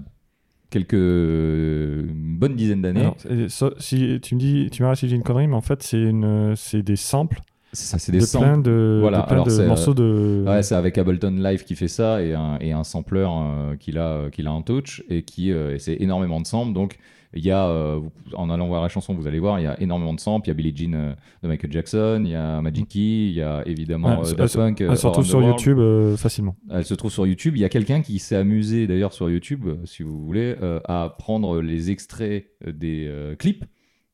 S4: quelques une bonne dizaine d'années
S2: Alors, euh, so- si tu me dis, tu m'arrêtes si j'ai une connerie, mais en fait, c'est une, c'est des samples
S4: c'est ça c'est des
S2: de
S4: samples
S2: plein de,
S4: Voilà,
S2: de, plein
S4: alors
S2: de
S4: c'est, euh,
S2: morceaux de.
S4: Ouais, c'est avec Ableton Live qui fait ça et un, et un sampler euh, qu'il a, euh, qu'il a en touch et qui euh, et c'est énormément de samples. Donc, il y a, euh, vous- en allant voir la chanson, vous allez voir, il y a énormément de samples. Il y a Billie Jean euh, de Michael Jackson, il y a Magic Key, il y a évidemment
S2: Ouais,
S4: euh,
S2: sur-
S4: Daft Punk. euh,
S2: Ah, surtout
S4: Around the
S2: sur
S4: World.
S2: YouTube euh, facilement.
S4: Elle se trouve sur YouTube. Il y a quelqu'un qui s'est amusé d'ailleurs sur YouTube, euh, si vous voulez, euh, à prendre les extraits euh, des euh, clips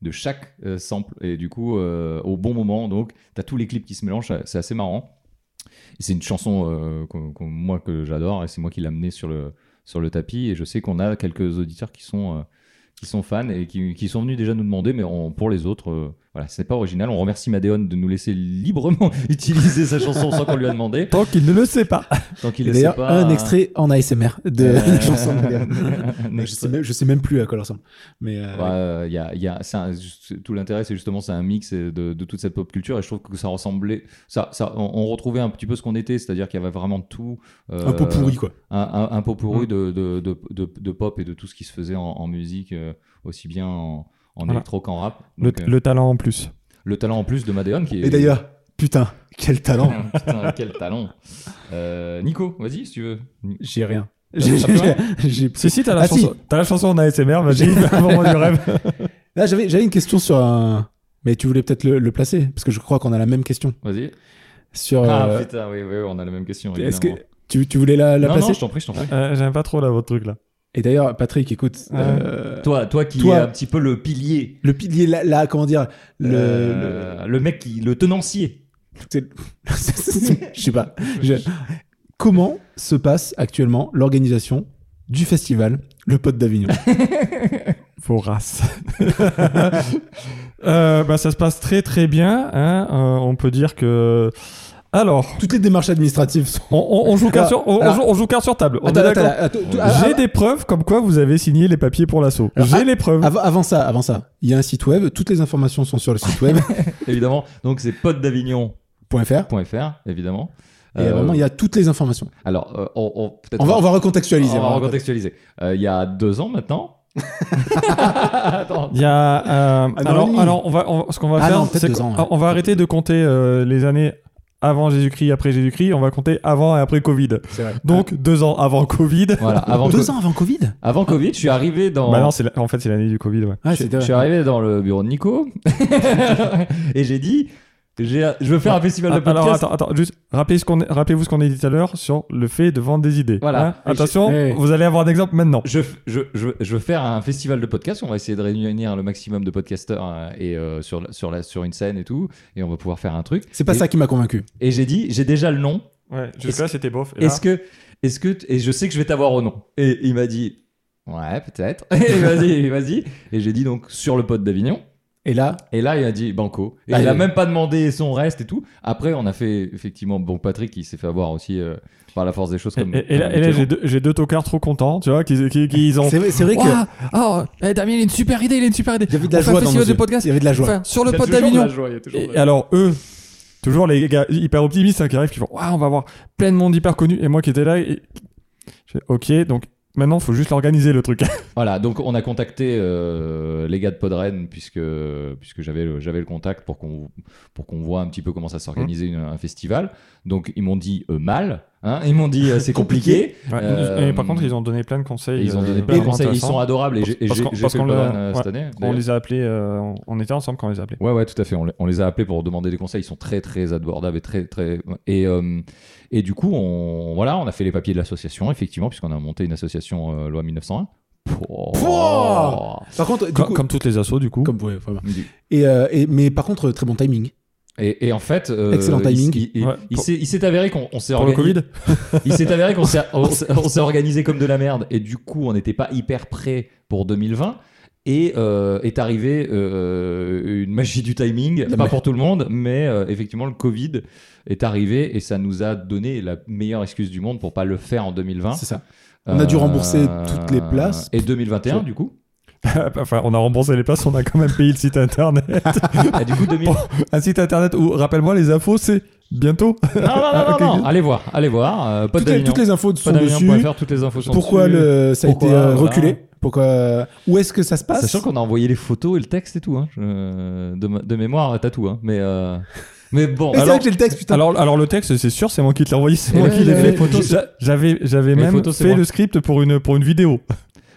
S4: de chaque euh, sample. Et du coup, euh, au bon moment, donc, tu as tous les clips qui se mélangent. C'est assez marrant. C'est une chanson, euh, qu'on- qu'on- moi, que j'adore. Et c'est moi qui l'ai amenée sur le, sur le tapis. Et je sais qu'on a quelques auditeurs qui sont, euh, qui sont fans et qui, qui sont venus déjà nous demander. Mais on- pour les autres, euh, voilà, c'est pas original. On remercie Madeon de nous laisser librement utiliser sa chanson sans qu'on lui a demandé.
S2: Tant qu'il ne le sait pas.
S4: Tant qu'il
S3: Et
S4: le sait
S3: D'ailleurs,
S4: pas.
S3: un
S4: hein.
S3: extrait en ASMR de
S4: Euh,
S3: la chanson. de Maria.
S4: un
S3: je, sais
S4: extrait.
S3: même, je sais même plus à quoi elle ressemble. Mais euh,
S4: Bah, euh, y a- y a- c'est un- c'est- tout l'intérêt, c'est justement c'est un mix euh, de, de toute cette pop culture et je trouve que ça ressemblait, ça, ça, on, on retrouvait un petit peu ce qu'on était, c'est-à-dire qu'il y avait vraiment tout, euh,
S3: un peu pourri, quoi.
S4: un, un, un pot pourri
S2: Mm.
S4: de, de, de, de- de pop et de tout ce qui se faisait en, en musique, euh, aussi bien en, en
S2: Voilà.
S4: électro qu'en rap.
S2: Le,
S4: Donc, euh, le,
S2: le talent en plus.
S4: talent en plus de Madeon qui est.
S3: Et d'ailleurs, putain, quel talent.
S4: Putain, quel talent. Euh, Nico, vas-y si tu veux.
S3: J'ai rien.
S4: Ça-
S3: J'ai-
S4: ça peut, hein
S3: j'ai-
S2: Si, si, t'as la,
S3: Ah,
S2: chanson- t'as la chanson en ASMR, vas-y, vraiment du rêve.
S3: Là, Ah, j'avais j'avais une question sur un. Mais tu voulais peut-être le, le placer, parce que je crois qu'on a la même question.
S4: Vas-y.
S3: Sur.
S4: Ah
S3: euh,
S4: putain, oui, oui, on a la même question.
S3: Est-ce que
S4: évidemment.
S3: tu, tu voulais la, la
S4: non,
S3: placer
S4: non, je t'en prie, je t'en prie.
S2: Euh, J'aime pas trop là votre truc là.
S3: Et d'ailleurs, Patrick, écoute,
S2: Ouais.
S3: euh,
S4: Toi, toi qui
S3: Toi.
S4: est un petit peu le pilier,
S3: le pilier, là, là, comment dire, le,
S4: le, Euh, le... mec qui, le tenancier.
S3: le- je sais pas. Je- Comment se passe actuellement l'organisation du festival Le Pote d'Avignon
S2: Vorace. euh, bah, ça se passe très très bien. hein. Euh, on peut dire que. Alors,
S3: Toutes les démarches administratives sont.
S2: on, on- on joue carte
S3: Alors,
S2: sur, on, on
S3: alors-
S2: joue, on joue carte sur table. On
S3: Attends,
S2: est
S3: attends,
S2: d'accord
S3: attends, tout-
S4: Ah,
S2: J'ai des preuves comme quoi vous avez signé les papiers pour l'assaut.
S3: Alors,
S2: J'ai
S3: ah,
S2: les preuves.
S3: Avant, avant ça, avant ça, il y a un site web. Toutes les informations sont sur le site web.fr.
S4: Évidemment. Donc, c'est podesdavignon.fr, évidemment.
S3: Et
S4: Euh,
S3: vraiment, il y a toutes les informations.
S4: Alors, euh, on, on- peut-être.
S3: On va, on va
S4: on
S3: recontextualiser.
S4: va
S3: on va
S4: recontextualiser. Euh, il y a deux ans maintenant. Attends.
S2: Il y a. euh,
S3: Ah, non,
S2: alors,
S3: oui.
S2: alors, on va, on- ce qu'on va
S3: Ah
S2: faire,
S3: non, peut-être
S2: c'est
S3: deux
S2: qu'on-
S3: ans, ouais.
S2: on va arrêter de compter euh, les années avant Jésus-Christ, après Jésus-Christ. On va compter avant et après Covid.
S3: C'est vrai.
S2: Donc,
S5: Ah.
S2: deux ans avant Covid.
S4: Voilà, avant,
S3: deux
S4: co-
S3: ans avant Covid
S4: avant Covid, je suis arrivé dans.
S2: Bah non, c'est la- en fait, c'est l'année du Covid, ouais.
S3: ah,
S4: je,
S3: c'est
S4: je suis arrivé dans le bureau de Nico et j'ai dit j'ai- je veux faire
S3: Bah,
S4: un festival de
S2: Ah,
S4: podcast.
S2: Alors attends, attends, juste rappelez ce qu'on est- rappelez-vous ce qu'on a dit tout à l'heure sur le fait de vendre des idées.
S4: Voilà.
S2: Hein Attention,
S3: j'ai- eh.
S2: vous allez avoir un exemple maintenant.
S4: je, je, je, je veux faire un festival de podcasts. On va essayer de réunir le maximum de podcasteurs hein, et euh, sur, la- sur, la, sur une scène et tout. Et on va pouvoir faire un truc.
S3: C'est pas
S4: et,
S3: ça qui m'a convaincu.
S4: Et j'ai dit, j'ai déjà le nom.
S2: Ouais,
S4: jusque-là,
S2: c'était bof.
S4: Est-ce que, est-ce que, t- et je sais que je vais t'avoir au nom. Et il m'a dit, ouais, peut-être. Et vas-y, vas-y. Et j'ai dit donc sur le pod d'Avignon.
S3: Et là,
S4: Et là, il a dit banco. Et
S2: Bah,
S3: Ah,
S4: il a
S2: euh,
S3: oui.
S4: même pas demandé son reste et tout. Après, on a fait effectivement, bon, Patrick, il s'est fait avoir aussi euh, par la force des choses.
S2: Et,
S4: Comme,
S2: et là, hum,
S4: comme
S2: et là,
S4: Nicolas.
S2: j'ai deux, j'ai deux tocards trop contents, tu vois, qui, qui- qui- ils ont.
S3: c'est vrai, c'est vrai que
S5: Ouah, oh, eh, Damien, il a une super idée, il a une super idée.
S3: il y avait de la
S5: On fait un
S3: joie dans nos
S5: festival de
S3: yeux.
S5: podcast.
S3: Il y avait de la joie.
S5: Enfin, sur le
S4: Il y a
S5: pote
S4: toujours de la
S5: d'Avignon.
S4: joie, il y a toujours de la
S2: Et alors eux, Toujours les gars hyper optimistes hein, qui arrivent, qui font Waouh, on va avoir plein de monde hyper connu. Et moi qui étais là, et... je fais, ok, donc maintenant, faut juste l'organiser le truc.
S4: Voilà, donc on a contacté euh, les gars de Podren puisque, puisque j'avais le, j'avais le contact pour qu'on, pour qu'on voit un petit peu comment ça
S2: Mmh.
S4: s'organisait une- un festival. Donc ils m'ont dit euh, mal, hein, ils m'ont dit euh, c'est compliqué.
S2: Ouais,
S4: Euh,
S2: et par contre, ils ont donné plein de conseils.
S4: Et ils ont donné
S2: euh,
S4: plein de
S2: vraiment
S4: conseils, ils
S2: intéressants.
S4: sont adorables et j'ai et
S2: Parce
S4: j'ai-
S2: qu'on-
S4: j'ai
S2: parce
S4: fait
S2: qu'on
S4: le
S2: l'a-
S4: Podren, euh,
S2: ouais,
S4: cette année.
S2: On
S4: d'ailleurs.
S2: les a appelés, euh, on- on était ensemble quand on les a appelés.
S4: Ouais, ouais, tout à fait. On les, on les a appelés pour demander des conseils. Ils sont très, très abordables et très, très. Et, euh, et du coup, on, voilà, on a fait les papiers de l'association, effectivement, puisqu'on a monté une association euh, loi 1901. Pouah.
S3: Pouah. Par contre, du
S2: Co-
S3: coup-
S2: comme toutes les assos, du coup.
S3: comme ouais, voilà.
S4: Du-
S3: Et, euh, et- mais par contre, très bon timing.
S4: Et, et en fait, euh,
S3: Excellent
S4: il-
S3: timing.
S4: Il, il-
S2: Ouais,
S4: il
S2: pour-
S4: s'est- il s'est avéré qu'on on s'est
S2: Pour le
S4: organi-
S2: Covid
S4: Il s'est avéré qu'on s'est on s'est- on s'est organisé comme de la merde et du coup on n'était pas hyper prêt pour 2020 et euh, est arrivée euh, une magie du timing,
S3: La
S4: pas
S3: ma-
S4: pour tout le monde, mais euh, effectivement le Covid est arrivé et ça nous a donné la meilleure excuse du monde pour pas le faire en 2020.
S3: C'est ça.
S4: Euh,
S3: On a dû rembourser toutes les places.
S4: Et 2021 du coup.
S2: Enfin, on a remboursé les places, on a quand même payé le site internet.
S4: Ah, du coup 2000
S2: Un site internet où, rappelle-moi, les infos, c'est bientôt.
S4: Non non non, non,
S2: Ok.
S4: non, allez voir, allez voir. euh,
S3: Ah, Toutes les,
S4: podavignon.
S3: toutes les infos sont dessus.
S4: podavignon.fr, toutes les infos sont
S3: Pourquoi
S4: dessus.
S3: le, ça a
S4: Pourquoi,
S3: été euh,
S4: voilà.
S3: reculé Pourquoi Où est-ce que ça se passe
S4: Sachant qu'on a envoyé les photos et le texte et tout, hein. Je- de, ma- de mémoire, t'as tout, hein. mais, euh, mais bon.
S3: Et c'est
S4: Alors,
S3: vrai que j'ai le texte, putain.
S2: Alors, alors le texte, c'est sûr, c'est moi qui te l'ai envoyé, c'est
S4: Et
S2: moi
S4: ouais,
S2: qui l'ai
S4: ouais,
S2: fait.
S4: les photos,
S2: J'a- J'avais, j'avais
S4: Les
S2: même
S4: photos, c'est
S2: fait
S4: moi.
S2: le script pour une, pour une vidéo.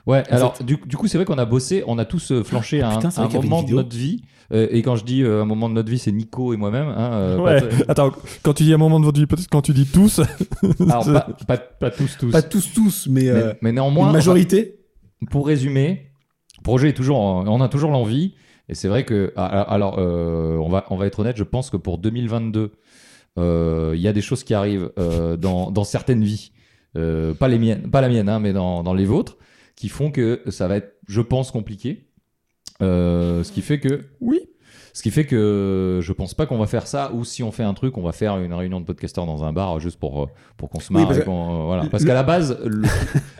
S4: ouais, alors du, du coup, c'est vrai qu'on a bossé, on a tous euh, flanché à un,
S3: Ah, putain, c'est
S4: un
S3: vrai qu'il y avait une
S4: moment de
S3: vidéo.
S4: notre vie. Euh, et quand je dis euh, un moment de notre vie, c'est Nico et moi-même. hein, euh,
S2: Ouais.
S4: pas-
S2: Attends, quand tu dis un moment de votre vie, peut-être quand tu dis tous,
S4: alors, pas, pas- pas tous, tous.
S3: Pas tous, tous, mais,
S4: mais,
S3: euh,
S4: mais néanmoins,
S3: une majorité.
S4: enfin, pour résumer, le projet est toujours, en- on a toujours l'envie. Et c'est vrai que, ah, ah, alors, euh, on, va, on va être honnête, je pense que pour 2022, euh, il y a des choses qui arrivent euh, dans, dans certaines vies, euh, pas, les miennes, pas la mienne, hein, mais dans, dans les vôtres, qui font que ça va être, je pense, compliqué. Euh, ce qui fait que. Oui. Ce qui fait que je pense pas qu'on va faire ça, ou si on fait un truc, on va faire une réunion de podcasteurs dans un bar juste pour, euh, pour qu'on se
S3: Oui,
S4: marre.
S3: parce
S4: et
S3: que-
S4: qu'on- euh, voilà.
S3: le- Ah,
S4: Parce qu'à la base, le-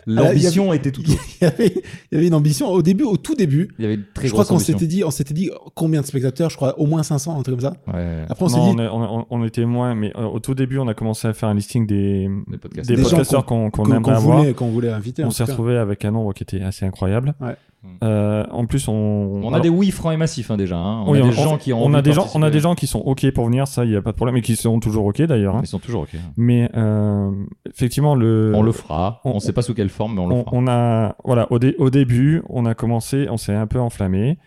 S4: l'ambition était tout
S3: Il y, avait, il y avait une ambition. Au début, au tout début,
S4: il y avait une très
S3: je crois
S4: grosse
S3: qu'on
S4: ambition.
S3: s'était dit, on s'était dit oh, combien de spectateurs Je crois au moins 500, un truc comme ça.
S4: Ouais.
S3: Après, on s'est
S2: Non,
S3: dit,
S2: on, a- on a- on était moins, mais euh, au tout début, on a commencé à faire un listing des,
S4: Des podcasteurs.
S2: des
S3: Des gens
S2: podcasteurs qu'on, qu'on
S3: qu'on
S2: aimerait
S3: qu'on
S2: avoir.
S3: voulait, qu'on voulait inviter. en
S2: On
S3: tout
S2: s'est
S3: cas.
S2: retrouvé avec un nombre qui était assez incroyable.
S3: Ouais.
S2: Euh, en plus, on,
S4: On a
S2: alors-
S4: des oui francs et massifs hein, déjà. hein. On
S2: oui,
S4: a des gens qui ont
S2: on a
S4: envie
S2: des
S4: de
S2: gens, on a
S4: participer.
S2: des gens qui sont ok pour venir, ça, il n'y a pas de problème, et qui sont toujours ok d'ailleurs. hein.
S4: Ils sont toujours ok.
S2: Mais euh, effectivement, le
S4: On le fera. On
S2: on-
S4: ne sait pas sous quelle forme, mais on le
S2: on,
S4: fera.
S2: on a voilà au, dé- au début on a commencé on s'est un peu enflammé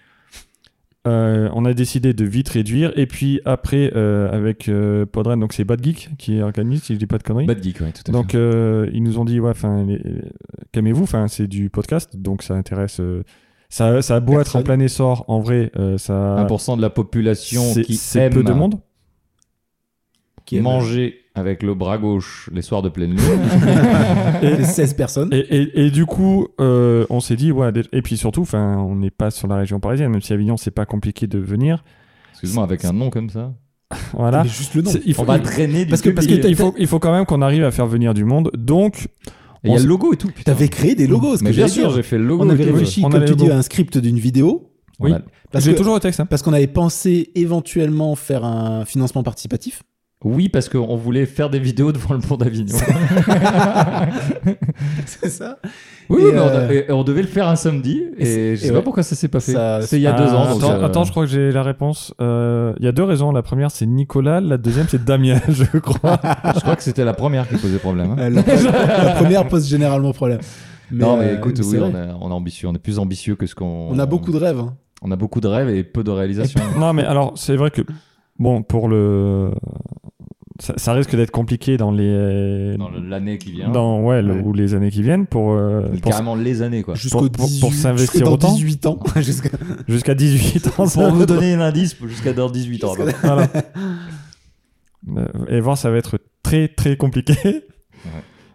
S2: Euh, on a décidé de vite réduire et puis après euh, avec euh, Podren donc c'est Bad Geek qui organise si je dis pas de conneries
S4: Bad geek, ouais, Bah, tout à fait.
S2: donc euh, ils nous ont dit ouais enfin les- euh, calmez-vous enfin c'est du podcast donc ça intéresse euh, ça ça a beau être en
S3: Personne.
S2: plein essor en vrai euh, ça
S4: 1% de la population
S2: c'est-
S4: qui
S2: c'est
S4: aime
S2: peu de monde
S3: Qui aime-
S4: manger avec le bras gauche les soirs de pleine lune.
S3: les 16 personnes.
S2: Et, et- et du coup, euh, on s'est dit, ouais, dé- et puis surtout, 'fin, on n'est pas sur la région parisienne, même si Avignon, c'est pas compliqué de venir.
S4: Excuse-moi, avec un nom comme ça.
S2: Voilà.
S3: Mais juste le nom.
S2: C'est- Il faut,
S4: On va
S2: il-
S4: traîner du
S3: parce que-
S4: public.
S3: parce
S2: il, il faut, il faut quand même qu'on arrive à faire venir du monde. Donc,
S4: Et il y a le logo et tout. putain.
S3: T'avais créé des logos. ce
S4: Mais
S3: que
S4: bien
S3: j'allais
S4: sûr,
S3: dire.
S4: j'ai fait le logo.
S3: on avait
S4: et tout.
S3: réfléchi,
S2: On
S3: comme
S2: a
S3: tu
S2: les
S3: dis,
S2: logos.
S3: à un script d'une vidéo.
S4: On
S2: Oui.
S4: a-
S3: Parce
S2: j'ai
S3: que-
S2: toujours le texte. hein.
S3: Parce qu'on avait pensé éventuellement faire un financement participatif.
S4: Oui, parce qu'on voulait faire des vidéos devant le pont d'Avignon.
S3: C'est ça.
S4: oui,
S3: Et,
S4: oui, mais on,
S3: euh,
S4: a- et on devait le faire un samedi.
S3: Et c'est-
S4: Et, je
S3: et
S4: sais pas
S3: ouais.
S4: pourquoi ça s'est pas fait.
S3: Ça-
S4: C'est il y a deux
S2: Ah,
S4: ans. donc,
S2: Attends,
S4: euh,
S2: attends, je crois que j'ai la réponse. Euh, Il y a deux raisons. La première, c'est Nicolas. La deuxième, c'est Damien, je crois.
S4: je crois que c'était la première qui posait problème. hein.
S3: Euh, La, la première pose généralement problème. Mais,
S4: non, mais
S3: euh,
S4: écoute,
S3: mais
S4: oui,
S3: c'est
S4: on,
S3: vrai.
S4: est, on est ambitieux, on est plus ambitieux que ce qu'on.
S3: On a beaucoup de rêves. hein.
S4: On a beaucoup de rêves et peu de réalisations.
S2: non, mais alors, c'est vrai que, bon, pour le. Ça, ça risque d'être compliqué dans les.
S4: Dans le- l'année qui vient.
S2: dans- ouais, le-
S3: Ouais.
S2: ou les années qui viennent pour, euh,
S4: Mais
S2: pour
S4: Carrément les années, quoi.
S3: Jusqu'au
S2: Pour- pour- pour
S3: 18 jusque
S2: s'investir
S3: dans
S2: autant
S3: 18 ans. Jusqu'à-
S2: jusqu'à 18 ans.
S4: Pour vous donner un indice, jusqu'à dans 18 ans.
S3: Jusqu'à-
S2: Voilà. Euh, Et voir, ça va être très très compliqué.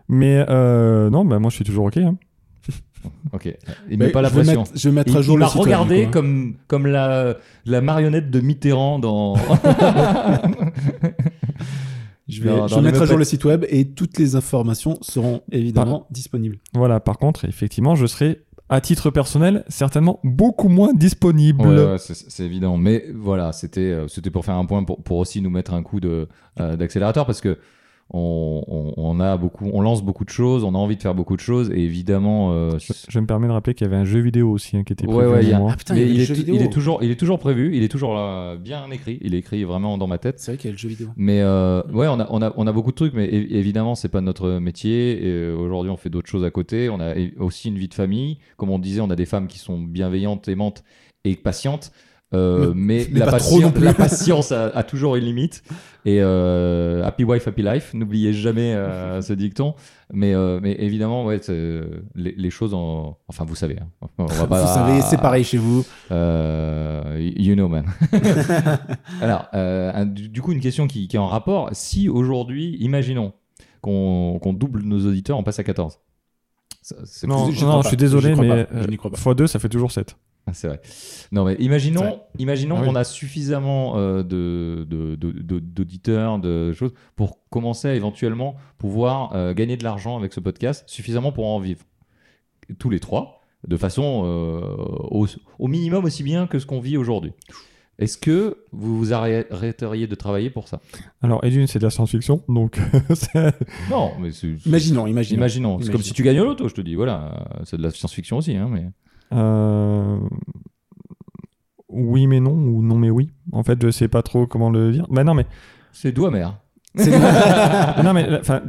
S2: Mais euh, non, bah moi je suis toujours ok. hein.
S4: Ok. Il
S3: Mais
S4: met pas la
S3: je vais
S4: pression.
S3: mettre- je vais mettre
S4: Il,
S3: à jour
S4: il
S3: le
S4: m'a
S3: site web, du
S4: regardé
S3: coup, hein.
S4: comme, comme la, la marionnette de Mitterrand dans.
S3: Je vais,
S4: dans-
S3: je
S4: dans
S3: vais
S4: les
S3: mettre à jour
S4: meubles.
S3: le site web et toutes les informations seront évidemment disponibles.
S2: Voilà, par contre, effectivement, je serai à titre personnel, certainement beaucoup moins disponible.
S4: Ouais, ouais, c'est c'est évident. Mais voilà, c'était euh, c'était pour faire un point, pour, pour aussi nous mettre un coup de, euh, d'accélérateur parce que on, on- on a beaucoup, on lance beaucoup de choses, on a envie de faire beaucoup de choses et évidemment. euh,
S2: Je, je me permets de rappeler qu'il y avait un jeu vidéo aussi hein, qui était
S4: Ouais,
S2: prévu
S4: ouais,
S2: au
S4: il y a-
S2: moment.
S3: Ah putain,
S4: mais
S3: il y a
S4: il,
S3: le
S4: est
S3: jeu
S4: tu-
S3: vidéo.
S4: il est toujours, il est toujours prévu, il est toujours euh, bien écrit, il est écrit vraiment dans ma tête.
S3: C'est vrai qu'il y a le jeu vidéo.
S4: Mais euh, ouais, on a, on, a, on a beaucoup de trucs, mais é- évidemment, c'est pas notre métier. Et euh, aujourd'hui, on fait d'autres choses à côté. On a é- aussi une vie de famille. Comme on disait, on a des femmes qui sont bienveillantes, aimantes et patientes. Euh, mais
S3: mais
S4: la,
S3: pas trop
S4: patience-
S3: non plus.
S4: la patience a, a toujours une limite. Et euh, happy wife, happy life. N'oubliez jamais euh, ce dicton. Mais, euh, mais évidemment, ouais, c'est, euh, les, les choses en. Enfin, vous savez. hein. On va pas-
S3: Vous savez, c'est pareil chez vous.
S4: euh, you know, man. Alors, euh, un- du du coup, une question qui, qui est en rapport. Si aujourd'hui, imaginons qu'on qu'on double nos auditeurs, on passe à 14. Ça, C'est
S2: Non,
S4: plus-
S3: j'y
S2: non,
S3: crois
S2: je
S3: pas.
S2: suis désolé,
S3: J'y crois
S2: mais
S3: pas. Je n'y crois pas.
S2: x2, ça fait toujours 7.
S4: Ah, c'est vrai. Non, mais imaginons,
S3: C'est vrai.
S4: imaginons
S2: Ah oui.
S4: qu'on a suffisamment euh, de- de- de- de- d'auditeurs, de, choses, pour commencer à éventuellement pouvoir euh, gagner de l'argent avec ce podcast, suffisamment pour en vivre. Tous les trois, de façon euh, au, au minimum aussi bien que ce qu'on vit aujourd'hui. Est-ce que vous vous arrêteriez de travailler pour ça
S2: Alors, et d'une, c'est de la science-fiction, donc c'est-
S4: Non, mais c'est. c'est-
S3: Imaginons, imaginons.
S4: Imaginons, c'est
S3: Imaginons.
S4: comme si tu gagnais au loto, je te dis, voilà, euh, c'est de la science-fiction aussi, hein, mais.
S2: Euh, Oui mais non, ou non mais oui. En fait, je sais pas trop comment le dire. Bah non, mais,
S4: C'est doux amer.
S2: non, mais la- 'fin,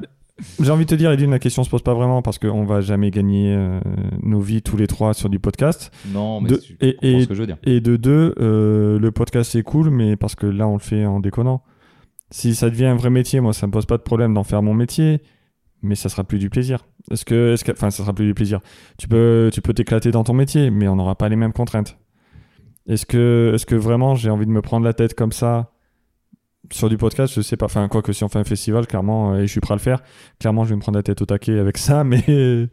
S2: j'ai envie de te dire, Edwin, la question se pose pas vraiment parce qu'on va jamais gagner euh, nos vies tous les trois sur du podcast.
S4: Non, mais
S2: De-
S4: tu
S2: et-
S4: comprends
S2: et-
S4: ce que je veux dire.
S2: Et de deux, euh, le podcast c'est cool, mais parce que là on le fait en déconnant. Si ça devient un vrai métier, moi ça me pose pas de problème d'en faire mon métier, mais ça sera plus du plaisir. Est-ce que, est-ce que, enfin ça sera plus du plaisir. Tu peux, tu peux t'éclater dans ton métier, mais on n'aura pas les mêmes contraintes. Est-ce que, est-ce que vraiment j'ai envie de me prendre la tête comme ça sur du podcast Je sais pas. Enfin quoi que si on fait un festival, clairement, euh, et je suis prêt à le faire, clairement je vais me prendre la tête au taquet avec ça, mais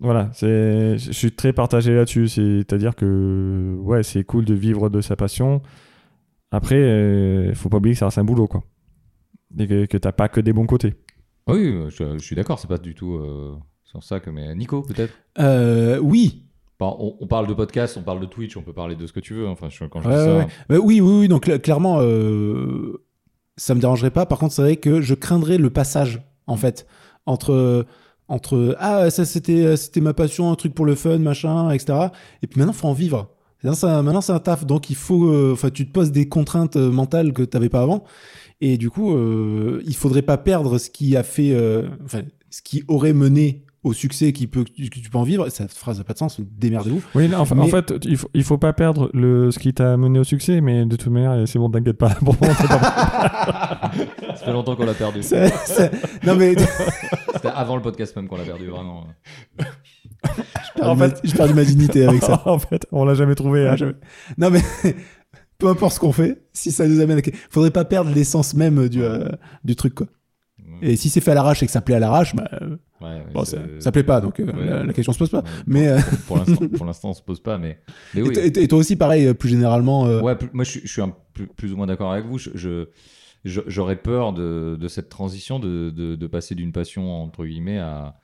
S2: voilà, c'est, je suis très partagé là-dessus. C'est-à-dire que, ouais, c'est cool de vivre de sa passion. Après, euh, faut pas oublier que ça reste un boulot, quoi. Et que, que t'as pas que des bons côtés.
S4: Oui, oui, je, je suis d'accord, c'est pas du tout euh, sur ça que. Mais Nico, peut-être
S3: Euh, oui.
S4: Enfin, on, on parle de podcast, on parle de Twitch, on peut parler de ce que tu veux. Enfin, je- quand je
S3: Ouais,
S4: dis
S3: ouais,
S4: ça.
S3: ouais. Euh, oui, oui, oui. Donc, cl- clairement, euh, ça me dérangerait pas. Par contre, c'est vrai que je craindrais le passage, en fait, entre. Entre ah ça c'était euh, c'était ma passion un truc pour le fun machin etc et puis maintenant faut en vivre maintenant c'est un, maintenant, c'est un taf donc il faut euh, enfin tu te poses des contraintes euh, mentales que t'avais pas avant et du coup euh, il faudrait pas perdre ce qui a fait euh, enfin ce qui aurait mené au succès qui peut que tu, que tu peux en vivre cette phrase n'a pas de sens démerdez-vous
S2: Oui, là, en, fa- en
S3: Mais-
S2: fait, il faut, il faut pas perdre le, ce qui t'a mené au succès, mais de toute manière, c'est bon, t'inquiète pas. Bon, c'est pas-
S4: Ça fait longtemps qu'on l'a perdu.
S3: Ça- ça- non mais
S4: C'était avant le podcast même qu'on l'a perdu, vraiment.
S3: perds
S2: En
S3: ma-
S2: fait-
S3: je perds de ma dignité avec ça.
S2: en fait, on l'a jamais trouvé. hein.
S3: Non, mais peu importe ce qu'on fait, si ça nous amène à... Faudrait pas perdre l'essence même du, euh, du truc, quoi. Et si c'est fait à l'arrache et que ça plaît à l'arrache, bah, euh,
S4: Ouais, mais
S3: bon, ça,
S4: c'est-
S3: ça plaît pas, donc euh,
S4: Ouais.
S3: la, la question se pose pas.
S4: Ouais,
S3: Mais, euh,
S4: pour- pour l'instant- Pour l'instant, on se pose pas, mais. Mais oui.
S3: et, t- et toi aussi, pareil, euh, plus généralement, euh,
S4: Ouais, plus- moi je, suis- je suis un, plus, plus ou moins d'accord avec vous. Je- je- je- J'aurais peur de, de cette transition, de, de- de passer d'une passion entre guillemets à,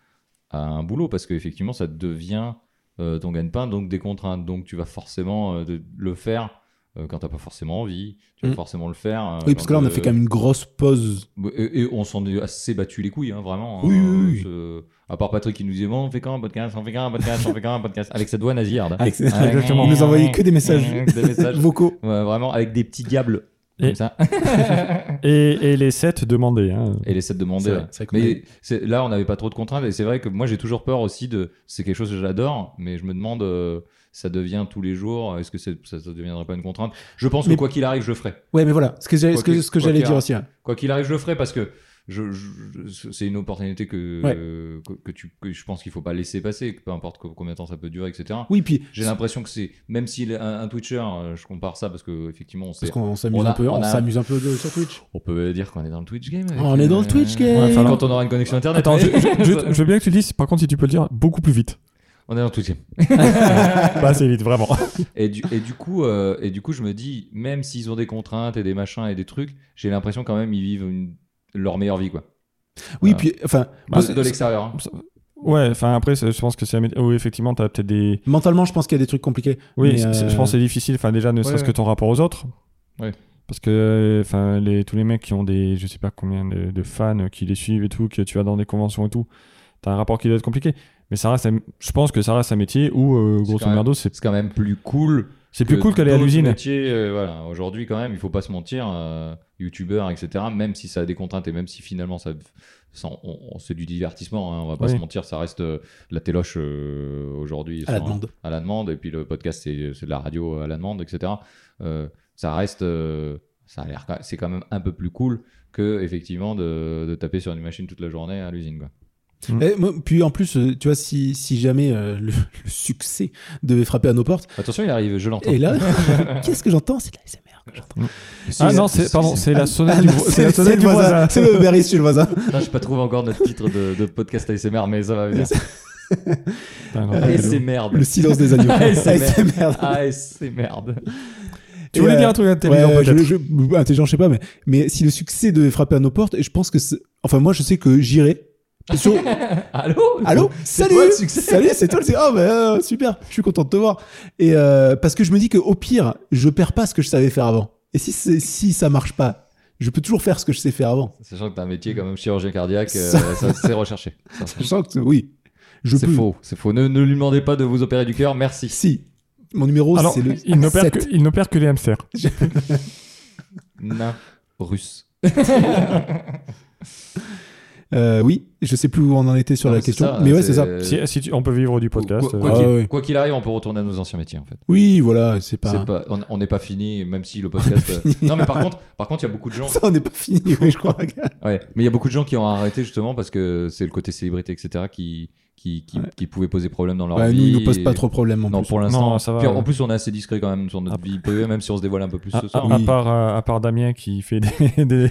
S4: à un boulot, parce qu'effectivement ça devient euh, ton gagne-pain, donc des contraintes. Donc tu vas forcément euh, de- le faire euh, quand t'as pas forcément envie, tu vas
S3: Mm.
S4: forcément le faire. euh,
S3: oui, parce que là, on a fait quand même une grosse pause.
S4: Ouais, Et, et on s'en est assez battu les couilles, hein, vraiment. hein.
S3: Oui, oui, oui.
S4: Ce- À part Patrick qui nous disait bon, on fait quand un podcast, on fait quand un podcast, on fait quand un podcast, avec cette voix nasillarde.
S3: Avec-
S4: Ah, Ouais,
S2: exactement.
S3: Ils nous envoyaient que des messages
S4: Des messages.
S3: vocaux.
S4: Ouais, vraiment, avec des petits diables
S2: Et-
S4: comme ça.
S2: Et, et les 7 demandés. hein.
S4: Et les sets demandés.
S3: C'est vrai,
S4: ouais.
S3: c'est vrai qu'on
S4: mais
S3: avait-
S4: c'est- là, on n'avait pas trop de contraintes. Et c'est vrai que moi, j'ai toujours peur aussi de. C'est quelque chose que j'adore, mais je me demande, euh, ça devient tous les jours. Est-ce que c'est- ça ne deviendrait pas une contrainte Je pense
S3: Mais-
S4: que quoi qu'il arrive, je le ferai.
S3: Ouais, mais voilà, ce que j'allais, ce que,
S4: Quoi
S3: ce que
S4: qu'il-
S3: j'allais dire
S4: quoi qu'il
S3: aussi. hein.
S4: Quoi qu'il arrive, je le ferai parce que je, je- je- c'est une opportunité que,
S3: Ouais.
S4: euh, que, que tu, que je pense qu'il ne faut pas laisser passer, que peu importe co- combien de temps ça peut durer, etc.
S3: Oui, puis,
S4: J'ai l'impression que c'est. Même si un, un Twitcher, euh, je compare ça parce qu'effectivement, on
S3: parce
S4: sait.
S3: qu'on on s'amuse
S4: on a-
S3: un peu,
S4: on
S3: on
S4: a-
S3: s'amuse un peu de- sur Twitch.
S4: On peut dire qu'on est dans le Twitch game. avec,
S3: On est dans le Twitch game.
S4: ouais, quand on aura une connexion internet.
S2: Attends, je,
S4: mais-
S2: je- je- je veux bien que tu le dises, par contre, si tu peux le dire beaucoup plus vite.
S4: on est dans le Twitch game.
S2: Pas assez vite, vraiment.
S4: Et du, et, du coup, euh, et du coup, je me dis, même s'ils ont des contraintes et des machins et des trucs, j'ai l'impression quand même ils vivent une- leur meilleure vie, quoi.
S3: Oui,
S4: Voilà. Bah,
S3: puis, enfin,
S4: De-
S3: moi, c'est-
S4: de l'extérieur. hein.
S2: Ça- Ouais, enfin après, c'est- je pense que c'est. un métier où, effectivement, t'as peut-être des.
S3: Mentalement, je pense qu'il y a des trucs compliqués.
S2: Oui,
S3: Mais,
S2: c'est- c'est-
S3: euh,
S2: je pense que c'est difficile. Enfin, déjà, ne serait-ce
S4: ouais.
S2: que ton rapport aux autres.
S4: Ouais.
S2: Parce que enfin, les, tous les mecs qui ont des. Je sais pas combien de, de fans euh, qui les suivent et tout, que tu vas dans des conventions et tout, t'as un rapport qui doit être compliqué. Mais ça reste. un- Je pense que ça reste un métier où, euh,
S4: C'est
S2: grosso
S4: quand même-
S2: merdo, c'est
S4: C'est quand même plus cool.
S2: c'est plus
S4: que
S2: cool qu'aller à
S4: d'autres
S2: l'usine.
S4: métiers, euh, voilà, aujourd'hui quand même, il faut pas se mentir, euh, youtubeur, etc. Même si ça a des contraintes et même si finalement ça, ça- on, on- c'est du divertissement, hein, on va pas
S2: Oui.
S4: se mentir, ça reste euh, de la téloche euh, aujourd'hui
S3: à la
S4: sur-
S3: demande.
S4: à la demande, et puis le podcast c'est c'est de la radio à la demande, etc. Euh, ça reste, euh, ça a l'air, quand- c'est quand même un peu plus cool que effectivement de, de taper sur une machine toute la journée à l'usine. quoi.
S3: Et moi, puis en plus, euh, tu vois, si, si jamais euh, le, le succès devait frapper à nos portes,
S4: Attention, il arrive, je l'entends.
S3: et là, qu'est-ce que j'entends C'est de la SMR que j'entends.
S2: Ah non, c'est pardon, c'est la sonnette
S3: Ah
S2: du,
S3: non,
S2: vo- c'est
S3: C'est
S2: la
S3: c'est
S2: sonnette
S3: le
S2: du voisin.
S3: voisin. C'est le Berry chez le voisin.
S4: Putain, je pas trouvé encore notre titre de, de podcast ASMR, mais ça va venir.
S2: Putain, non,
S3: Euh,
S2: quel
S4: Et
S3: le-
S4: c'est
S2: ouf.
S4: merde.
S3: Le silence des agneaux.
S4: Ah, SMR.
S3: SMR.
S4: Ah, c'est merde.
S2: Tu voulais
S3: Et,
S2: dire
S3: euh,
S2: un truc hein,
S3: Ouais,
S2: intelligent
S3: je-
S2: peut-être.
S3: je- intelligent, je sais pas, mais, mais si le succès devait frapper à nos portes, et je pense que c'est- enfin, moi, je sais que j'irai. Sur-
S4: Allô
S3: Allô
S4: C'est
S3: Salut
S4: toi le succès
S3: Salut, c'est toi le succès. Ah, bah, euh, super, je suis content de te voir. Et euh, parce que je me dis que au pire, je perds pas ce que je savais faire avant. Et si, c'est- si ça marche pas, je peux toujours faire ce que je sais faire avant.
S4: Sachant que t'as un métier quand même chirurgien cardiaque, euh,
S3: Mm. Ça-
S4: ça, c'est recherché. Ça,
S3: Sachant que oui, je
S4: C'est
S3: peux.
S4: faux, c'est faux. Ne, ne lui demandez pas de vous opérer du cœur, merci.
S3: Si. Mon numéro,
S2: Alors,
S3: c'est le.
S2: il n'opère
S3: 7.
S2: que, il n'opère que les hamsters.
S4: Nain russe.
S3: Euh, oui, je sais plus où on en était sur
S4: Non,
S3: la
S4: c'est
S3: question.
S4: ça,
S3: mais ouais, c'est ça.
S2: Si, si tu- on peut vivre du podcast.
S4: Euh, Quoi-
S2: euh,
S4: quoi
S3: Ah
S4: qu'il-
S3: ouais. Bah, hein.
S4: quoi qu'il arrive, on peut retourner à nos anciens métiers en fait.
S3: Oui, voilà, c'est pas.
S4: C'est pas- on- on n'est pas fini, même si le podcast. euh, Non, mais par contre, par contre, il y a beaucoup de gens.
S3: Ça, on n'est pas fini, oui, je crois.
S4: Ouais, mais il y a beaucoup de gens qui ont arrêté justement parce que c'est le côté célébrité, etc., qui qui, qui, qui pouvait poser problème dans leur
S3: Ouais, Bah, nous,
S4: vie.
S3: il nous pose pas
S4: et-
S3: trop de problèmes. en
S4: Non,
S3: plus.
S4: pour l'instant.
S2: Non, ça va,
S4: Puis,
S2: ouais.
S4: en plus, on est assez discret quand même sur notre
S2: Ah.
S4: vie privée, même si on se dévoile un peu plus
S2: À,
S4: ce soir.
S2: à- à
S3: Oui.
S2: part, euh, à part Damien qui fait des, des,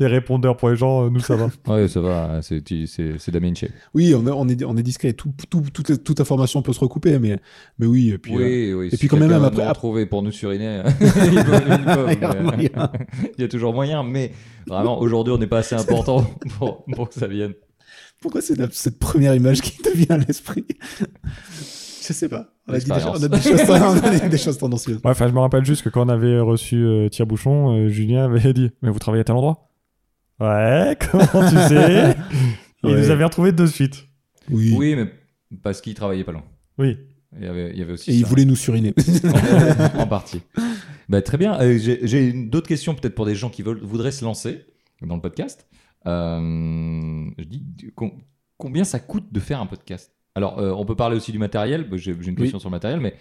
S2: des répondeurs pour les gens, euh, nous ça va.
S4: Ouais, ça va, c'est tu- c'est- c'est Damien Che.
S3: Oui, on, est- on est, on est discret. Tout, tout, toute, toute information peut se recouper, mais, mais oui. Et puis,
S4: oui,
S3: euh,
S4: oui.
S3: puis quand même, même après-
S4: trouver pour nous suriner, il peut- il peut,
S3: il y a
S4: mais-
S3: moyen.
S4: il y a toujours moyen, mais vraiment, aujourd'hui, on n'est pas assez important pour, pour que ça vienne.
S3: Pourquoi c'est la- cette première image qui te vient à l'esprit Je sais pas. On a, dit des,
S4: L'expérience.
S3: on a des choses, on a dit des choses tendancieuses.
S2: Ouais, enfin, je me rappelle juste que quand on avait reçu euh, Thierry Bouchon, euh, Julien avait dit Mais vous travaillez à tel endroit Ouais, comment tu sais Il
S3: Ouais.
S2: nous avait retrouvés de suite.
S3: Oui.
S4: Oui, mais parce qu'il travaillait pas loin.
S2: Oui.
S4: Il y avait, il y avait aussi
S3: Et il
S4: ça.
S3: voulait nous suriner.
S4: en en partie. Bah, très bien. Euh, J'ai j'ai une- d'autres questions peut-être pour des gens qui veulent, voudraient se lancer dans le podcast. Euh, je dis du- com- combien ça coûte de faire un podcast Alors, euh, on peut parler aussi du matériel. Bah, J'ai j'ai une question sur le matériel, mais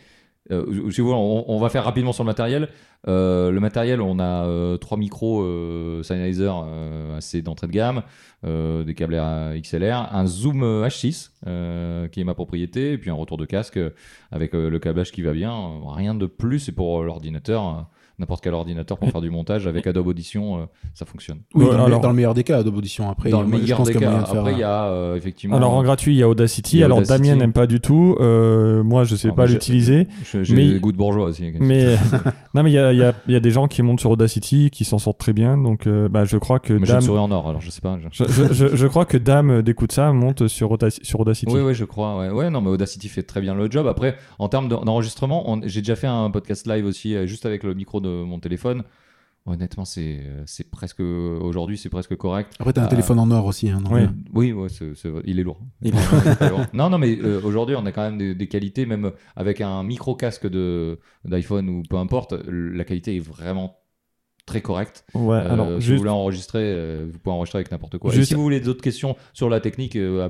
S4: euh, si vous voulez, on, on va faire rapidement sur le matériel. Euh, le matériel, on a euh, trois micros euh, Sennheiser euh, assez d'entrée de gamme, euh, des câbles à XLR, un Zoom euh, H6 euh, qui est ma propriété, et puis un retour de casque euh, avec euh, le câblage qui va bien. euh, rien de plus. Et pour euh, l'ordinateur, euh, n'importe quel ordinateur pour faire du montage avec Adobe Audition, euh, ça fonctionne.
S3: Oui,
S2: Ouais,
S3: dans, le,
S2: alors-
S3: dans le meilleur des cas, Adobe Audition. Après,
S4: Dans le
S3: moi, je
S4: meilleur
S3: pense
S4: des
S3: qu'il y a
S4: cas,
S3: moyen de faire,
S4: après il y a euh, effectivement.
S2: Alors en gratuit, il y a Audacity.
S4: Il y a
S2: Alors
S4: Audacity.
S2: Damien n'aime pas du tout. Euh, moi, je sais
S4: Non,
S2: pas
S4: mais je-
S2: l'utiliser.
S4: je- J'ai
S2: mais-
S4: des goûts de bourgeois aussi.
S2: Mais non, mais il y a, il y a- il y a des gens qui montent sur Audacity qui s'en sortent très bien. Donc, euh, bah, je crois que
S4: Mais j'ai
S2: Dame.
S4: une souris en or, alors je sais pas. je-
S2: Je, je- je- je crois que Dame euh, d'écoute ça monte sur, Audaci- sur Audacity.
S4: Oui, oui, je crois. Ouais. ouais, non, mais Audacity fait très bien le job. Après, en termes d'en- d'enregistrement, on- j'ai déjà fait un podcast live aussi, euh, juste avec le micro de mon téléphone. Honnêtement, c'est euh, c'est presque. Aujourd'hui, c'est presque correct.
S3: Après, t'as un
S4: Ah.
S3: téléphone en or aussi. hein, donc,
S2: Oui.
S3: euh,
S4: Oui, ouais, c'est- c'est- il est lourd. Il est très lourd. Non, non, mais euh, aujourd'hui, on a quand même des, des qualités, même euh, avec un micro casque de d'iPhone ou peu importe, la qualité est vraiment très correcte.
S2: Ouais,
S4: Euh,
S2: alors,
S4: si vous
S2: juste,
S4: voulez enregistrer, euh, vous pouvez enregistrer avec n'importe quoi. Et
S2: Juste-
S4: si vous voulez d'autres questions sur la technique, euh,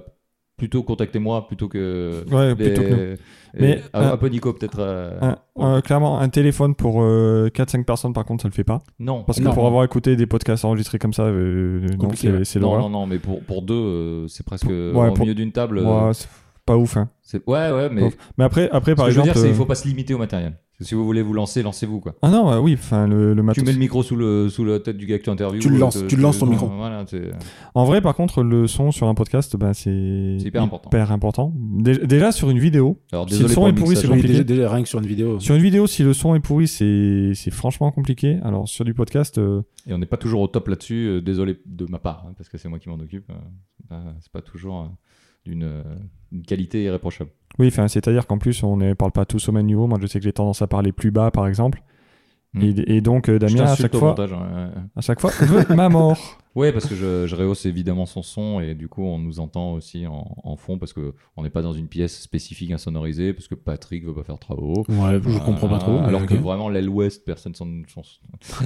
S4: plutôt contactez-moi plutôt que.
S2: ouais, plutôt que
S4: Les-
S2: Mais,
S4: les- un,
S2: euh,
S4: un peu Nico peut-être. euh,
S2: Un- un- clairement, un téléphone pour 4-5 personnes, par contre, ça le fait pas.
S4: non,
S2: Parce que
S4: non,
S2: pour avoir écouté des podcasts enregistrés comme ça, euh, non,
S4: compliqué, ouais.
S2: c'est- c'est
S4: non, non,
S2: l'horreur.
S4: non, mais pour, pour deux, euh, c'est presque euh,
S2: ouais,
S4: au
S2: pour-
S4: milieu d'une table. euh,
S2: Ouais, c'est pas ouf. hein.
S4: c'est- ouais, ouais, mais
S2: Pour- Mais après, après
S4: ce
S2: par
S4: que je veux
S2: exemple.
S4: dire, c'est
S2: euh,
S4: qu'il faut pas se limiter au matériel. Si vous voulez vous lancer, lancez-vous quoi.
S2: Ah non, ouais, oui, enfin, le, le
S4: Tu
S2: matos.
S4: mets le micro sous le sous la tête du gars que tu interviews.
S3: Tu le lances,
S4: euh,
S3: tu le lances ton micro.
S4: Voilà, c'est-
S2: En vrai, par contre, le son sur un podcast, ben, c'est hyper
S4: important.
S2: important. Dé- déjà, sur une vidéo,
S4: Alors
S2: Si
S4: désolé
S2: le son
S4: pour
S2: est
S4: le
S2: pourri,
S4: mixage,
S2: c'est
S4: hein.
S3: oui,
S2: compliqué.
S3: déjà, déjà, rien que sur une
S4: Mm.
S3: vidéo.
S2: sur une vidéo, si le son est pourri, c'est c'est franchement compliqué. Alors, sur du podcast, euh,
S4: Et on n'est pas toujours au top là-dessus. euh, désolé de ma part, hein, parce que c'est moi qui m'en occupe. euh, c'est pas- c'est pas toujours. euh, d'une euh, une qualité irréprochable.
S2: Oui, enfin, c'est-à-dire qu'en plus, on ne parle pas tous au même niveau. Moi, je sais que j'ai tendance à parler plus bas, par exemple.
S4: Mm.
S2: Et, et donc, euh,
S4: Je
S2: Damien, à
S4: t'insulte
S2: chaque,
S4: au
S2: fois,
S4: montage, hein, ouais, ouais.
S2: à chaque fois, veut ma mort.
S4: Ouais, parce que je, je rehausse évidemment son son et du coup on nous entend aussi en, en fond parce que on n'est pas dans une pièce spécifique insonorisée parce que Patrick veut pas faire trop haut.
S3: Ouais, je comprends pas trop. mais
S4: Alors
S3: ok.
S4: Euh, que vraiment l'aile ouest, personne s'en chance.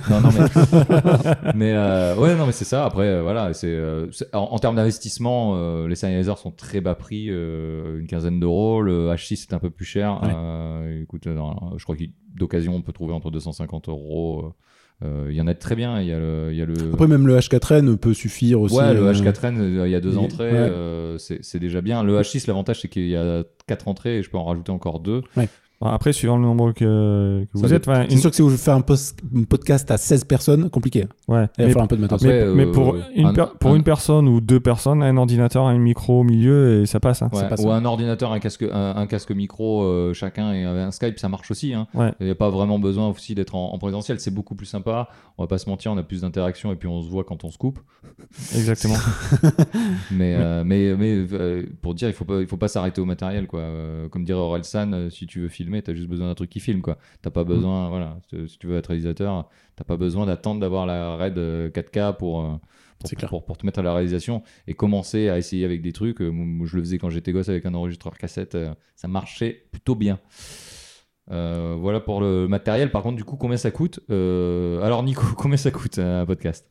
S4: Non, non, mais, mais euh, ouais, non, mais c'est ça. Après, euh, voilà, c'est euh, c'est- en, en termes d'investissement, euh, les Sennheiser sont très bas prix, euh, une quinzaine d'euros. Le H6 est un peu plus cher.
S3: Ouais.
S4: Euh, écoute, euh, non, je crois qu'il- d'occasion on peut trouver entre 250 euros. Euh, Il y en a de très bien. Il y a le, il y a le
S3: Après, même le H4N peut suffire aussi.
S4: Ouais, le
S3: Ah, bah, euh,
S4: H4N, euh, il y a deux
S3: il est-
S4: entrées,
S3: ouais.
S4: euh, c'est c'est déjà bien. Le H6, l'avantage, c'est qu'il y a quatre entrées et je peux en rajouter encore deux.
S2: Bon, après, suivant le nombre que, que
S4: Ça
S2: vous êtes, enfin,
S3: C'est
S2: une-
S3: sûr que si je fais un, pos- un podcast à 16 personnes, compliqué.
S2: ouais.
S3: Il va
S2: Mais-
S3: falloir un peu de matos.
S2: Mais,
S4: Ouais, euh,
S2: mais pour, une,
S4: un-
S2: per- pour
S4: un-
S2: une personne ou deux personnes, un ordinateur, un micro au milieu et ça passe. hein.
S4: Ouais,
S3: pas ça.
S4: ou un ordinateur, un casque, un, un casque micro euh, chacun et un Skype, ça marche aussi. hein.
S2: Ouais.
S4: Il n'y a pas vraiment besoin aussi d'être en, en présentiel, c'est beaucoup plus sympa. On va pas se mentir, on a plus d'interaction et puis on se voit quand on se coupe.
S2: Exactement.
S4: Mais, euh, mais, mais euh, pour dire, il faut pas, il faut pas s'arrêter au matériel, quoi. Euh, comme dirait Aurel San, euh, si tu veux filmer, t'as juste besoin d'un truc qui filme, quoi. T'as
S3: Mm.
S4: pas besoin, voilà, si si tu veux être réalisateur, t'as pas besoin d'attendre d'avoir la RAID euh, 4K pour. euh, pour,
S3: C'est clair.
S4: pour- pour te mettre à la réalisation et commencer à essayer avec des trucs. Euh, moi, Je le faisais quand j'étais gosse avec un enregistreur cassette. euh, Ça marchait plutôt bien. Euh, voilà pour le matériel. Par contre, du coup, combien ça coûte Euh, Alors, Nico, combien ça coûte euh, un podcast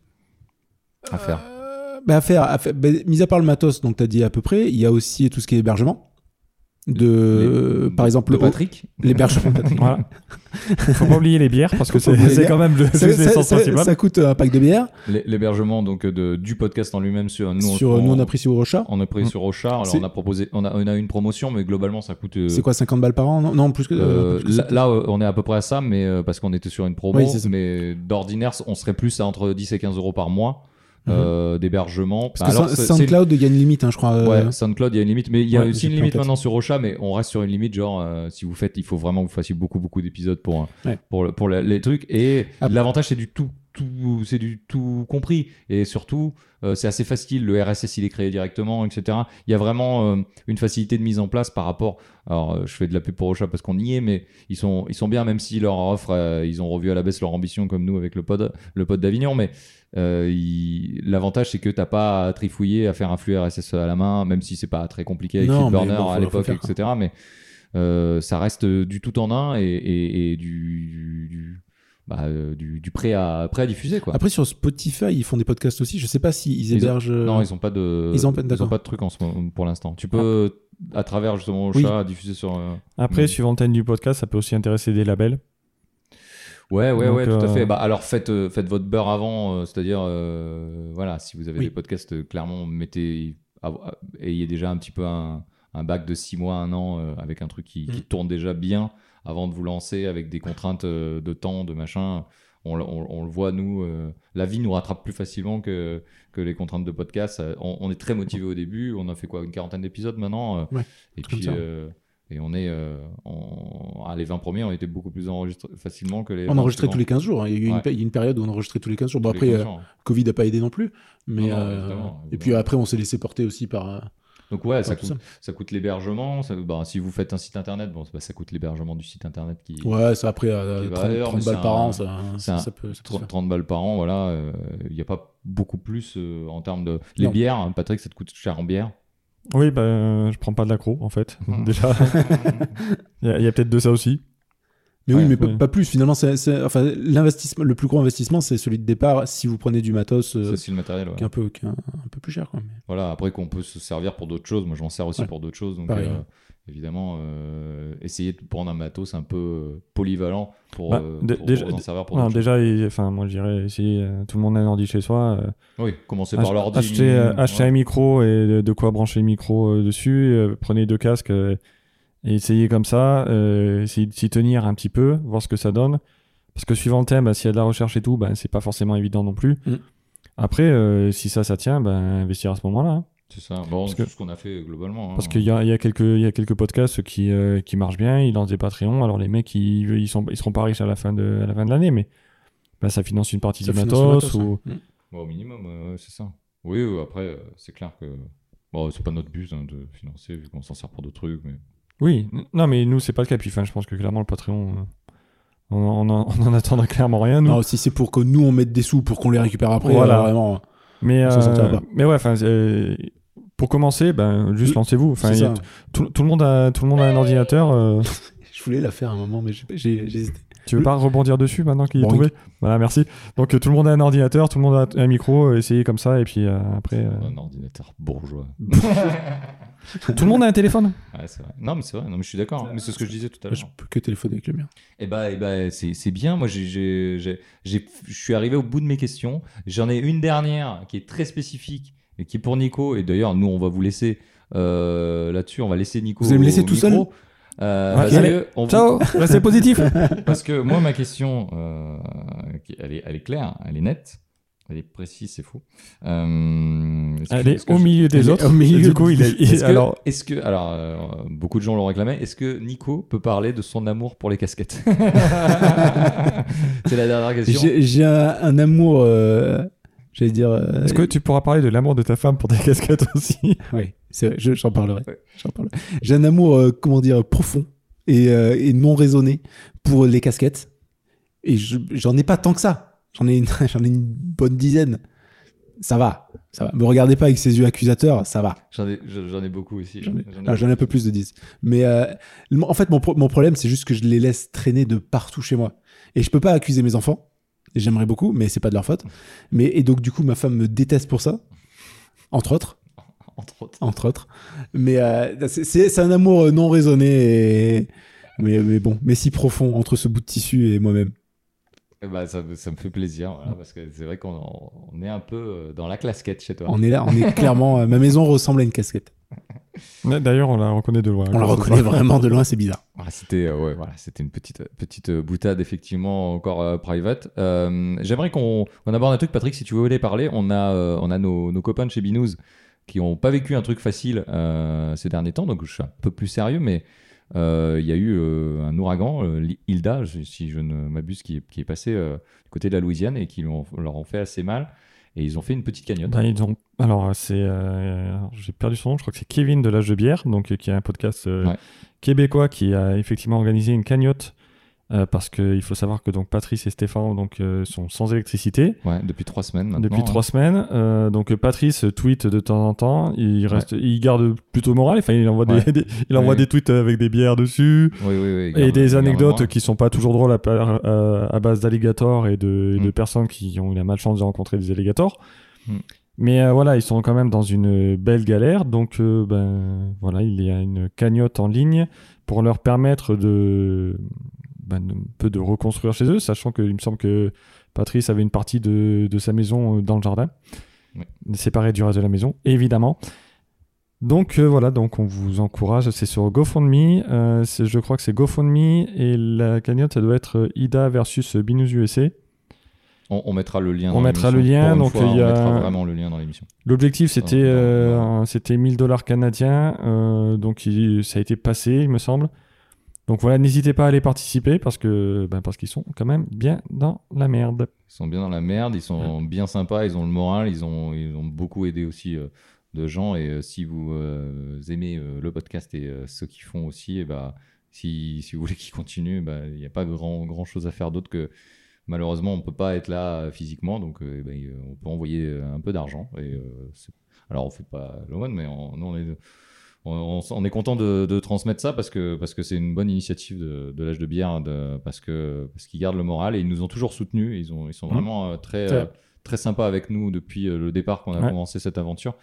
S4: à faire
S3: Euh, bah, à faire, à faire- bah, mis à part le matos, donc tu as dit à peu près, il y a aussi tout ce qui est hébergement. De,
S4: Les-
S3: par exemple,
S4: de
S3: le-
S4: Patrick
S3: l'hébergement.
S2: voilà. Faut pas oublier les bières parce que c'est
S3: Faut pas oublier les
S2: c'est quand même le-
S3: ça, ça-
S2: l'essence
S3: ça-
S2: principale.
S3: ça coûte un pack de bière.
S4: L'hé- L'hébergement donc euh, de, du podcast en lui-même sur nous.
S3: sur, nous, on a pris sur Rocha.
S4: On a pris
S2: Mm.
S4: sur Rochard. Alors
S3: C'est-
S4: on a proposé, on a, on a une promotion, mais globalement ça coûte. euh,
S3: C'est quoi, 50 balles par an non, non, plus que.
S4: euh,
S3: plus que ça.
S4: là, là, euh, on est à peu près à ça, mais euh, parce qu'on était sur une promo.
S3: Oui, c'est ça.
S4: mais d'ordinaire, on serait plus à entre 10 et 15 euros par mois
S3: Mhm.
S4: euh, d'hébergement.
S3: Parce que
S4: Alors,
S3: Sound-
S4: c'est- c'est-
S3: SoundCloud, il y a une limite, hein, je crois. euh,
S4: Ouais, SoundCloud, il y a une limite, mais il y a
S3: Ouais,
S4: aussi
S3: j'ai
S4: une
S3: plus en
S4: limite
S3: tête.
S4: maintenant sur Rocha, mais on reste sur une limite, genre euh, si vous faites, il faut vraiment que vous fassiez beaucoup beaucoup d'épisodes pour euh,
S3: Ouais.
S4: pour le- pour la- les trucs. Et
S3: Ah.
S4: l'avantage c'est du tout tout c'est du tout compris et surtout euh, c'est assez facile. Le RSS il est créé directement, etc. Il y a vraiment euh, une facilité de mise en place par rapport. Alors euh, je fais de la pub pour Rocha parce qu'on y est, mais ils sont ils sont bien même si leur offre euh, ils ont revu à la baisse leur ambition comme nous avec le pod le pod d'Avignon, mais euh, il- L'avantage, c'est que t'as pas à trifouiller, à faire un flux RSS à la main, même si c'est pas très compliqué avec
S3: Non, mais bon,
S4: Flipburner
S3: faut-
S4: à
S3: faut
S4: l'époque,
S3: faire, quoi.
S4: etc. Mais euh, ça reste du tout en un et, et- et du, du, du- bah, euh, du- du prêt, à, prêt à diffuser. Quoi.
S3: Après, sur Spotify, ils font des podcasts aussi. Je sais pas s'ils
S4: ont-
S3: hébergent. euh,
S4: non, ils ont pas de,
S3: ils ont pas-
S4: ont
S3: d'accord. Ah.
S4: pas de truc en ce moment, pour l'instant. Tu peux, à travers justement
S3: Oui.
S4: Ocha, diffuser sur. euh,
S2: Après,
S4: Mm.
S2: suivant le thème du podcast, ça peut aussi intéresser des labels.
S4: Ouais, ouais,
S2: Donc,
S4: ouais, tout à
S2: euh,
S4: fait. Bah, alors faites, euh, faites votre beurre avant, euh, c'est-à-dire, euh, voilà, si vous avez
S3: Oui.
S4: des podcasts, euh, clairement, mettez, av- euh, ayez déjà un petit peu un, un bac de 6 mois, un an, euh, avec un truc qui, qui
S3: Mm.
S4: tourne déjà bien avant de vous lancer avec des contraintes euh, de temps, de machin. On, le- on- on le voit, nous, euh, la vie nous rattrape plus facilement que, que les contraintes de podcast. Euh, On, on est très motivé au début, on a fait quoi, une quarantaine d'épisodes maintenant euh,
S3: Ouais,
S4: Et
S3: comme
S4: puis.
S3: ça.
S4: euh, et on est. euh, on- ah, les 20 premiers ont été beaucoup plus enregistrés facilement que les.
S3: On
S4: 20
S3: enregistrait
S4: suivants.
S3: tous les 15 jours. hein. Il y a eu
S4: Ouais.
S3: une, pa- il y a une période où on enregistrait tous les 15 jours. Bon,
S4: Tous les hein.
S3: après, euh,
S4: 15 jours.
S3: Covid n'a pas aidé non plus. Mais,
S4: Non, non,
S3: euh,
S4: évidemment,
S3: et puis
S4: évidemment.
S3: après, on s'est laissé porter aussi par. euh,
S4: Donc ouais, ça
S3: par tout
S4: coûte, ça coûte l'hébergement. ça- bah, si vous faites un site internet, bon, bah, ça coûte l'hébergement du site internet qui
S3: Ouais, ça après euh,
S4: Qui va
S3: 30,
S4: ailleurs, mais
S3: 30 balles
S4: c'est
S3: par
S4: un-
S3: an, ça,
S4: c'est
S3: ça-
S4: un-
S3: ça peut, ça peut se
S4: 30,
S3: faire.
S4: 30 balles par an. Voilà, euh, il n'y a pas beaucoup plus euh, en termes de les
S3: Non.
S4: bières. hein, Patrick, ça te coûte cher en bière.
S2: Oui, bah, euh, je prends pas de l'accro en fait.
S4: Mm.
S2: Déjà, il y a, il y a peut-être de ça aussi.
S3: Mais
S4: Ouais,
S3: oui, mais pas-
S2: ouais.
S3: pas plus. Finalement, c'est c'est- enfin, l'investissement, le plus gros investissement, c'est celui de départ si vous prenez du matos euh,
S4: Ça, c'est le matériel. ouais.
S3: qui est un peu, qui est un, un peu plus cher. Quoi. Mais-
S4: Voilà. Après qu'on peut se servir pour d'autres choses. Moi, je m'en sers aussi
S3: Ouais.
S4: pour d'autres choses. Donc
S3: Pareil,
S4: euh,
S3: ouais.
S4: évidemment, euh, essayez de prendre un matos un peu euh, polyvalent pour,
S2: Bah,
S4: euh,
S2: dé-
S4: pour-
S2: déjà-
S4: pour s'en servir pour
S2: Non,
S3: ah,
S4: d'autres choses.
S2: déjà, il- enfin, moi, je dirais essayer. euh, tout le monde a un ordi chez soi. euh,
S4: Oui, commencez
S2: ach-
S4: par l'ordi.
S2: acheter, euh,
S4: Ouais.
S2: acheter un micro et de, de quoi brancher le micro euh, dessus. euh, prenez deux casques euh, et essayez comme ça. euh, essayez de s'y tenir un petit peu, voir ce que ça donne. Parce que suivant le thème, bah, s'il y a de la recherche et tout, bah, c'est pas forcément évident non plus.
S3: Mm.
S2: Après, euh, si ça, ça tient, bah, investir à ce moment-là. hein.
S4: C'est ça. Bon,
S2: Parce
S4: c'est
S2: que-
S4: ce qu'on a fait globalement. hein.
S2: Parce qu'il y a, il y, a quelques- il y a quelques podcasts qui, euh, qui marchent bien, ils lancent des Patreons. Alors les mecs, ils, ils, sont, ils seront pas riches à la fin de à la fin de l'année, mais bah, ça finance une partie
S3: Ça
S2: du
S3: finance
S2: matos.
S3: le matos,
S2: ou...
S3: hein.
S4: Ouais, au minimum, euh, ouais, euh, c'est ça. Oui, oui, après, euh, c'est clair que Bon, c'est pas notre but hein, de financer, vu qu'on s'en sert pour d'autres trucs. Mais...
S2: Oui, n- non, mais nous, c'est pas le cas. Puis, enfin, je pense que clairement, le Patreon, euh, on, en- on en- on en attendra clairement rien, nous.
S3: Non, si c'est pour que nous on mette des sous pour qu'on les récupère après,
S2: Voilà.
S3: euh, vraiment.
S2: mais,
S3: on s'en sortira pas.
S2: mais ouais, enfin, euh, pour commencer, ben, juste
S3: Oui,
S2: lancez-vous. Enfin,
S3: c'est
S2: il y a-
S3: ça.
S2: tout, tout le monde a, tout le monde a un ordinateur. euh,
S3: Je voulais la faire à un moment, mais j'ai- j'ai j'ai hésité.
S2: tu veux
S3: Le-
S2: pas rebondir dessus maintenant qu'il est
S3: Bon,
S2: tombé Voilà, merci. Donc, euh, tout le monde a un ordinateur, tout le monde a un micro. euh, essayez comme ça, et puis euh, après. euh,
S4: Un ordinateur bourgeois.
S2: Mmh. Tout le monde a un téléphone
S4: Ouais, c'est vrai. Non, mais c'est vrai. Non, mais je suis d'accord. hein. Mais c'est ce que je disais
S2: Bah,
S4: tout à
S3: Je
S4: l'heure.
S3: peux que téléphoner avec le mien.
S4: Eh ben, eh ben, c'est c'est bien. Moi, j'ai- j'ai- j'ai- j'ai- je suis arrivé au bout de mes questions. J'en ai une dernière qui est très spécifique et qui est pour Nico. Et d'ailleurs, nous, on va vous laisser euh, là-dessus. On va laisser Nico.
S3: Vous allez me laisser
S4: au
S3: tout
S4: micro.
S3: seul
S4: Euh,
S2: Ok.
S4: parce, que on vous-
S2: Ciao Restez positif
S4: parce que moi, ma question, euh, qui- elle, est, elle est claire, hein. elle est nette, elle est précise, c'est faux. Euh, est-ce que-
S3: Ah,
S2: Elle
S4: est-ce
S2: est
S4: que
S2: au
S4: je-
S2: milieu
S3: Elle
S2: des
S3: est
S2: autres.
S3: au milieu
S2: du coup,
S3: du-
S2: il est. il-
S4: Est-ce que,
S2: alors,
S4: est-ce que, alors, euh, beaucoup de gens l'ont réclamé. Est-ce que Nico peut parler de son amour pour les casquettes C'est la dernière question.
S3: J'ai j'ai un, un amour, euh, j'allais dire. euh,
S2: est-ce que tu pourras parler de l'amour de ta femme pour des casquettes aussi
S3: Oui, c'est vrai, je- j'en parlerai.
S4: Ouais.
S3: J'en parlerai. J'ai un amour, euh, comment dire, profond et, euh, et non raisonné pour les casquettes. Et je- j'en ai pas tant que ça. J'en ai, une- j'en ai une bonne dizaine. Ça va, ça va. Me regardez pas avec ces yeux accusateurs, ça va.
S4: J'en ai, j'en- j'en ai beaucoup aussi.
S3: J'en ai,
S4: J'en ai
S3: ah, j'en ai un peu plus de 10. Mais euh, le- en fait, mon, pro- mon problème, c'est juste que je les laisse traîner de partout chez moi. Et je peux pas accuser mes enfants. J'aimerais beaucoup, mais c'est pas de leur faute. Mais, et donc, du coup, ma femme me déteste pour ça. Entre autres
S4: beaucoup, entre autres.
S3: entre autres. Mais euh, c'est- c'est c'est un amour euh, non raisonné, et- mais, mais bon, mais si profond entre ce bout de tissu et moi-même.
S4: Eh ben, ça, me- ça me fait plaisir, voilà, parce que c'est vrai qu'on on est un peu euh, dans la classquette chez toi.
S3: On est là, on est clairement. euh, ma maison ressemble à une casquette.
S2: Ouais, D'ailleurs, on la reconnaît de loin.
S3: On la reconnaît vraiment de loin, c'est bizarre.
S4: Ah, c'était euh, ouais, voilà, c'était une petite petite euh, boutade effectivement encore euh, private. Euh, J'aimerais qu'on on aborde un truc, Patrick, si tu voulais parler. On a euh, on a nos, nos copains de chez Binous qui ont pas vécu un truc facile euh, ces derniers temps, donc je suis un peu plus sérieux, mais euh, il y a eu euh, un ouragan, euh, l'I- Hilda, je- si je ne m'abuse, qui, est- qui est passé euh, du côté de la Louisiane et qui l'ont- leur ont fait assez mal. Et ils ont fait une petite cagnotte.
S2: Ben, ils ont... Alors, c'est. euh, alors, J'ai perdu son nom, je crois que c'est Kevin de l'âge de bière, donc, euh, qui a un podcast euh,
S4: Ouais.
S2: québécois qui a effectivement organisé une cagnotte. euh, parce qu'il faut savoir que donc Patrice et Stéphane donc, euh, sont sans électricité
S4: Ouais, depuis trois semaines maintenant.
S2: depuis trois semaines. Euh, donc Patrice tweet de temps en temps. Il, reste, il garde plutôt moral. Enfin, il envoie, des,
S4: Ouais.
S2: des- il envoie
S4: Oui.
S2: des tweets avec des bières dessus.
S4: Oui, oui, oui,
S2: Et
S4: énorme-
S2: des anecdotes
S4: énormément.
S2: qui sont pas toujours drôles à, par- à- à base d'alligators et de, et de
S4: Mm.
S2: personnes qui ont eu la malchance de rencontrer des alligators.
S4: Mm.
S2: Mais euh, voilà, ils sont quand même dans une belle galère. Donc, euh, ben, voilà, il y a une cagnotte en ligne pour leur permettre de, ben, de- un peu de reconstruire chez eux, sachant qu'il me semble que Patrice avait une partie de, de sa maison euh, dans le jardin,
S4: Ouais.
S2: séparée du reste de la maison, évidemment. Donc euh, voilà, donc on vous encourage. C'est sur GoFundMe. euh, c'est- je crois que c'est GoFundMe et la cagnotte, ça doit être euh, Ida versus euh, Binous USA.
S4: On, on mettra le lien.
S2: On
S4: dans
S2: mettra
S4: l'émission.
S2: le lien,
S4: Pour une
S2: donc
S4: fois,
S2: il y a-
S4: On mettra vraiment le lien dans l'émission.
S2: L'objectif c'était
S4: Ah,
S2: euh,
S4: ouais.
S2: un- c'était 1000 dollars canadiens, euh, donc il- ça a été passé, il me semble. Donc voilà, n'hésitez pas à aller participer parce que ben, parce qu'ils sont quand même bien dans la merde.
S4: Ils sont bien dans la merde, ils sont bien sympas, ils ont le moral, ils ont, ils ont beaucoup aidé aussi euh, de gens. Et euh, si vous euh, aimez euh, le podcast et euh, ceux qui font aussi, et bah, si, si vous voulez qu'ils continuent, bah, il n'y a pas grand, grand chose à faire d'autre que malheureusement on ne peut pas être là euh, physiquement, donc euh, eh ben, euh, on peut envoyer euh, un peu d'argent. Et euh, c'est- alors on fait pas l'aumône, mais on, nous, on est on, on s- on est content de, de transmettre ça parce que parce que c'est une bonne initiative de, de l'âge de bière hein, de- parce que parce qu'ils gardent le moral et ils nous ont toujours soutenus. Ils ont ils sont
S2: Mhm.
S4: vraiment euh, très
S3: Mmh. C'est
S4: euh,
S3: vrai.
S4: très sympas avec nous depuis euh, le départ qu'on a
S2: Ouais.
S4: commencé cette aventure.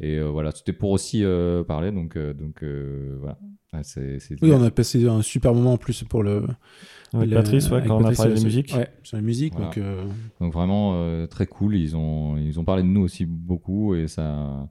S4: Et euh, voilà, c'était pour aussi euh, parler donc euh, donc euh, voilà. Ah, c'est- c'est-
S3: Oui, on a passé un super moment en plus pour le.
S2: Avec
S3: le-
S2: Patrice, ouais,
S3: avec
S2: quand on a
S3: Patrice,
S2: parlé de
S3: euh,
S2: la musique.
S3: Ouais, sur la musique.
S4: Voilà.
S3: Donc, euh,
S4: Donc vraiment euh, très cool. Ils ont ils ont parlé de nous aussi beaucoup et ça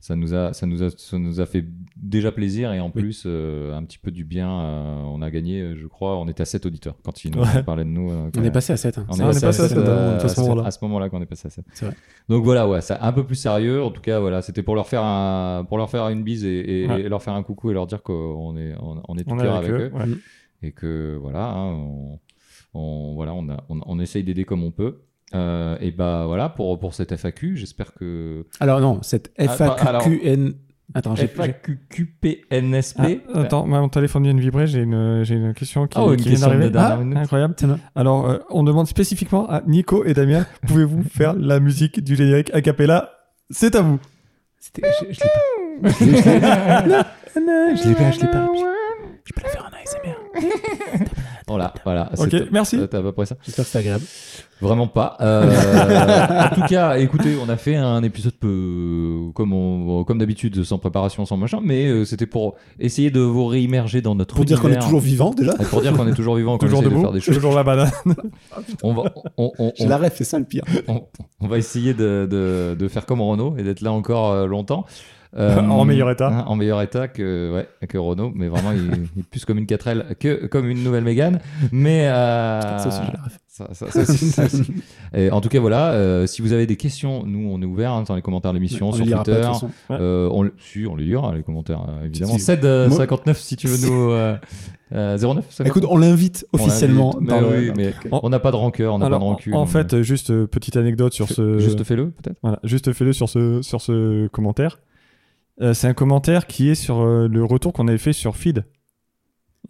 S4: ça nous a ça nous a ça nous a fait déjà plaisir et en plus euh, un petit peu du bien. euh, on a gagné, euh, je crois. On était à 7 auditeurs quand ils nous
S2: Ouais.
S4: ont parlé de nous. euh, quand
S3: on est
S4: même.
S3: passé à hein. 7.
S4: On
S2: Ah,
S4: est passé à
S2: sept,
S4: sept, euh,
S2: à ce moment-là.
S4: à ce moment-là qu'on est passé à 7.
S3: C'est vrai.
S4: Donc voilà, ouais, ça, un peu plus sérieux. En tout cas, voilà, c'était pour leur faire un, pour leur faire une bise et, et-
S2: Ouais.
S4: et leur faire un coucou et leur dire qu'on est, on, on est tout
S2: On est
S4: cœur
S2: avec eux. ouais.
S4: et que voilà, hein, on, on- voilà, on, a- on- on essaye d'aider comme on peut. Euh, et bah voilà pour, pour cette FAQ. J'espère que.
S3: Alors non, cette
S4: Ah, bah,
S3: FAQQN. Attends, j'ai j'ai-
S4: FAQQPNSP.
S2: Ah, attends, ma- mon téléphone vient de vibrer, j'ai une, j'ai une question qui,
S4: Ah
S3: Oh,
S4: ouais, une
S2: qui
S4: question
S2: vient d'arriver. Ah,
S4: de dernière minute.
S2: incroyable.
S3: Tiens, là.
S2: Alors, euh, on demande spécifiquement à Nico et Damien, pouvez-vous faire la musique du générique a cappella C'est à vous.
S3: C'était- Je je l'ai pas. Je l'ai- je l'ai pas. Non, non, Je l'ai pas, je l'ai pas. Je peux la faire en ASMR.
S4: Voilà, voilà.
S2: Ok,
S4: c'est-
S3: Euh,
S2: merci.
S4: T'as à peu près ça.
S3: J'espère que c'est agréable.
S4: Vraiment pas. Euh, en tout cas, écoutez, on a fait un épisode peu comme on- comme d'habitude, sans préparation, sans machin, mais euh, c'était pour essayer de vous réimmerger dans notre
S3: Pour dire qu'on est
S4: univers.
S3: toujours vivant déjà.
S4: Et pour dire qu'on est toujours vivant, qu'on
S2: Toujours
S4: essaie de
S2: debout,
S4: faire des choses.
S2: toujours la banane.
S4: On va, on, on-
S3: Je
S4: on-
S3: la rêve, c'est ça le pire.
S4: on- on va essayer de, de- de faire comme Renault et d'être là encore euh, longtemps. Euh,
S2: En meilleur état.
S4: hein, en meilleur état que, ouais, que Renault, mais vraiment, il, il est plus comme une 4L que comme une nouvelle Mégane. Mais. euh,
S3: Ça aussi, je la rêve.
S4: ça- ça- ça aussi, ça aussi. Et en tout cas, voilà. euh, si vous avez des questions, nous, on est ouvert hein, dans les commentaires de l'émission,
S3: On
S4: sur
S3: le lira pas, de
S4: Twitter.
S3: toute façon.
S4: Euh, on, le- si, on les lira, les commentaires, euh, évidemment.
S3: Si, si.
S4: 7
S3: Moi-
S4: 59 si tu veux nous. euh, euh, 09 ça va
S3: Écoute, on l'invite
S4: On
S3: officiellement
S4: l'invite,
S3: dans
S4: mais
S3: le-
S4: oui, mais on n'a pas de rancœur, on n'a pas
S2: Alors,
S4: de rancune.
S2: en
S4: on-
S2: fait, euh, juste euh, petite anecdote sur
S4: Fais-
S3: euh,
S2: ce.
S4: Juste fais-le, peut-être.
S2: Voilà, juste fais-le sur ce, sur ce commentaire. Euh, c'est un commentaire qui est sur euh, le retour qu'on avait fait sur Feed,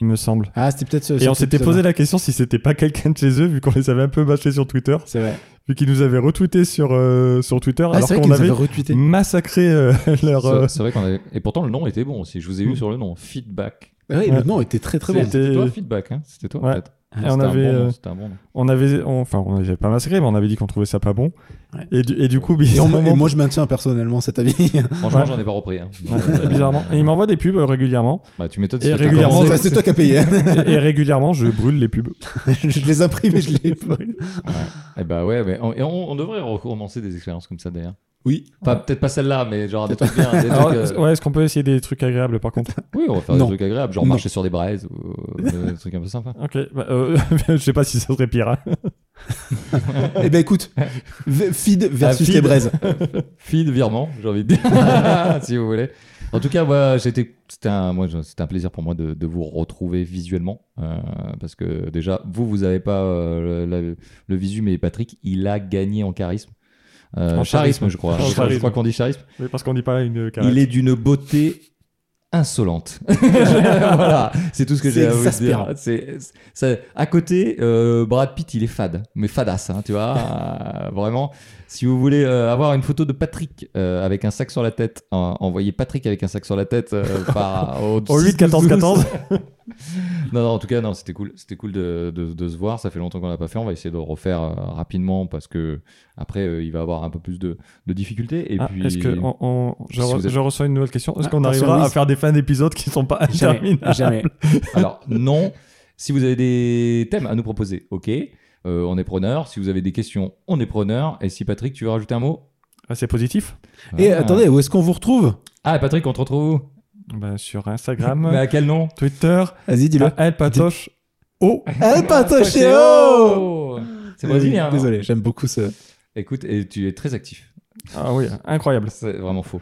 S2: il me semble.
S3: Ah, c'était peut-être. ce-
S2: Et on
S3: cet
S2: s'était
S3: épisode-là.
S2: posé la question si c'était pas quelqu'un de chez eux, vu qu'on les avait un peu bâchés sur Twitter,
S3: C'est vrai.
S2: vu qu'ils nous avaient retweeté sur, euh, sur Twitter,
S3: Ah,
S2: Ah, alors
S3: c'est vrai
S2: qu'on
S3: qu'ils
S2: avait
S3: avaient retweeté.
S2: massacré euh, leur.
S4: C'est-
S2: euh,
S4: C'est vrai qu'on avait. Et pourtant, le nom était bon aussi. Je vous ai eu
S2: Mm.
S4: sur le nom. Feedback.
S3: Oui,
S2: Ouais.
S3: le nom était très très bon.
S2: C'était-
S4: C'était toi, Feedback, hein C'était toi,
S2: Ouais.
S4: peut-être.
S3: Et
S4: C'était
S2: on
S4: un
S2: avait,
S4: bon nom,
S2: euh,
S4: C'était un bon nom.
S2: on avait, on- enfin, on avait pas massacré, mais on avait dit qu'on trouvait ça pas bon.
S3: Ouais.
S2: Et, du, et du coup,
S3: Et, on- et
S2: bizarrement,
S3: moi, je maintiens personnellement cet avis.
S4: Franchement,
S2: ouais.
S4: j'en ai pas repris. hein.
S2: Ouais,
S4: Euh,
S2: bizarrement. Et il m'envoie des pubs euh, régulièrement.
S4: Bah, tu m'étonnes.
S2: Et
S4: si tu-
S2: régulièrement,
S3: Enfin, c'est toi qui as payé. hein.
S2: et, et régulièrement, je brûle les pubs.
S3: je les imprime et je les brûle.
S4: Eh bah ouais, mais on, et on- on devrait recommencer des expériences comme ça d'ailleurs.
S3: Oui.
S4: Enfin, peut-être pas celle-là, mais genre des trucs bien. des
S2: Alors,
S4: trucs, euh,
S2: ouais, est-ce qu'on peut essayer des trucs agréables par contre
S4: Oui, on va faire
S3: Non.
S4: des trucs agréables, genre
S3: Non.
S4: marcher sur des braises ou euh, des trucs un peu sympas.
S2: Ok, bah, euh, je sais pas si ça serait pire. hein.
S3: Eh ben écoute, v- feed
S2: Ah,
S3: versus
S4: feed.
S3: les braises.
S4: Feed virement, j'ai envie de dire, si vous voulez. En tout cas, moi, j'étais, c'était un, moi, je- c'était un plaisir pour moi de, de vous retrouver visuellement, euh, parce que déjà, vous, vous avez pas euh, le, la- le visu, mais Patrick, il a gagné en charisme. Euh,
S2: En charisme.
S4: charisme, je crois.
S2: En
S4: Je crois- Je
S2: charisme.
S4: crois qu'on dit charisme.
S2: Mais parce qu'on dit pas une carrette.
S4: Il est d'une beauté insolente. voilà, c'est tout ce que
S3: C'est
S4: j'ai à vous dire.
S3: exaspérant.
S4: C'est, c'est- à côté, euh, Brad Pitt, il est fade, mais fadasse, hein, tu vois. euh, vraiment, si vous voulez euh, avoir une photo de Patrick euh, avec un sac sur la tête, en- envoyez Patrick avec un sac sur la tête euh, par au,
S2: Au 8 14 14.
S4: non, non, en tout cas, non, c'était cool, c'était cool de, de- de se voir. Ça fait longtemps qu'on l'a pas fait. On va essayer de le refaire euh, rapidement parce que après, euh, il va avoir un peu plus de, de difficultés. Et
S2: Ah,
S4: puis,
S2: Est-ce que on- on- je,
S4: Si
S2: re-
S4: vous êtes-
S2: je reçois une nouvelle question Est-ce
S3: Ah,
S2: qu'on
S3: attention,
S2: arrivera à
S3: oui.
S2: faire des fins d'épisodes qui sont pas interminables
S3: Jamais.
S4: Alors non, si vous avez des thèmes à nous proposer, ok, euh, on est preneur. Si vous avez des questions, on est preneur. Et si Patrick, tu veux rajouter un mot
S2: Ah, C'est positif
S3: Et
S4: Ah.
S3: attendez, où est-ce qu'on vous retrouve
S4: Ah Patrick, on te retrouve où
S2: Bah, Sur
S4: Mais
S2: Instagram,
S4: à quel nom
S2: Twitter,
S3: Vas-y, dis-le.
S2: à El Patoche. Oh
S3: Eh, Patochéo
S4: Tochéo Ah. C'est
S3: Oui,
S4: brésilien. hein.
S3: Désolé, j'aime beaucoup ce.
S4: Écoute, et tu es très actif.
S2: Ah oui, incroyable.
S4: C'est vraiment faux.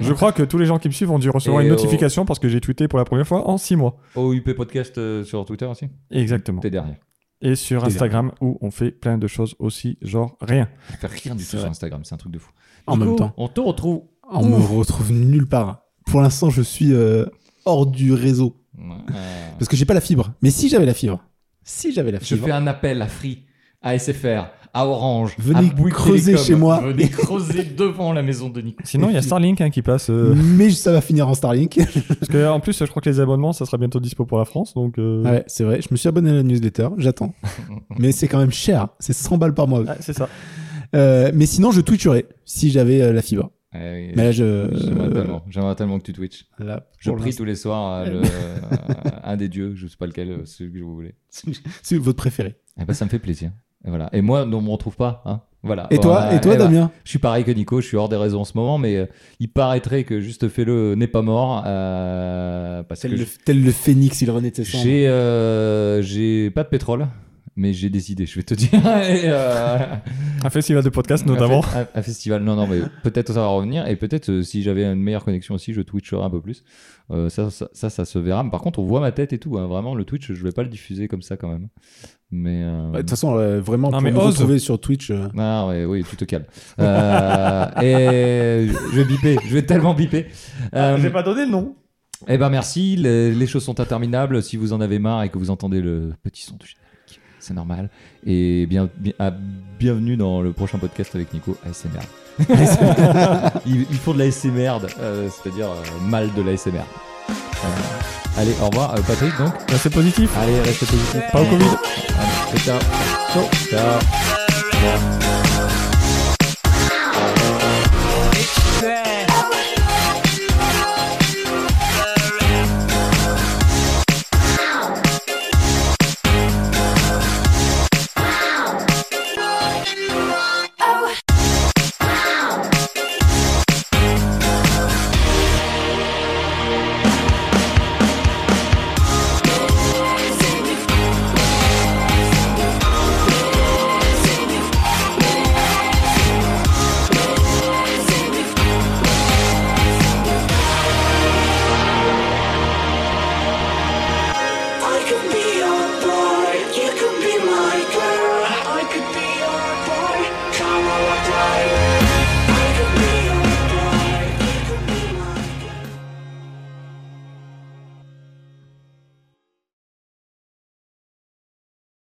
S2: Je crois que tous les gens qui me suivent ont dû recevoir
S4: Ah. Et oh.
S2: une
S4: au-
S2: notification parce que j'ai tweeté pour la première fois en 6 mois.
S4: OUP Podcast euh, sur Twitter aussi
S2: Exactement.
S4: T'es derrière.
S2: Et sur Instagram où on fait plein de choses aussi, genre rien.
S4: Je fais rien du tout
S3: C'est
S4: sur
S3: vrai.
S4: Instagram, c'est un truc de fou.
S3: En
S4: Du
S3: même
S4: coup,
S3: temps.
S4: On te retrouve.
S3: On me retrouve nulle part. Pour l'instant, je suis euh, hors du réseau.
S4: Euh,
S3: Parce que j'ai pas la fibre. Mais si j'avais la fibre. Si j'avais la
S4: Je
S3: fibre.
S4: fais un appel à Free, à SFR, à Orange.
S3: Venez
S4: à Bouygues
S3: creuser
S4: Télécom.
S3: chez moi.
S4: Venez creuser devant la maison de Nico.
S2: Sinon, il y a Starlink hein, qui passe. euh,
S3: Mais ça va finir en Starlink.
S2: parce que, en plus, je crois que les abonnements, ça sera bientôt dispo pour la France. Donc, euh,
S3: ouais, c'est vrai. Je me suis abonné à la newsletter. J'attends. mais c'est quand même cher. C'est 100 balles par mois.
S2: ah, c'est ça.
S3: Euh, mais sinon, je twitcherais si j'avais euh, la fibre.
S4: Eh
S3: Mais là, je.
S4: J'aimerais
S3: euh,
S4: tellement, j'aimerais tellement que tu twitches.
S3: là,
S4: Je
S3: pour
S4: prie tous les soirs euh, le- euh, un des dieux, je sais pas lequel, euh, celui que vous voulez.
S3: l'instant, C'est votre préféré.
S4: Eh ben, ça me fait plaisir. Et voilà. Et moi, on me retrouve pas. hein. Voilà.
S3: Et toi,
S4: Voilà.
S3: et toi
S4: Eh ben,
S3: Damien
S4: Je suis pareil que Nico, je suis hors des réseaux en ce moment, mais euh, il paraîtrait que Juste Fais-le n'est pas mort. euh, parce que
S3: tel le, tel le phénix, il renaît de ses cendres.
S4: j'ai euh, j'ai pas de pétrole, mais j'ai des idées, je vais te dire. Et, euh,
S2: Un festival de podcast notamment.
S4: Un, fe- un- un festival, non, non, mais peut-être ça va revenir. Et peut-être euh, si j'avais une meilleure connexion aussi, je twitcherais un peu plus. Euh, ça, ça, ça, ça se verra. Mais par contre, on voit ma tête et tout. hein. Vraiment, le Twitch, je vais pas le diffuser comme ça quand même. Mais. euh,
S3: Bah, De toute façon, euh, vraiment,
S2: Non,
S3: pour
S2: mais
S3: nous
S2: ose.
S3: retrouver sur Twitch, euh,
S4: Ah ouais, oui, tu te calmes. Euh, et je vais biper, je vais tellement biper. Euh,
S2: Ah, pas donné le nom.
S4: eh ben merci, les, les choses sont interminables. Si vous en avez marre et que vous entendez le petit son de générique, c'est normal. Et bien, bien- à- bienvenue dans le prochain podcast avec Nico, ASMR. ils, ils font de la ASMR, euh, c'est-à-dire euh, mal de la ASMR. Euh, allez, au revoir, euh, Patrick donc.
S2: Bah, C'est positif.
S4: Allez, restez positifs.
S2: Pas au Covid.
S4: Allez, ciao. Ciao. Ciao.